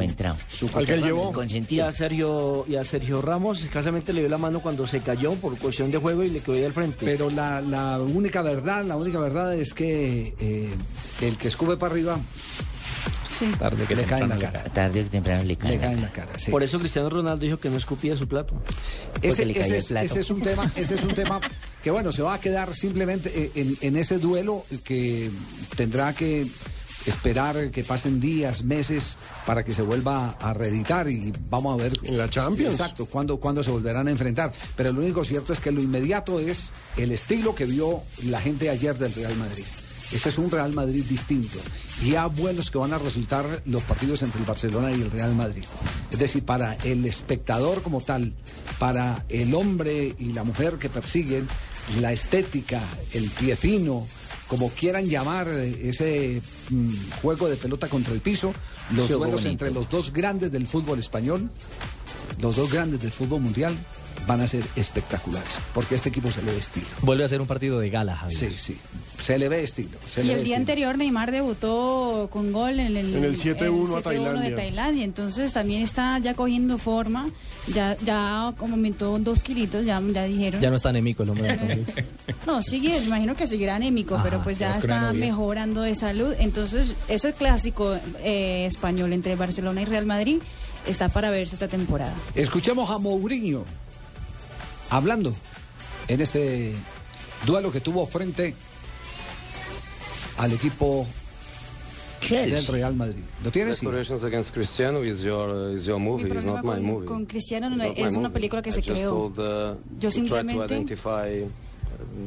[SPEAKER 9] su coterráneo.
[SPEAKER 13] Y a, Sergio, y a Sergio Ramos escasamente le dio la mano cuando se cayó por cuestión de juego y le quedó ahí al frente.
[SPEAKER 9] Pero la, la única verdad, la única verdad es que eh, el que escupe para arriba
[SPEAKER 15] Tarde que
[SPEAKER 9] Le cae en la
[SPEAKER 15] temprano
[SPEAKER 9] cara.
[SPEAKER 3] Tarde o temprano le cae.
[SPEAKER 9] Le cae en la cara, sí.
[SPEAKER 13] Por eso Cristiano Ronaldo dijo que no escupía su plato.
[SPEAKER 9] Ese, ese es, ese es un tema, ese es un tema que bueno, se va a quedar simplemente eh, en, en ese duelo que tendrá que esperar que pasen días, meses para que se vuelva a reeditar y vamos a ver en la
[SPEAKER 10] Champions.
[SPEAKER 9] Exacto, cuándo cuándo se volverán a enfrentar, pero lo único cierto es que lo inmediato es el estilo que vio la gente ayer del Real Madrid. Este es un Real Madrid distinto. Y a buenos que van a resultar los partidos entre el Barcelona y el Real Madrid. Es decir, para el espectador como tal, para el hombre y la mujer que persiguen la estética, el pie fino, como quieran llamar eh, ese mm, juego de pelota contra el piso, los
[SPEAKER 15] Juego
[SPEAKER 9] duelos
[SPEAKER 15] bonito.
[SPEAKER 9] entre los dos grandes del fútbol español, los dos grandes del fútbol mundial, van a ser espectaculares. Porque a este equipo se le ve estilo.
[SPEAKER 15] Vuelve a ser un partido de gala, Javier.
[SPEAKER 9] Sí, sí. Se le ve estilo. se
[SPEAKER 11] Y
[SPEAKER 9] le ve
[SPEAKER 11] el día
[SPEAKER 9] estilo.
[SPEAKER 11] anterior Neymar debutó con gol en el,
[SPEAKER 9] En el 7-1 a
[SPEAKER 11] 7-1 de
[SPEAKER 9] Tailandia.
[SPEAKER 11] Tailandia. Entonces también está ya cogiendo forma. Ya, ya como aumentó dos kilitos, ya, ya dijeron.
[SPEAKER 15] Ya no está anémico el hombre. entonces.
[SPEAKER 11] No, sigue, me imagino que seguirá anémico,
[SPEAKER 15] Ajá,
[SPEAKER 11] pero pues ya
[SPEAKER 15] pero es que una
[SPEAKER 11] está
[SPEAKER 15] novia.
[SPEAKER 11] mejorando de salud. Entonces, ese clásico eh, español entre Barcelona y Real Madrid está para verse esta temporada.
[SPEAKER 9] Escuchemos a Mourinho hablando en este duelo que tuvo frente al equipo del Real Madrid. ¿Lo tienes? Sí.
[SPEAKER 17] Declarations against Cristiano is your is your movie, it's not my movie.
[SPEAKER 11] Con Cristiano
[SPEAKER 17] It's
[SPEAKER 11] no-
[SPEAKER 17] not my
[SPEAKER 11] es una
[SPEAKER 17] movie.
[SPEAKER 11] película que
[SPEAKER 17] I
[SPEAKER 11] se
[SPEAKER 17] just
[SPEAKER 11] creó.
[SPEAKER 17] told, uh,
[SPEAKER 11] Yo
[SPEAKER 17] to try to
[SPEAKER 11] simplemente,
[SPEAKER 17] identify uh,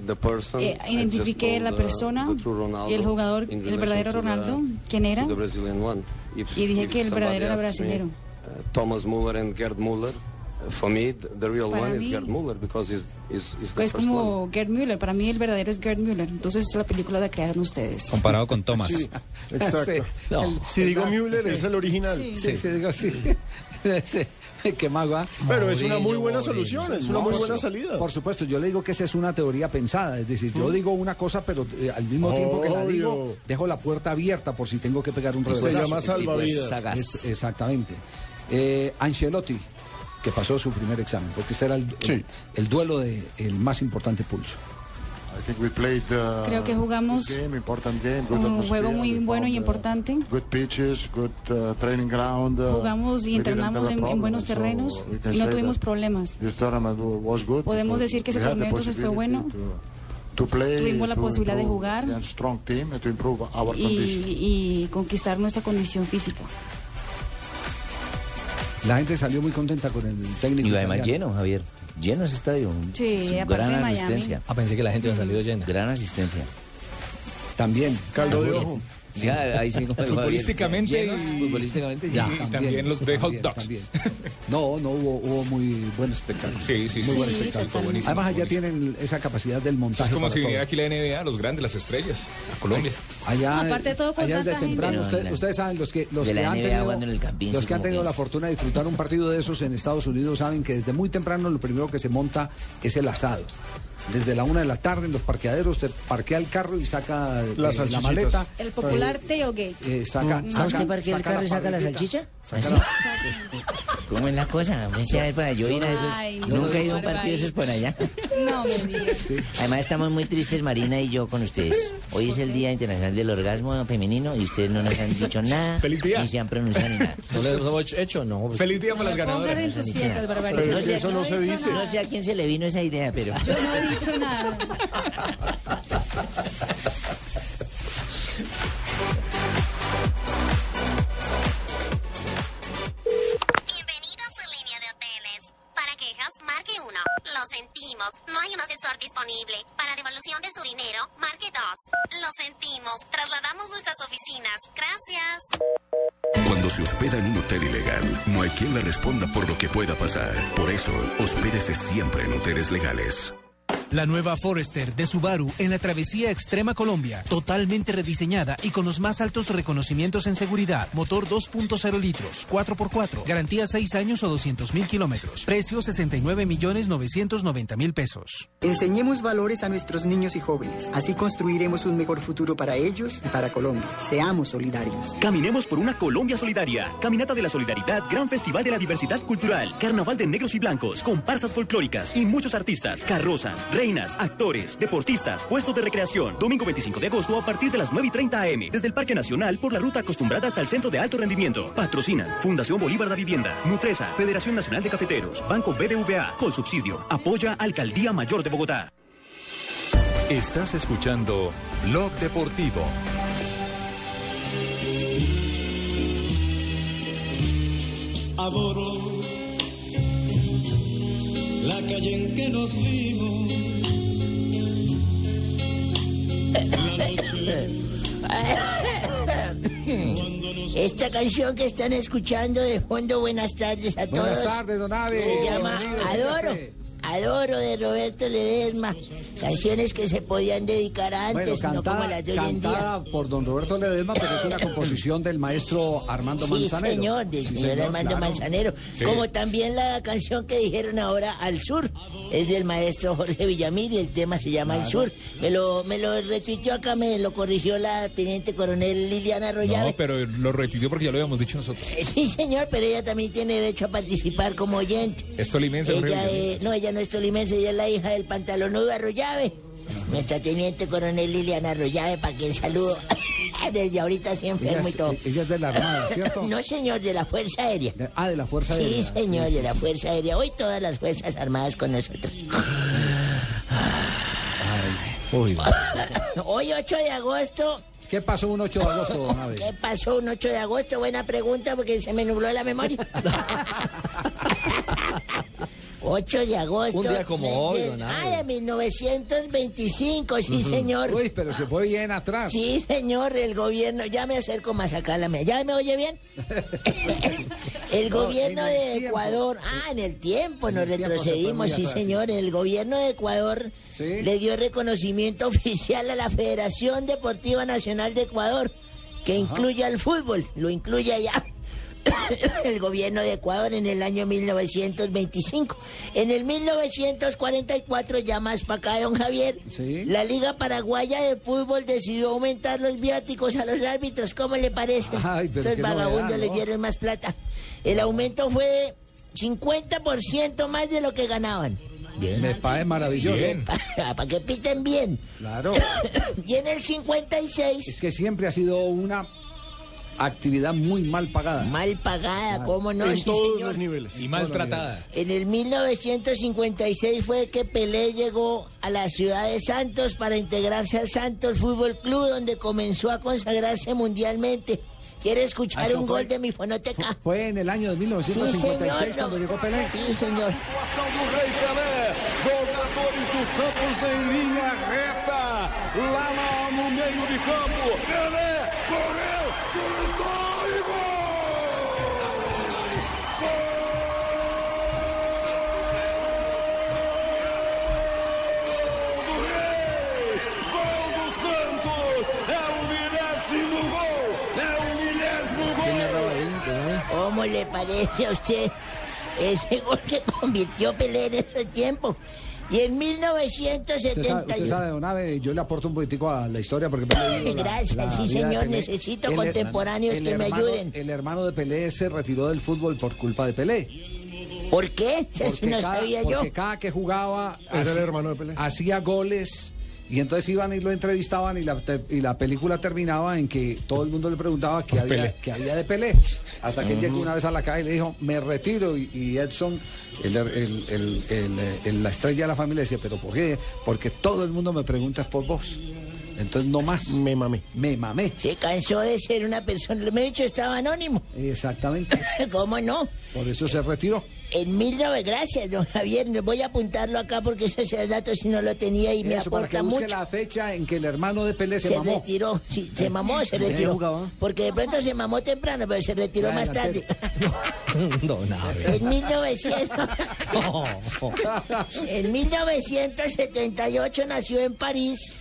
[SPEAKER 17] the person.
[SPEAKER 11] Eh,
[SPEAKER 17] I
[SPEAKER 11] identifiqué
[SPEAKER 17] just
[SPEAKER 11] la
[SPEAKER 17] told, uh,
[SPEAKER 11] persona
[SPEAKER 17] the true Ronaldo
[SPEAKER 11] y el jugador,
[SPEAKER 17] in
[SPEAKER 11] el
[SPEAKER 17] relation
[SPEAKER 11] verdadero
[SPEAKER 17] to the-
[SPEAKER 11] Ronaldo, quién
[SPEAKER 17] to
[SPEAKER 11] era,
[SPEAKER 17] the Brazilian one. If-
[SPEAKER 11] y dije
[SPEAKER 17] if
[SPEAKER 11] que el
[SPEAKER 17] somebody
[SPEAKER 11] verdadero era
[SPEAKER 17] asks me,
[SPEAKER 11] brasilero.
[SPEAKER 17] uh, Thomas Müller and Gerd Müller. uh, For me, th- the real
[SPEAKER 11] Para
[SPEAKER 17] one is
[SPEAKER 11] mí-
[SPEAKER 17] Gerd Müller because he's, he's, he's the
[SPEAKER 11] Es
[SPEAKER 17] first one.
[SPEAKER 11] Pues, como Gerd Müller, para mí el verdadero es Gerd Müller. Entonces, esta es la película la crearon ustedes.
[SPEAKER 17] Comparado con Thomas.
[SPEAKER 10] Sí, exacto.
[SPEAKER 9] Sí. No.
[SPEAKER 10] Si digo
[SPEAKER 9] Exacto,
[SPEAKER 10] Müller,
[SPEAKER 9] sí.
[SPEAKER 10] es el original.
[SPEAKER 9] Sí, sí, digo sí. Sí, Qué más va.
[SPEAKER 10] Pero es una muy buena solución, es una muy
[SPEAKER 9] por
[SPEAKER 10] buena
[SPEAKER 9] su-
[SPEAKER 10] salida.
[SPEAKER 9] Por supuesto, yo le digo que esa es una teoría pensada. Es decir, yo
[SPEAKER 10] Mm.
[SPEAKER 9] digo una cosa, pero eh, al mismo tiempo que la
[SPEAKER 10] Obvio.
[SPEAKER 9] digo, dejo la puerta abierta por si tengo que pegar un
[SPEAKER 10] Se
[SPEAKER 9] reversazo.
[SPEAKER 10] llama
[SPEAKER 9] Es-
[SPEAKER 10] salvavidas.
[SPEAKER 9] es- es- exactamente. Eh, Ancelotti, que pasó su primer examen, porque este era el, el- el duelo de el más importante pulso.
[SPEAKER 44] I think we played, uh,
[SPEAKER 11] Creo que jugamos
[SPEAKER 44] good game, important game, good
[SPEAKER 11] Un
[SPEAKER 44] atmosphere,
[SPEAKER 11] juego muy bueno y importante.
[SPEAKER 44] good pitches, good uh, training ground. uh,
[SPEAKER 11] Jugamos y
[SPEAKER 44] we didn't have
[SPEAKER 11] entrenamos
[SPEAKER 44] a
[SPEAKER 11] en- en
[SPEAKER 44] problem,
[SPEAKER 11] buenos
[SPEAKER 44] so
[SPEAKER 11] terrenos
[SPEAKER 44] we can
[SPEAKER 11] y no
[SPEAKER 44] say
[SPEAKER 11] tuvimos
[SPEAKER 44] that
[SPEAKER 11] problemas.
[SPEAKER 44] this tournament was good
[SPEAKER 11] Podemos
[SPEAKER 44] because
[SPEAKER 11] decir que ese
[SPEAKER 44] we had the
[SPEAKER 11] torneo entonces fue
[SPEAKER 44] possibility
[SPEAKER 11] bueno.
[SPEAKER 44] to- to play,
[SPEAKER 11] Tuvimos la
[SPEAKER 44] to
[SPEAKER 11] posibilidad de
[SPEAKER 44] improve
[SPEAKER 11] jugar
[SPEAKER 44] against strong team and to improve our condition.
[SPEAKER 11] y, y conquistar nuestra condición física.
[SPEAKER 9] La gente salió muy contenta con el técnico.
[SPEAKER 3] Y además
[SPEAKER 9] italiano.
[SPEAKER 3] lleno, Javier. Lleno ese estadio.
[SPEAKER 11] Sí,
[SPEAKER 3] Es
[SPEAKER 11] aparte
[SPEAKER 3] gran
[SPEAKER 11] de Miami.
[SPEAKER 3] asistencia.
[SPEAKER 15] Ah, pensé que la gente había salido llena.
[SPEAKER 3] Gran asistencia.
[SPEAKER 9] También.
[SPEAKER 17] Caldo de ojo.
[SPEAKER 3] Sí, ahí sí, como dijo Javier,
[SPEAKER 5] Futbolísticamente
[SPEAKER 3] llenos,
[SPEAKER 5] y-
[SPEAKER 3] futbolísticamente
[SPEAKER 5] y
[SPEAKER 3] ya.
[SPEAKER 5] también, los de hot dogs.
[SPEAKER 9] No, no hubo, hubo muy buen espectáculo.
[SPEAKER 5] Sí, sí,
[SPEAKER 9] Muy
[SPEAKER 5] sí,
[SPEAKER 9] buen
[SPEAKER 5] sí,
[SPEAKER 9] espectáculo.
[SPEAKER 5] fue buenísimo,
[SPEAKER 9] Además, allá
[SPEAKER 5] buenísimo.
[SPEAKER 9] tienen esa capacidad del montaje.
[SPEAKER 5] Es como
[SPEAKER 9] para
[SPEAKER 5] si
[SPEAKER 9] todo.
[SPEAKER 5] viniera aquí la NBA, los grandes, las estrellas, a Colombia.
[SPEAKER 9] Allá,
[SPEAKER 11] Aparte de todo, con
[SPEAKER 9] allá desde
[SPEAKER 11] tanta gente.
[SPEAKER 9] temprano,
[SPEAKER 11] No,
[SPEAKER 9] usted-
[SPEAKER 11] la-
[SPEAKER 9] ustedes saben, los que, los
[SPEAKER 3] de
[SPEAKER 9] que
[SPEAKER 3] la
[SPEAKER 9] han
[SPEAKER 3] NBA
[SPEAKER 9] tenido,
[SPEAKER 3] jugando en el campín,
[SPEAKER 9] los
[SPEAKER 3] sí,
[SPEAKER 9] que han
[SPEAKER 3] como
[SPEAKER 9] tenido
[SPEAKER 3] que
[SPEAKER 9] la
[SPEAKER 3] es.
[SPEAKER 9] fortuna de disfrutar un partido de esos en Estados Unidos saben que desde muy temprano lo primero que se monta es el asado. Desde la una de la tarde en los parqueaderos, usted parquea el carro y saca eh,
[SPEAKER 10] Las
[SPEAKER 9] la
[SPEAKER 10] salchichitas.
[SPEAKER 9] maleta.
[SPEAKER 11] El popular tailgate.
[SPEAKER 9] Eh, saca,
[SPEAKER 3] Mm.
[SPEAKER 9] saca,
[SPEAKER 3] ¿Ah, usted parquea el carro y saca la
[SPEAKER 9] parrillita,
[SPEAKER 3] salchicha?
[SPEAKER 9] saca
[SPEAKER 3] ¿Así? ¿Cómo es la cosa? Pensé, a ver, para yo ir a esos. Ay, no, Nunca he ido a un barbaridad. partido de esos por allá.
[SPEAKER 11] No me digas.
[SPEAKER 3] Además, estamos muy tristes, Marina y yo, con ustedes. Hoy es el Día Internacional del Orgasmo Femenino y ustedes no nos han dicho nada.
[SPEAKER 15] Feliz día.
[SPEAKER 3] Ni se han pronunciado ni nada.
[SPEAKER 15] ¿No les hemos hecho? No. pues-
[SPEAKER 3] Feliz
[SPEAKER 5] día
[SPEAKER 3] para las
[SPEAKER 11] Pongan en sus fiestas, barbaridad.
[SPEAKER 3] Pero es que eso no
[SPEAKER 11] he
[SPEAKER 3] se
[SPEAKER 11] dicho
[SPEAKER 3] dice.
[SPEAKER 11] nada.
[SPEAKER 3] No sé a quién se le vino esa idea, pero.
[SPEAKER 11] Yo no he dicho nada.
[SPEAKER 44] Para quejas, marque uno. Lo sentimos. No hay un asesor disponible. Para devolución de su dinero, marque dos. Lo sentimos. Trasladamos nuestras oficinas. Gracias.
[SPEAKER 19] Cuando se hospeda en un hotel ilegal, no hay quien le responda por lo que pueda pasar. Por eso, hospédese siempre en hoteles legales.
[SPEAKER 8] La nueva Forester de Subaru en la travesía extrema Colombia, totalmente rediseñada y con los más altos reconocimientos en seguridad. Motor 2.0 litros, 4x4, garantía 6 años o 200 mil kilómetros, precio 69 millones 990 mil pesos.
[SPEAKER 25] Enseñemos valores a nuestros niños y jóvenes. Así construiremos un mejor futuro para ellos y para Colombia. Seamos solidarios.
[SPEAKER 45] Caminemos por una Colombia solidaria. Caminata de la Solidaridad, Gran Festival de la Diversidad Cultural, Carnaval de Negros y Blancos, comparsas folclóricas y muchos artistas, carrozas,
[SPEAKER 8] reinas, actores, deportistas, puestos de recreación. Domingo 25 de agosto a partir de las 9 y 30 am. Desde el Parque Nacional por la ruta acostumbrada hasta el Centro de Alto Rendimiento. Patrocinan Fundación Bolívar da Vivienda, Nutresa, Federación Nacional de Cafeteros, Banco BBVA, Colsubsidio. Apoya Alcaldía Mayor de Bogotá.
[SPEAKER 1] Estás escuchando Blog Deportivo.
[SPEAKER 6] Adoro la calle en que nos vimos.
[SPEAKER 25] Esta canción que están escuchando de fondo, buenas tardes a todos.
[SPEAKER 9] Buenas tardes, don Abe.
[SPEAKER 25] Se llama
[SPEAKER 9] Bienvenido,
[SPEAKER 25] Adoro.
[SPEAKER 9] siéntese.
[SPEAKER 25] Adoro de Roberto Ledesma. Canciones que se podían dedicar
[SPEAKER 9] Bueno,
[SPEAKER 25] antes, no como
[SPEAKER 9] cantada,
[SPEAKER 25] las de hoy en día.
[SPEAKER 9] cantada por don Roberto Ledesma, pero es una composición del maestro Armando
[SPEAKER 25] Sí,
[SPEAKER 9] Manzanero.
[SPEAKER 25] señor, del
[SPEAKER 9] Sí,
[SPEAKER 25] señor Armando
[SPEAKER 9] claro.
[SPEAKER 25] Manzanero.
[SPEAKER 9] Sí.
[SPEAKER 25] Como también la canción que dijeron ahora, Al Sur, es del maestro Jorge Villamil y el tema se llama Al
[SPEAKER 5] Claro.
[SPEAKER 25] Sur. Me lo, me lo retuiteó acá, me lo corrigió la teniente coronel Liliana Arroyave.
[SPEAKER 5] No, pero lo retuiteó porque ya lo habíamos dicho nosotros.
[SPEAKER 25] Eh, Sí, señor, pero ella también tiene derecho a participar como oyente.
[SPEAKER 5] Es tolimense, Jorge
[SPEAKER 25] Ella,
[SPEAKER 5] Villamil.
[SPEAKER 25] eh, no, ella no es tolimense, ella es la hija del pantalonudo Arroyave. Nuestra teniente coronel Liliana Arroyave, para quien saludo. Desde ahorita sí
[SPEAKER 9] Ella
[SPEAKER 25] enfermo y
[SPEAKER 9] es, eh,
[SPEAKER 25] todo.
[SPEAKER 9] ella es de la Armada, ¿cierto?
[SPEAKER 25] No, señor, de la Fuerza Aérea.
[SPEAKER 9] Ah, de la Fuerza
[SPEAKER 25] sí,
[SPEAKER 9] Aérea.
[SPEAKER 25] señor,
[SPEAKER 9] Sí, sí,
[SPEAKER 25] de la
[SPEAKER 9] sí.
[SPEAKER 25] Fuerza Aérea. Hoy todas las Fuerzas Armadas con nosotros.
[SPEAKER 9] Uy,
[SPEAKER 25] Hoy 8 de agosto.
[SPEAKER 9] ¿Qué pasó un 8 de agosto, don Abe?
[SPEAKER 25] ¿Qué pasó un 8 de agosto? Buena pregunta porque se me nubló la memoria. 8 de agosto.
[SPEAKER 15] Un día como
[SPEAKER 25] de-
[SPEAKER 15] hoy,
[SPEAKER 25] de-
[SPEAKER 15] don Abe.
[SPEAKER 25] Ah, de 1925, sí,
[SPEAKER 9] Ujú.
[SPEAKER 25] señor.
[SPEAKER 9] Uy, pero se fue bien atrás.
[SPEAKER 25] Sí, señor, el gobierno, ya me acerco más acá a la mesa. ¿Ya me oye bien? el
[SPEAKER 9] No,
[SPEAKER 25] gobierno
[SPEAKER 9] en el
[SPEAKER 25] de
[SPEAKER 9] tiempo.
[SPEAKER 25] Ecuador, ah, en el tiempo
[SPEAKER 9] En
[SPEAKER 25] nos
[SPEAKER 9] el tiempo se fue
[SPEAKER 25] retrocedimos,
[SPEAKER 9] muy
[SPEAKER 25] sí,
[SPEAKER 9] atrás, sí,
[SPEAKER 25] señor. El gobierno de Ecuador
[SPEAKER 9] Sí.
[SPEAKER 25] le dio reconocimiento oficial a la Federación Deportiva Nacional de Ecuador, que incluye al fútbol, lo incluye allá. el gobierno de Ecuador en el año 1925. En el 1944, ya más para acá, don Javier, la Liga Paraguaya de Fútbol decidió aumentar los viáticos a los árbitros. ¿Cómo le parece?
[SPEAKER 9] Ay, pero
[SPEAKER 25] Estos
[SPEAKER 9] qué
[SPEAKER 25] vagabundos
[SPEAKER 9] novedad,
[SPEAKER 25] le
[SPEAKER 9] ¿no?
[SPEAKER 25] dieron más plata. El aumento fue de 50% más de lo que ganaban.
[SPEAKER 9] Me parece maravilloso.
[SPEAKER 25] Para que piten bien.
[SPEAKER 9] Claro.
[SPEAKER 25] y en el 56...
[SPEAKER 9] Es que siempre ha sido una actividad muy mal pagada.
[SPEAKER 25] Mal pagada, ¿cómo no?
[SPEAKER 13] en
[SPEAKER 25] Sí,
[SPEAKER 13] todos
[SPEAKER 25] señor.
[SPEAKER 13] los niveles.
[SPEAKER 5] Y maltratada.
[SPEAKER 25] En el 1956 fue que Pelé llegó a la ciudad de Santos para integrarse al Santos Fútbol Club, donde comenzó a consagrarse mundialmente. ¿Quiere escuchar
[SPEAKER 9] Ah, Eso
[SPEAKER 25] un
[SPEAKER 9] fue-
[SPEAKER 25] gol de mi fonoteca?
[SPEAKER 9] Fue en el año de 1956
[SPEAKER 25] Sí, señor,
[SPEAKER 9] cuando
[SPEAKER 25] no.
[SPEAKER 9] llegó Pelé.
[SPEAKER 25] Sí, señor.
[SPEAKER 43] Ação do Rei Pelé. Jogadores do Santos em linha reta. Lá na- no meio de campo. Pelé correu, chutou e gol! Gol! Gol do Santos! É o milésimo gol! É o milésimo gol!
[SPEAKER 25] ¿Cómo le parece a usted ese gol que convirtió Pelé en ese tiempo? Y en
[SPEAKER 9] Usted sabe, usted
[SPEAKER 25] 1971...
[SPEAKER 9] sabe, don Abe, yo le aporto un poquitico a la historia porque Pelé vivió la-
[SPEAKER 25] Gracias,
[SPEAKER 9] la
[SPEAKER 25] sí,
[SPEAKER 9] vida de
[SPEAKER 25] señor,
[SPEAKER 9] Pelé.
[SPEAKER 25] necesito
[SPEAKER 9] El her-
[SPEAKER 25] contemporáneos
[SPEAKER 9] el
[SPEAKER 25] que me
[SPEAKER 9] hermano-
[SPEAKER 25] ayuden.
[SPEAKER 9] El hermano de Pelé se retiró del fútbol por culpa de Pelé.
[SPEAKER 25] ¿Por qué? Eso
[SPEAKER 9] Porque
[SPEAKER 25] no
[SPEAKER 9] cada-
[SPEAKER 25] sabía yo.
[SPEAKER 9] porque cada que jugaba
[SPEAKER 13] Era el
[SPEAKER 9] hacía-
[SPEAKER 13] hermano de Pelé.
[SPEAKER 9] hacía goles y entonces iban y lo entrevistaban y la, te- y la película terminaba en que todo el mundo le preguntaba qué había,
[SPEAKER 5] Pelé.
[SPEAKER 9] qué había de Pelé. Hasta que él llegó una vez a la calle y le dijo, me retiro. Y, y Edson, el, el- el- el- el- la estrella de la familia, decía, pero ¿por qué? Porque todo el mundo me pregunta es por vos. Entonces no más. Me mamé. Me mamé.
[SPEAKER 25] Se cansó de ser una persona... Me he dicho, estaba anónimo.
[SPEAKER 9] Exactamente.
[SPEAKER 25] ¿Cómo no?
[SPEAKER 9] Por eso se retiró.
[SPEAKER 25] En 19... Gracias, don Javier. Voy a apuntarlo acá porque ese es el dato si no lo tenía y me
[SPEAKER 9] Eso, para que
[SPEAKER 25] aporta
[SPEAKER 9] busque
[SPEAKER 25] mucho.
[SPEAKER 9] la fecha en que el hermano de Pelé se,
[SPEAKER 25] Se
[SPEAKER 9] mamó.
[SPEAKER 25] retiró, sí, se mamó, se
[SPEAKER 9] ¿Ya
[SPEAKER 25] retiró.
[SPEAKER 9] jugaba?
[SPEAKER 25] Porque de pronto se mamó temprano, pero se retiró
[SPEAKER 9] Ya
[SPEAKER 25] más tarde.
[SPEAKER 9] delantero.
[SPEAKER 15] Don Abe.
[SPEAKER 25] En 1900, en 1978 nació en París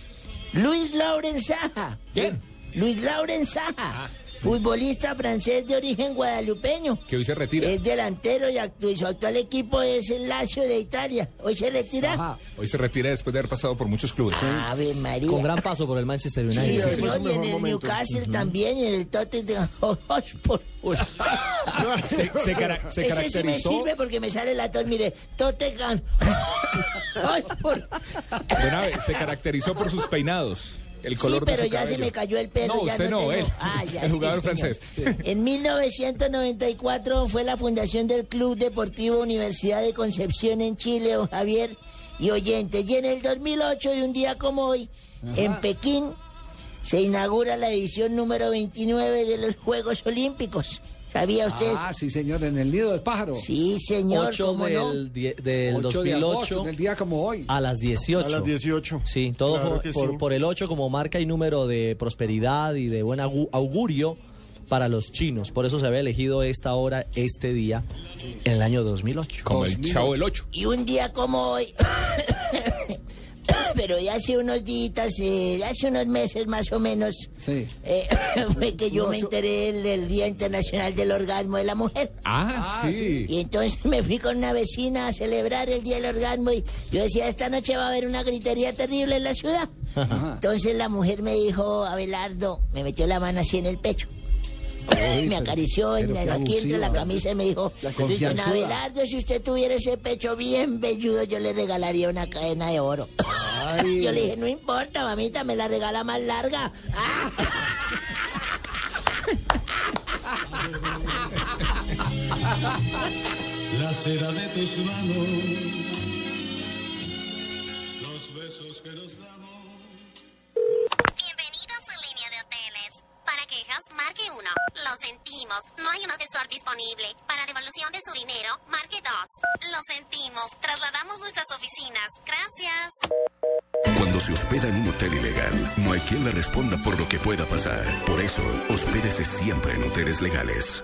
[SPEAKER 25] Luis Lauren Saja.
[SPEAKER 5] ¿Quién? Ah,
[SPEAKER 25] Luis Lauren Saja. futbolista francés de origen guadalupeño.
[SPEAKER 5] Que hoy se retira.
[SPEAKER 25] Es delantero y, actu- y su actual equipo es el Lazio de Italia. Hoy se retira.
[SPEAKER 5] Hoy se retira después de haber pasado por muchos clubes.
[SPEAKER 25] Ave María.
[SPEAKER 15] Con gran paso por el Manchester United.
[SPEAKER 25] Sí, señor, y en el Newcastle también, y en el Tottenham Hotspur.
[SPEAKER 5] Se- se cara- se
[SPEAKER 25] Ese sí me
[SPEAKER 5] caracterizó-
[SPEAKER 25] sirve porque me sale la tos, mire, Tottenham Hotspur.
[SPEAKER 5] Donave, se caracterizó por sus peinados. El
[SPEAKER 25] Sí,
[SPEAKER 5] color de
[SPEAKER 25] pero
[SPEAKER 5] su
[SPEAKER 25] ya se
[SPEAKER 5] cabello.
[SPEAKER 25] me cayó el pelo.
[SPEAKER 5] No,
[SPEAKER 25] ya
[SPEAKER 5] usted no,
[SPEAKER 25] tengo-
[SPEAKER 5] él.
[SPEAKER 25] Ah, ya,
[SPEAKER 5] el
[SPEAKER 25] sí,
[SPEAKER 5] jugador
[SPEAKER 25] señor.
[SPEAKER 5] francés.
[SPEAKER 25] En 1994 fue la fundación del Club Deportivo Universidad de Concepción en Chile, don Javier y oyente. Y en el 2008, y un día como hoy, en Pekín, se inaugura la edición número 29 de los Juegos Olímpicos. ¿Sabía usted?
[SPEAKER 9] Ah, sí, señor, en el nido del pájaro.
[SPEAKER 25] Sí, señor,
[SPEAKER 15] 8
[SPEAKER 25] cómo
[SPEAKER 15] del,
[SPEAKER 25] no.
[SPEAKER 15] die- del
[SPEAKER 9] 8 de
[SPEAKER 15] 2008.
[SPEAKER 9] agosto, del día como hoy.
[SPEAKER 15] A las 18.
[SPEAKER 9] A las
[SPEAKER 15] 18. Sí, todo
[SPEAKER 9] Claro
[SPEAKER 15] fue
[SPEAKER 9] que
[SPEAKER 15] por,
[SPEAKER 9] sí.
[SPEAKER 15] por el 8 como marca y número de prosperidad y de buen augu- augurio para los chinos. Por eso se había elegido esta hora, este día, en el año 2008.
[SPEAKER 5] Como el 2008. Chavo del
[SPEAKER 15] 8.
[SPEAKER 25] Y un día como hoy, pero ya hace unos días, eh, hace unos meses más o menos,
[SPEAKER 9] Sí.
[SPEAKER 25] eh, fue que yo
[SPEAKER 9] No,
[SPEAKER 25] me
[SPEAKER 9] eso-
[SPEAKER 25] enteré del, del Día Internacional del Orgasmo de la Mujer.
[SPEAKER 5] Ah, sí.
[SPEAKER 25] Y entonces me fui con una vecina a celebrar el Día del Orgasmo y yo decía, esta noche va a haber una gritería terrible en la ciudad. Entonces la mujer me dijo, Abelardo, me metió la mano así en el pecho. me acarició en-
[SPEAKER 3] pero
[SPEAKER 25] en
[SPEAKER 3] qué
[SPEAKER 25] aquí entre la
[SPEAKER 3] abusiva.
[SPEAKER 25] camisa y me dijo, don
[SPEAKER 3] confianzuda.
[SPEAKER 25] Abelardo, si usted tuviera ese pecho bien velludo, yo le regalaría una cadena de oro. yo le dije, no importa, mamita, me la regala más larga. ¡Ah!
[SPEAKER 14] La cera de tus manos. Los besos que nos damos.
[SPEAKER 18] Bienvenidos a su línea de hoteles. Para quejas, marque 1. Lo sentimos. No hay un asesor disponible. Para devolución de su dinero, marque 2. Lo sentimos. Trasladamos nuestras oficinas. Gracias.
[SPEAKER 19] Cuando se hospeda en un hotel ilegal, no hay quien le responda por lo que pueda pasar. Por eso, hospédese siempre en hoteles legales.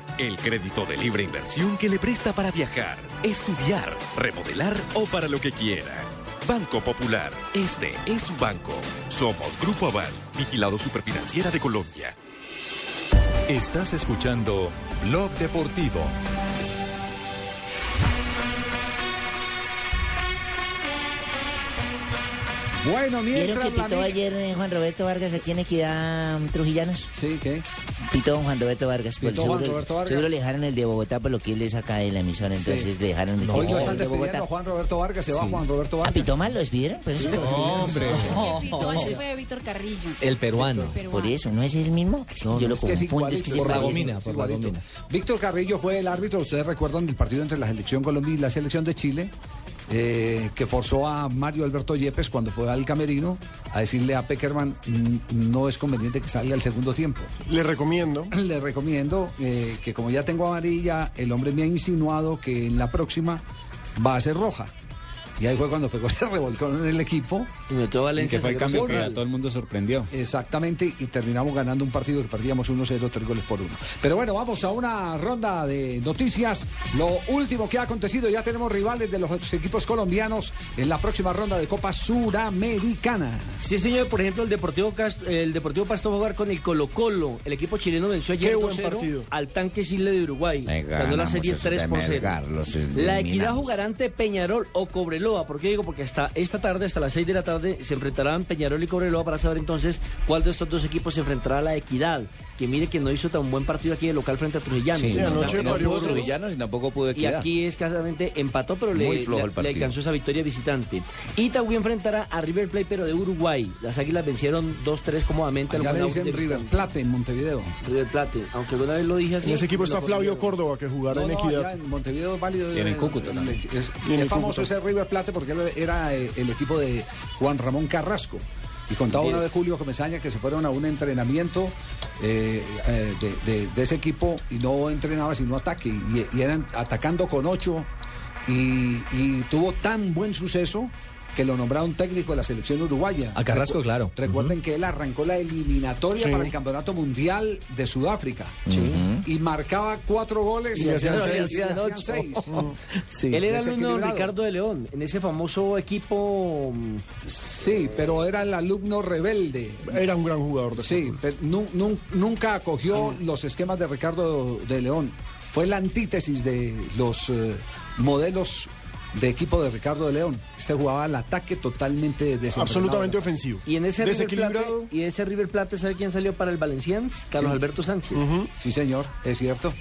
[SPEAKER 1] El crédito de libre inversión que le presta para viajar, estudiar, remodelar o para lo que quiera. Banco Popular, este es su banco. Somos Grupo Aval, vigilado superfinanciera de Colombia.
[SPEAKER 46] Estás escuchando Blog Deportivo.
[SPEAKER 9] Bueno,
[SPEAKER 25] ¿Vieron que
[SPEAKER 9] mientras la
[SPEAKER 25] pitó
[SPEAKER 9] amiga-
[SPEAKER 25] ayer eh, Juan Roberto Vargas aquí en Equidad mm, Trujillanos?
[SPEAKER 9] Sí, ¿qué?
[SPEAKER 25] Pitó don Juan Roberto Vargas. por
[SPEAKER 9] Pitó
[SPEAKER 25] seguro,
[SPEAKER 9] Juan Roberto Vargas.
[SPEAKER 25] seguro le dejaron el de Bogotá por lo que él es acá de la emisora, entonces le dejaron el,
[SPEAKER 9] Hoy lo
[SPEAKER 25] el
[SPEAKER 9] están
[SPEAKER 25] de
[SPEAKER 9] despidiendo a
[SPEAKER 25] Bogotá.
[SPEAKER 9] Juan Roberto Vargas, se va
[SPEAKER 25] Sí.
[SPEAKER 9] Juan Roberto Vargas.
[SPEAKER 25] Ah, pitó mal, lo despidieron, por eso.
[SPEAKER 9] No, hombre.
[SPEAKER 11] El pitó ayer fue Víctor Carrillo.
[SPEAKER 25] Por eso, ¿no es el mismo? Sí, yo lo
[SPEAKER 9] Es que es
[SPEAKER 25] confundo,
[SPEAKER 9] igualito,
[SPEAKER 25] es que
[SPEAKER 9] es
[SPEAKER 25] se parece.
[SPEAKER 9] igualito, es igualito. Víctor Carrillo fue el árbitro, ustedes recuerdan del partido entre la selección Colombia y la selección de Chile, eh, que forzó a Mario Alberto Yepes cuando fue al camerino a decirle a Peckerman, "Mm, no es conveniente que salga el segundo tiempo.
[SPEAKER 10] Le recomiendo.
[SPEAKER 9] Le recomiendo eh, que como ya tengo amarilla, el hombre me ha insinuado que en la próxima va a ser roja. Y ahí fue cuando pegó ese revolcón en el equipo.
[SPEAKER 8] Valencia, que fue el cambio que a todo
[SPEAKER 9] el mundo sorprendió. Exactamente, y terminamos ganando un partido que perdíamos 1-0, tres goles por uno. Pero bueno, vamos a una ronda de noticias. Lo último que ha acontecido, ya tenemos rivales de los equipos colombianos en la próxima ronda de Copa Suramericana.
[SPEAKER 13] Sí, señor, por ejemplo, el Deportivo, Cast- el Deportivo Pasto va a jugar con el Colo Colo. El equipo chileno venció ayer
[SPEAKER 8] Qué buen
[SPEAKER 13] 2-0
[SPEAKER 8] partido.
[SPEAKER 13] al tanque Chile de Uruguay. Ganó la
[SPEAKER 8] ganamos
[SPEAKER 13] serie
[SPEAKER 8] ese
[SPEAKER 13] 3 por
[SPEAKER 8] de
[SPEAKER 13] 0.
[SPEAKER 8] Melgar, los
[SPEAKER 13] La Equidad
[SPEAKER 8] eliminamos.
[SPEAKER 13] jugará ante Peñarol o Cobreloa. ¿Por qué digo? Porque hasta esta tarde, hasta las 6 de la tarde, se enfrentarán Peñarol y Cobreloa para saber entonces cuál de estos dos equipos se enfrentará a la Equidad. Que mire que no hizo tan buen partido aquí de local frente a Trujillano.
[SPEAKER 8] Sí,
[SPEAKER 13] Está-
[SPEAKER 8] no, no pudo
[SPEAKER 13] otros.
[SPEAKER 8] Trujillanos y tampoco pudo
[SPEAKER 13] Y
[SPEAKER 8] Equidad.
[SPEAKER 13] aquí escasamente empató, pero le,
[SPEAKER 8] Muy flojo
[SPEAKER 13] le-
[SPEAKER 8] el partido.
[SPEAKER 13] le alcanzó esa victoria visitante. Itagüí enfrentará a River Plate, pero de Uruguay. Las águilas vencieron 2-3 cómodamente. al
[SPEAKER 9] Ya le
[SPEAKER 13] Manaus
[SPEAKER 9] dicen
[SPEAKER 13] de-
[SPEAKER 9] River Plate en Montevideo.
[SPEAKER 13] River Plate, aunque alguna vez lo dije así.
[SPEAKER 9] En ese equipo está Flavio
[SPEAKER 10] Córdoba, que jugará
[SPEAKER 9] No,
[SPEAKER 10] en
[SPEAKER 9] no,
[SPEAKER 10] Equidad.
[SPEAKER 9] allá en Montevideo es válido.
[SPEAKER 10] Y en el Cúcuta
[SPEAKER 9] eh,
[SPEAKER 10] también.
[SPEAKER 9] es- Es,
[SPEAKER 10] Y en
[SPEAKER 9] es
[SPEAKER 10] el Cúcuta.
[SPEAKER 9] famoso ese River Plate porque él era eh, el equipo de Juan Ramón Carrasco. Y contaba una
[SPEAKER 8] Yes.
[SPEAKER 9] vez Julio Comesaña que se fueron a un entrenamiento eh, eh, de, de- de ese equipo y no entrenaba sino ataque. Y, y eran atacando con ocho. Y, y tuvo tan buen suceso que lo nombraron técnico de la selección uruguaya.
[SPEAKER 15] A Carrasco,
[SPEAKER 9] Recu-
[SPEAKER 15] claro.
[SPEAKER 9] Recuerden que él arrancó la eliminatoria para el Campeonato Mundial de Sudáfrica. Y marcaba cuatro goles
[SPEAKER 13] Y hacían
[SPEAKER 9] y
[SPEAKER 13] seis.
[SPEAKER 9] hacían
[SPEAKER 13] Ocho.
[SPEAKER 9] seis.
[SPEAKER 13] Él era alumno de
[SPEAKER 9] Desequilibrado.
[SPEAKER 13] Ricardo de León, en ese famoso equipo. mm,
[SPEAKER 9] Sí, pero era el alumno rebelde.
[SPEAKER 10] Era un gran jugador de
[SPEAKER 9] Sí, pero nu- nu- nunca
[SPEAKER 13] Ah.
[SPEAKER 9] acogió los esquemas de Ricardo de León. Fue la antítesis de los eh, modelos de equipo de Ricardo de León. Este jugaba al ataque totalmente desenfrenado.
[SPEAKER 10] ofensivo.
[SPEAKER 13] Y en ese River
[SPEAKER 9] Desequilibrado.
[SPEAKER 13] Plate, y ese River Plate, ¿sabe quién salió para el Valenciennes? Carlos
[SPEAKER 9] Sí.
[SPEAKER 13] Alberto Sánchez.
[SPEAKER 9] Sí, señor, es cierto.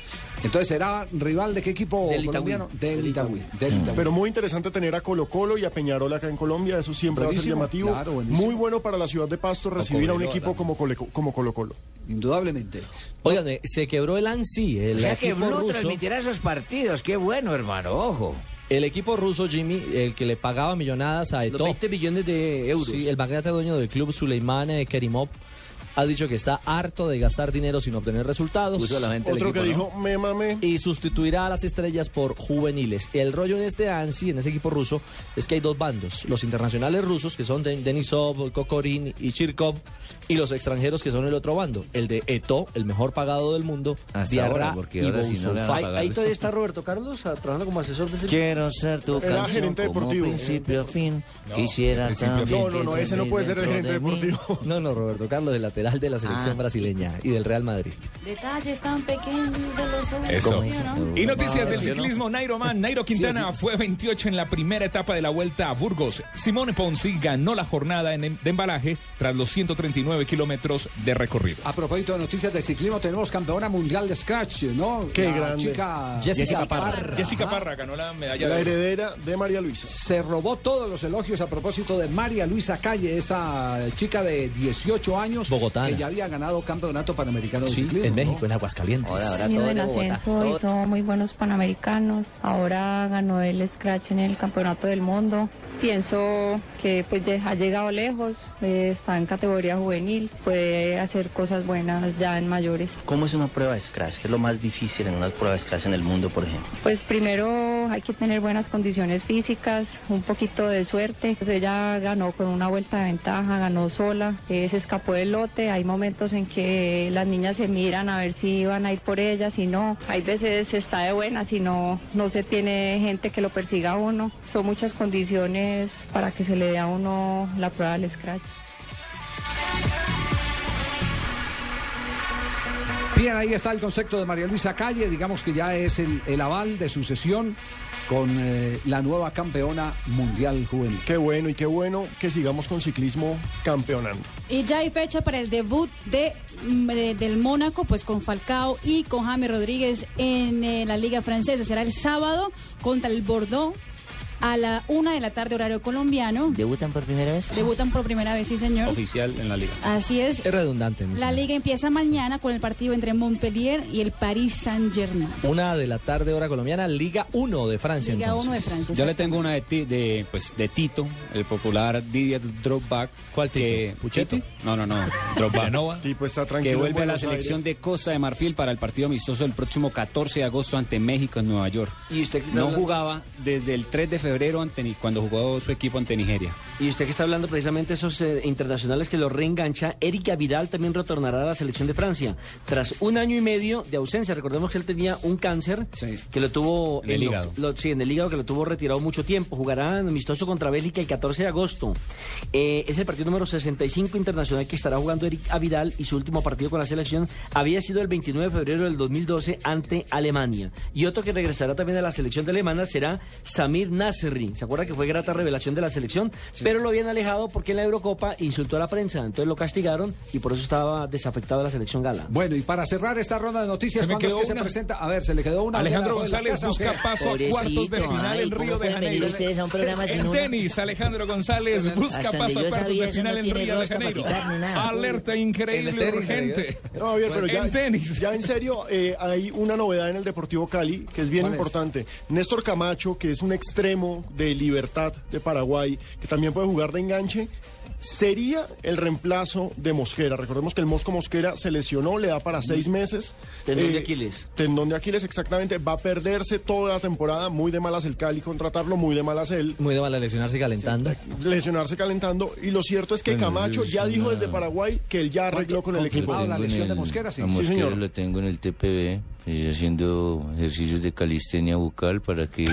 [SPEAKER 9] Entonces era rival de qué equipo
[SPEAKER 13] Del Itagüí.
[SPEAKER 9] colombiano? Del Itagüí. Del Itagüí.
[SPEAKER 10] Mm. Pero muy interesante tener a Colo Colo y a Peñarol acá en Colombia, eso siempre
[SPEAKER 9] Buenísimo,
[SPEAKER 10] va a ser llamativo.
[SPEAKER 9] claro, buenísimo.
[SPEAKER 10] muy bueno para la ciudad de Pasto recibir a un
[SPEAKER 15] Cobreloa,
[SPEAKER 10] equipo como Cole- como Colo Colo.
[SPEAKER 9] Indudablemente.
[SPEAKER 15] Óigame, eh, se quebró el ANSI, el
[SPEAKER 10] O sea que
[SPEAKER 15] equipo
[SPEAKER 10] Blue
[SPEAKER 15] ruso.
[SPEAKER 10] transmitirá
[SPEAKER 15] esos partidos, qué bueno, hermano, ojo. El equipo ruso, Jimmy, el que le pagaba millonadas a Eto.
[SPEAKER 13] 20 billones de euros.
[SPEAKER 15] Sí, el magnate dueño del club, Suleiman eh, Kerimov, ha dicho que está harto de gastar dinero sin obtener resultados.
[SPEAKER 10] Puso a la gente del Otro equipo, que ¿no? dijo, me mame.
[SPEAKER 15] Y sustituirá a las estrellas por juveniles. El rollo en este ANSI, en ese equipo ruso, es que hay dos bandos. Los internacionales rusos, que son Den- Denisov, Kokorin y Chirkov, y los extranjeros, que son el otro bando. El de Eto, el mejor pagado del mundo,
[SPEAKER 47] Hasta
[SPEAKER 15] Diarra
[SPEAKER 47] ahora, porque
[SPEAKER 15] y
[SPEAKER 47] ahora sí no le van a
[SPEAKER 15] Bouzofai.
[SPEAKER 47] pagar.
[SPEAKER 13] Ahí todavía está Roberto Carlos ah, trabajando como asesor de ese
[SPEAKER 47] Quiero ser tu
[SPEAKER 13] Era
[SPEAKER 47] canción
[SPEAKER 13] gerente
[SPEAKER 47] como
[SPEAKER 13] deportivo.
[SPEAKER 47] principio a fin.
[SPEAKER 15] No,
[SPEAKER 47] Quisiera
[SPEAKER 15] principio a fin.
[SPEAKER 47] también
[SPEAKER 15] No, no, no,
[SPEAKER 47] que
[SPEAKER 15] ese no
[SPEAKER 47] te
[SPEAKER 15] puede ser el
[SPEAKER 47] dentro
[SPEAKER 15] gerente
[SPEAKER 47] de mí.
[SPEAKER 15] No, no, Roberto Carlos, el lateral de la selección
[SPEAKER 47] Ah.
[SPEAKER 15] brasileña y del Real Madrid.
[SPEAKER 48] Detalles tan pequeños de los hombres.
[SPEAKER 15] Eso.
[SPEAKER 48] ¿sí o no?
[SPEAKER 15] Ujú.
[SPEAKER 5] Y noticias
[SPEAKER 15] Ah,
[SPEAKER 5] del
[SPEAKER 15] sí, ¿no?
[SPEAKER 5] ciclismo, Nairo Man. Nairo Quintana
[SPEAKER 15] Sí, sí.
[SPEAKER 5] fue 28 en la primera etapa de la Vuelta a Burgos. Simone Ponzi ganó la jornada en em- de embalaje tras los 139 kilómetros de recorrido.
[SPEAKER 9] A propósito de noticias de ciclismo, tenemos campeona mundial de Scratch, ¿no?
[SPEAKER 5] Qué
[SPEAKER 9] La
[SPEAKER 5] grande.
[SPEAKER 9] chica
[SPEAKER 5] Jessica Jessica Parra. Parra. Jessica Parra ganó la medalla
[SPEAKER 10] La
[SPEAKER 5] de-
[SPEAKER 10] heredera de María Luisa.
[SPEAKER 9] Se robó todos los elogios a propósito de María Luisa Calle, esta chica de 18 años. Que ya había ganado campeonato panamericano de ciclismo.
[SPEAKER 15] en México, en Aguascalientes.
[SPEAKER 9] ahora
[SPEAKER 48] Sido en ascenso, hizo muy buenos panamericanos. Ahora ganó el scratch en el campeonato del mundo. Pienso que pues ya ha llegado lejos, eh, está en categoría juvenil, puede hacer cosas buenas ya en mayores.
[SPEAKER 2] ¿Cómo es una prueba de scratch? ¿Qué es lo más difícil en una prueba de scratch en el mundo, por ejemplo?
[SPEAKER 48] Pues primero hay que tener buenas condiciones físicas, un poquito de suerte. Pues ella ganó con una vuelta de ventaja, ganó sola, eh, se escapó del lote. Hay momentos en que las niñas se miran a ver si van a ir por ella, si no. Hay veces está de buena, si no, no se tiene gente que lo persiga a uno. Son muchas condiciones para que se le dé a uno la prueba del scratch.
[SPEAKER 9] Bien, ahí está el concepto de María Luisa Calle, digamos que ya es el, el aval de sucesión con eh, la nueva campeona mundial juvenil.
[SPEAKER 10] Qué bueno y qué bueno que sigamos con ciclismo campeonando.
[SPEAKER 11] Y ya hay fecha para el debut de, mm, de- del Mónaco, pues con Falcao y con Jaime Rodríguez en eh, la Liga Francesa. Será el sábado contra el Bordeaux a la una de la tarde, horario colombiano.
[SPEAKER 47] ¿Debutan por primera vez?
[SPEAKER 11] Debutan por primera vez, sí, señor.
[SPEAKER 2] Oficial en la liga.
[SPEAKER 11] Así es.
[SPEAKER 15] Es redundante. mi
[SPEAKER 11] La
[SPEAKER 15] señor.
[SPEAKER 11] liga empieza mañana con el partido entre Montpellier y el Paris Saint-Germain.
[SPEAKER 15] Una de la tarde, hora colombiana, Liga 1 de Francia.
[SPEAKER 11] Liga
[SPEAKER 15] entonces.
[SPEAKER 11] 1 de Francia.
[SPEAKER 2] Yo le tengo una de, ti- de, pues, de Tito, el popular Didier Drogba. ¿Cuál Tito? ¿Puchetti? No, no, no. Drogba.
[SPEAKER 10] Tipo pues, está tranquilo.
[SPEAKER 2] que
[SPEAKER 10] en
[SPEAKER 2] vuelve a la
[SPEAKER 10] Buenos
[SPEAKER 2] selección
[SPEAKER 10] Aires.
[SPEAKER 2] de Costa de Marfil para el partido amistoso el próximo 14 de agosto ante México en Nueva York.
[SPEAKER 13] ¿Y usted qué está
[SPEAKER 2] No
[SPEAKER 13] hablando?
[SPEAKER 2] jugaba desde el 3 de febrero ante, Ni- cuando jugó su equipo ante Nigeria.
[SPEAKER 13] Y usted que está hablando precisamente de esos eh, internacionales que lo reengancha, Erika Vidal también retornará a la selección de Francia. Tras un año y medio de ausencia, recordemos que él tenía un cáncer que lo tuvo
[SPEAKER 2] En el
[SPEAKER 13] lo-
[SPEAKER 2] hígado.
[SPEAKER 13] lo- sí, en el hígado que lo tuvo retirado mucho tiempo. Jugará en amistoso contra Bélgica el 14 de agosto. Eh, es el partido número 65 internacional que estará jugando Erika Vidal y su último partido con la selección había sido el 29 de febrero del 2012 ante Alemania. Y otro que regresará también a la selección de alemana será Samir Nasri. ¿Se acuerda que fue grata revelación de la selección? Pero lo habían alejado porque en la Eurocopa insultó a la prensa. Entonces lo castigaron y por eso estaba desafectado de la selección gala.
[SPEAKER 9] Bueno, y para cerrar esta ronda de noticias,
[SPEAKER 13] Se me
[SPEAKER 9] ¿cuándo es
[SPEAKER 13] quedó
[SPEAKER 9] que se
[SPEAKER 13] una.
[SPEAKER 9] presenta? A ver, se le quedó una.
[SPEAKER 5] Alejandro
[SPEAKER 9] de la- de la
[SPEAKER 5] González
[SPEAKER 9] casa, ¿o qué?
[SPEAKER 5] busca paso a cuartos de final en Río de Janeiro. en tenis, Alejandro González busca
[SPEAKER 10] Hasta
[SPEAKER 5] paso
[SPEAKER 10] donde
[SPEAKER 5] a
[SPEAKER 10] yo
[SPEAKER 5] cuartos
[SPEAKER 10] sabía,
[SPEAKER 5] de
[SPEAKER 10] eso
[SPEAKER 5] final
[SPEAKER 10] no
[SPEAKER 5] en
[SPEAKER 10] tiene
[SPEAKER 5] Río de
[SPEAKER 10] rosca para
[SPEAKER 5] Janeiro.
[SPEAKER 10] picar ni nada.
[SPEAKER 5] Alerta
[SPEAKER 10] En
[SPEAKER 5] increíble
[SPEAKER 10] el tenis,
[SPEAKER 5] urgente.
[SPEAKER 10] No, Javier, pero ya,
[SPEAKER 5] En tenis.
[SPEAKER 10] ya en serio, eh, hay una novedad en el Deportivo Cali que es bien
[SPEAKER 5] ¿Cuál es?
[SPEAKER 10] importante. Néstor Camacho, que es un extremo chileno de Libertad de Paraguay, que también puede jugar de enganche, sería el reemplazo de Mosquera. Recordemos que el Mosco Mosquera se lesionó, le da para seis meses. Eh,
[SPEAKER 13] Tendón de Aquiles.
[SPEAKER 10] Tendón de Aquiles, exactamente. Va a perderse toda la temporada. Muy de malas el Cali contratarlo, muy de malas él.
[SPEAKER 15] Muy de mala lesionarse calentando.
[SPEAKER 10] Lesionarse calentando. Y lo cierto es que
[SPEAKER 15] Bueno,
[SPEAKER 10] Camacho
[SPEAKER 15] es
[SPEAKER 10] ya dijo
[SPEAKER 15] una-
[SPEAKER 10] desde Paraguay que él ya arregló con el equipo.
[SPEAKER 9] Confirmado la lesión de Mosquera, sí.
[SPEAKER 47] A
[SPEAKER 10] Sí,
[SPEAKER 47] Mosquera
[SPEAKER 10] señor.
[SPEAKER 47] lo tengo en el TPB, eh, haciendo ejercicios de calistenia bucal para que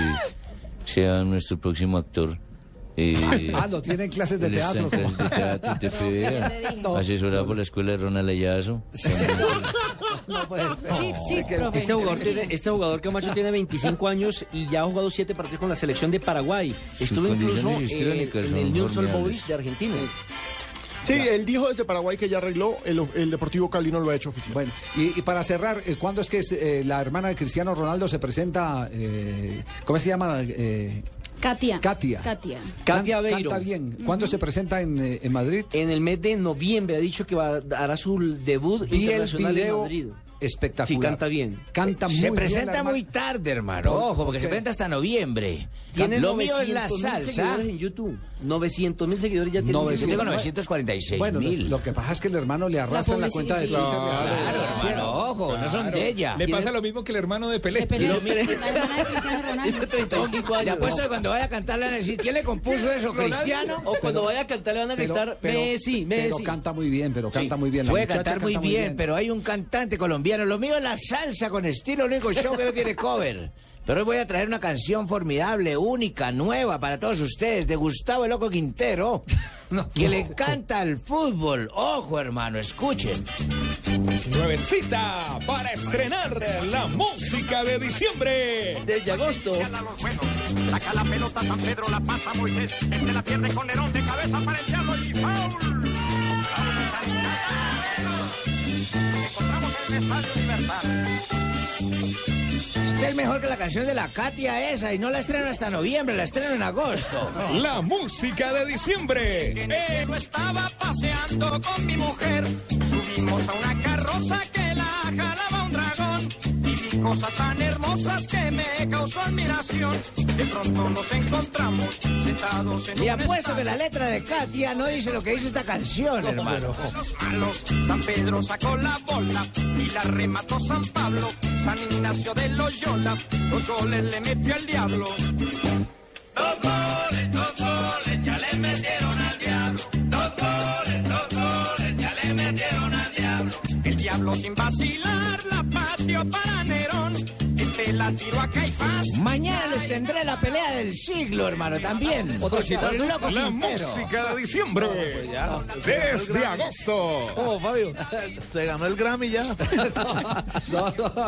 [SPEAKER 47] sea nuestro próximo actor. Eh,
[SPEAKER 9] Ah, lo tiene en clases de
[SPEAKER 47] él está en
[SPEAKER 9] teatro.
[SPEAKER 47] clases de teatro, en TPB,
[SPEAKER 9] No.
[SPEAKER 47] asesorado por la escuela de Ronald Ayazo.
[SPEAKER 34] pues.
[SPEAKER 13] Este jugador, tiene, este jugador Camacho tiene 25 años y ya ha jugado 7 partidos con la selección de Paraguay. Estuvo incluso
[SPEAKER 47] condiciones
[SPEAKER 13] eh,
[SPEAKER 47] histrónicas
[SPEAKER 13] en
[SPEAKER 47] son
[SPEAKER 13] el New Sol
[SPEAKER 47] formidables.
[SPEAKER 13] Boys de Argentina.
[SPEAKER 10] Sí, él dijo desde Paraguay que ya arregló. El, el Deportivo Cali no lo ha hecho oficial.
[SPEAKER 9] Bueno, y, y para cerrar, eh, ¿cuándo es que es, eh, la hermana de Cristiano Ronaldo se presenta? eh, ¿Cómo se llama? Eh,
[SPEAKER 11] Katia.
[SPEAKER 9] Katia.
[SPEAKER 11] Katia.
[SPEAKER 9] Can- Canta bien. ¿Cuándo se presenta en, eh, en Madrid?
[SPEAKER 13] En el mes de noviembre ha dicho que va, hará su debut
[SPEAKER 9] Vi el
[SPEAKER 13] internacional
[SPEAKER 9] video
[SPEAKER 13] en Madrid.
[SPEAKER 9] Espectacular.
[SPEAKER 13] Sí, canta bien.
[SPEAKER 9] Canta muy
[SPEAKER 13] Se
[SPEAKER 9] bien la
[SPEAKER 13] presenta
[SPEAKER 9] hermana.
[SPEAKER 13] muy
[SPEAKER 47] tarde, hermano. Ojo, porque se presenta hasta noviembre.
[SPEAKER 13] Tiene
[SPEAKER 47] Lo mío es la
[SPEAKER 13] 900.000
[SPEAKER 47] salsa.
[SPEAKER 13] seguidores en YouTube. 900 mil seguidores ya tiene. en
[SPEAKER 9] 900.
[SPEAKER 13] YouTube.
[SPEAKER 9] Yo tengo 946.000. Bueno, lo, lo que pasa es que el hermano le arrastra en la cuenta de Twitter.
[SPEAKER 5] publicidad.
[SPEAKER 9] le arrastra.
[SPEAKER 5] Claro,
[SPEAKER 47] hermano, ojo, no son de ella.
[SPEAKER 5] Le pasa lo mismo que el hermano de Pelé. Lo mira-
[SPEAKER 47] Le apuesto que pues, cuando vaya a cantar le van a decir, ¿quién le compuso eso,
[SPEAKER 13] Ronaldo,
[SPEAKER 47] Cristiano?
[SPEAKER 13] O cuando vaya a cantar le van a gritar Messi, Messi.
[SPEAKER 9] Pero canta muy bien, pero canta muy bien. La
[SPEAKER 47] Puede
[SPEAKER 9] muchacha
[SPEAKER 47] cantar muy
[SPEAKER 9] canta
[SPEAKER 47] bien, pero hay un cantante colombiano. Lo mío es la salsa con estilo, el único show que no tiene cover. Pero hoy voy a traer una canción formidable, única, nueva para todos ustedes, de Gustavo el Loco Quintero, que le encanta el fútbol. Ojo, hermano, escuchen.
[SPEAKER 5] Nuevecita para estrenar la música de diciembre.
[SPEAKER 13] Desde agosto.
[SPEAKER 2] Saca la pelota San Pedro, la pasa Moisés. Este la pierde con Nerón de cabeza para el diablo y foul. Encontramos en el Estadio Libertad.
[SPEAKER 47] Esta es mejor que la canción de la Katia esa, y no la estreno hasta noviembre, la estreno en agosto.
[SPEAKER 5] La música de diciembre.
[SPEAKER 2] En el cielo estaba paseando con mi mujer. Subimos a una carroza que la jalaba un dragón. Y vi cosas tan hermosas que me causó admiración. De pronto nos encontramos sentados en
[SPEAKER 47] Y
[SPEAKER 2] un
[SPEAKER 47] apuesto que
[SPEAKER 2] estadio.
[SPEAKER 47] la letra de Katia no dice lo que dice esta canción, hermano.
[SPEAKER 2] Los malos, San Pedro sacó la bola y la remató San Pablo, San Ignacio de Loyola, los goles le metió el diablo. Dos goles, dos goles, ya le metieron al diablo. Dos goles, dos goles, ya le metieron al diablo. El diablo sin vacilar la pateó para Nerón, este la tiró a Caifás.
[SPEAKER 47] Mañana les tendré la pelea del siglo, hermano, también. Otro
[SPEAKER 5] La música de diciembre. este Desde agosto.
[SPEAKER 2] Oh,
[SPEAKER 12] ¿Cómo, Fabio? Se ganó el Grammy ya.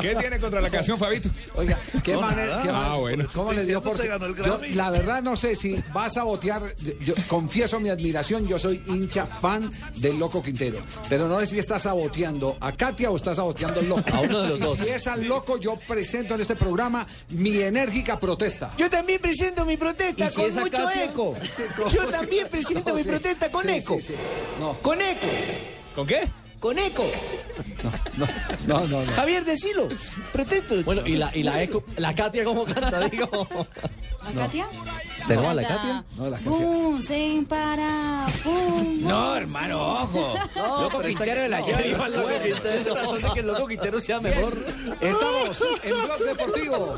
[SPEAKER 5] ¿Qué tiene contra la canción, Fabito?
[SPEAKER 9] Oiga, ¿Qué
[SPEAKER 5] No,
[SPEAKER 9] manera?
[SPEAKER 5] nada.
[SPEAKER 9] qué manera-
[SPEAKER 5] Ah, bueno.
[SPEAKER 9] ¿Cómo le dio por
[SPEAKER 5] Se ganó el
[SPEAKER 9] yo,
[SPEAKER 5] Grammy.
[SPEAKER 9] La verdad no sé si va a sabotear. Yo confieso mi admiración. Yo soy hincha fan del Loco Quintero. Pero no sé si está saboteando a Katia o está saboteando al Loco.
[SPEAKER 15] A uno de los
[SPEAKER 9] Y
[SPEAKER 15] dos.
[SPEAKER 9] Si es al Loco, yo presento en este programa mi enérgica protesta.
[SPEAKER 47] Yo también presento mi protesta
[SPEAKER 9] ¿Y si
[SPEAKER 47] con
[SPEAKER 9] esa
[SPEAKER 47] mucho
[SPEAKER 9] Katia?
[SPEAKER 47] eco.
[SPEAKER 9] Sí, con-
[SPEAKER 47] Yo también presento
[SPEAKER 9] No,
[SPEAKER 47] mi
[SPEAKER 9] sí,
[SPEAKER 47] protesta con
[SPEAKER 9] sí,
[SPEAKER 47] eco.
[SPEAKER 9] sí, sí. No.
[SPEAKER 47] Con eco.
[SPEAKER 5] ¿Con qué?
[SPEAKER 47] Con eco.
[SPEAKER 9] No, no, no.
[SPEAKER 47] Javier, decilo. Protesto.
[SPEAKER 15] Bueno, y la, y la eco, la Katia cómo canta, digo.
[SPEAKER 11] ¿A Katia?
[SPEAKER 15] ¿Tenemos a la
[SPEAKER 11] Canta,
[SPEAKER 15] Katia? No, la Katia.
[SPEAKER 11] Pum, se para, pum.
[SPEAKER 47] No, hermano, ojo.
[SPEAKER 13] No,
[SPEAKER 47] Loco
[SPEAKER 13] pero esta-
[SPEAKER 47] Quintero de la
[SPEAKER 13] no,
[SPEAKER 47] lleva
[SPEAKER 13] pero el Loco Quintero tiene razón de que el Loco Quintero sea mejor.
[SPEAKER 9] Estamos en Blog Deportivo.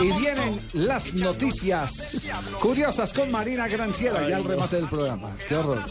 [SPEAKER 9] Y vienen las noticias curiosas con Marina Granciera ya al remate del programa. Qué horror.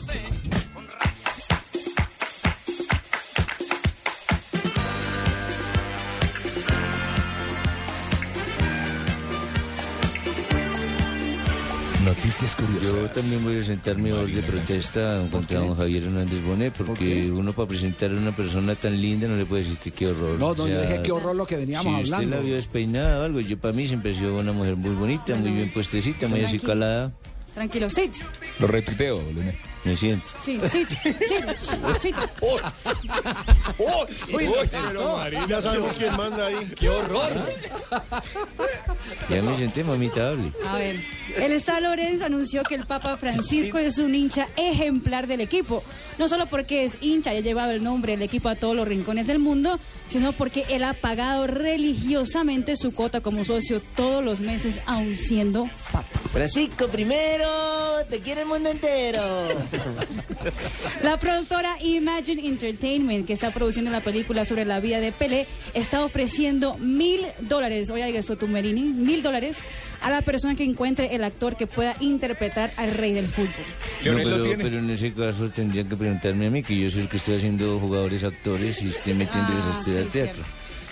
[SPEAKER 47] Noticias curiosas. Yo también voy a sentar mi voz de protesta contra don Javier Hernández Bonet, porque uno para presentar a una persona tan linda no le puede decir que qué horror.
[SPEAKER 9] No, no,
[SPEAKER 47] O
[SPEAKER 9] yo
[SPEAKER 47] sea,
[SPEAKER 9] dije qué horror lo que veníamos
[SPEAKER 47] si
[SPEAKER 9] hablando.
[SPEAKER 47] usted la vio despeinada o algo, yo para mí siempre ha sido una mujer muy bonita, muy bien puestecita, muy
[SPEAKER 9] Sí.
[SPEAKER 47] acicalada.
[SPEAKER 11] Tranquilo, sit.
[SPEAKER 5] Lo retuiteo, Leonel. Me siento.
[SPEAKER 11] Sí, sit. Sit. Sit.
[SPEAKER 13] Uy,
[SPEAKER 5] Uy,
[SPEAKER 13] no, ya sabemos quién manda ahí.
[SPEAKER 15] ¡Qué horror!
[SPEAKER 47] Ya me senté vomitable.
[SPEAKER 11] A ver, el Estado Lorenzo anunció que el Papa Francisco es un hincha ejemplar del equipo. No solo porque es hincha y ha llevado el nombre del equipo a todos los rincones del mundo, sino porque él ha pagado religiosamente su cuota como socio todos los meses, aun siendo papa.
[SPEAKER 25] Francisco primero, te quiere el mundo entero.
[SPEAKER 11] La productora Imagine Entertainment, que está produciendo la película sobre la vida de Pelé, está ofreciendo mil dólares, oye esto tu Merini, mil dólares a la persona que encuentre el actor que pueda interpretar al rey del fútbol.
[SPEAKER 47] No, pero, pero en ese caso tendrían que preguntarme a mí, que yo soy el que estoy haciendo jugadores, actores y estoy metiéndoles
[SPEAKER 11] Ah,
[SPEAKER 47] a estudiar
[SPEAKER 11] sí,
[SPEAKER 47] teatro.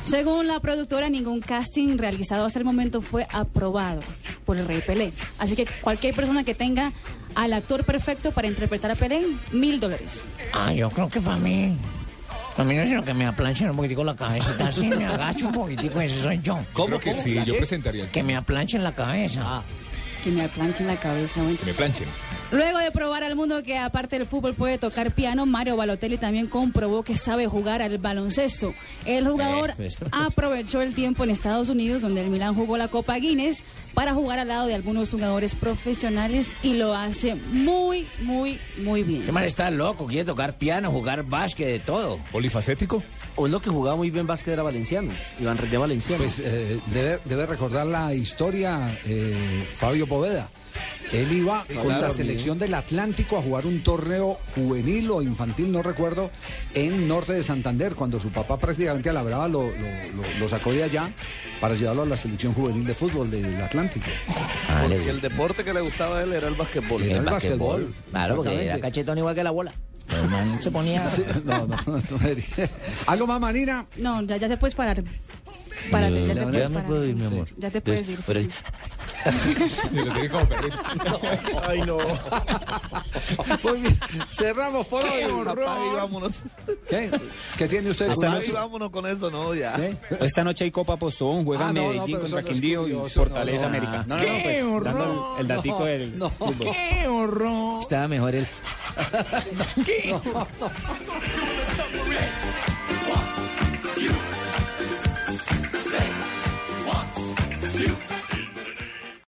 [SPEAKER 11] Según la productora, ningún casting realizado hasta el momento fue aprobado por el rey Pelé. Así que cualquier persona que tenga al actor perfecto para interpretar a Pelé, mil dólares.
[SPEAKER 24] Ah, yo creo que para mí. Para mí no es lo que me aplanchan un poquitico la cabecita así, me agacho un poquitico, ese soy yo.
[SPEAKER 5] ¿Cómo, Creo que cómo? sí, ¿La
[SPEAKER 13] ¿Eh?
[SPEAKER 5] yo qué? presentaría.
[SPEAKER 24] Que me aplanchen la cabeza.
[SPEAKER 13] Ah.
[SPEAKER 11] que me aplanchen la cabeza,
[SPEAKER 5] Que me planchen.
[SPEAKER 11] Luego de probar al mundo que aparte del fútbol puede tocar piano, Mario Balotelli también comprobó que sabe jugar al baloncesto. El jugador
[SPEAKER 3] Eh, eso.
[SPEAKER 11] aprovechó el tiempo en Estados Unidos, donde el Milan jugó la Copa Guinness, para jugar al lado de algunos jugadores profesionales y lo hace muy, muy, muy bien.
[SPEAKER 24] ¿Qué mal está loco? Quiere tocar piano, jugar básquet, de todo.
[SPEAKER 5] ¿Polifacético?
[SPEAKER 10] O es lo que jugaba muy bien Vázquez era valenciano. Iván René Valenciano.
[SPEAKER 9] Pues eh, debe, debe recordar la historia eh, Fabio Poveda. Él iba
[SPEAKER 10] Claro,
[SPEAKER 9] con la
[SPEAKER 10] bien.
[SPEAKER 9] selección del Atlántico a jugar un torneo juvenil o infantil, no recuerdo, en Norte de Santander, cuando su papá prácticamente a la brava lo, lo- lo- lo sacó de allá para llevarlo a la selección juvenil de fútbol del Atlántico.
[SPEAKER 12] Porque el deporte que le gustaba a él era el básquetbol.
[SPEAKER 9] Era el El básquetbol, básquetbol,
[SPEAKER 24] Claro, porque era
[SPEAKER 9] exactamente.
[SPEAKER 24] cachetón igual que la bola.
[SPEAKER 9] Se ponía... no, no, no, no. ¿Algo más, Marina?
[SPEAKER 11] No, ya, ya te puedes parar. Párate, ya te
[SPEAKER 47] Ya
[SPEAKER 11] puedes
[SPEAKER 47] me
[SPEAKER 11] parar.
[SPEAKER 47] puedo ir,
[SPEAKER 11] sí.
[SPEAKER 47] mi amor.
[SPEAKER 11] Ya te puedes
[SPEAKER 47] Entonces,
[SPEAKER 11] ir. sí,
[SPEAKER 47] pero-
[SPEAKER 11] sí.
[SPEAKER 13] Ay, no.
[SPEAKER 9] Muy bien, cerramos por hoy.
[SPEAKER 12] Papá, y vámonos.
[SPEAKER 9] ¿Qué? ¿Qué tiene usted?
[SPEAKER 12] Papá,
[SPEAKER 9] Usted-
[SPEAKER 12] y vámonos con eso, ¿no? Ya.
[SPEAKER 9] ¿Eh?
[SPEAKER 28] Esta noche hay Copa Postobón, juega
[SPEAKER 12] Ah, no, no,
[SPEAKER 28] Medellín
[SPEAKER 12] pero
[SPEAKER 28] contra
[SPEAKER 12] eso no es
[SPEAKER 28] Quindío y
[SPEAKER 12] curioso,
[SPEAKER 28] Fortaleza
[SPEAKER 12] no, no.
[SPEAKER 28] América. No, no,
[SPEAKER 12] ¡Qué
[SPEAKER 28] no, pues,
[SPEAKER 12] horror!
[SPEAKER 28] dando el datico
[SPEAKER 12] No,
[SPEAKER 28] del
[SPEAKER 12] no.
[SPEAKER 28] fútbol.
[SPEAKER 24] ¡Qué horror!
[SPEAKER 47] Estaba mejor el...
[SPEAKER 24] ¿Qué?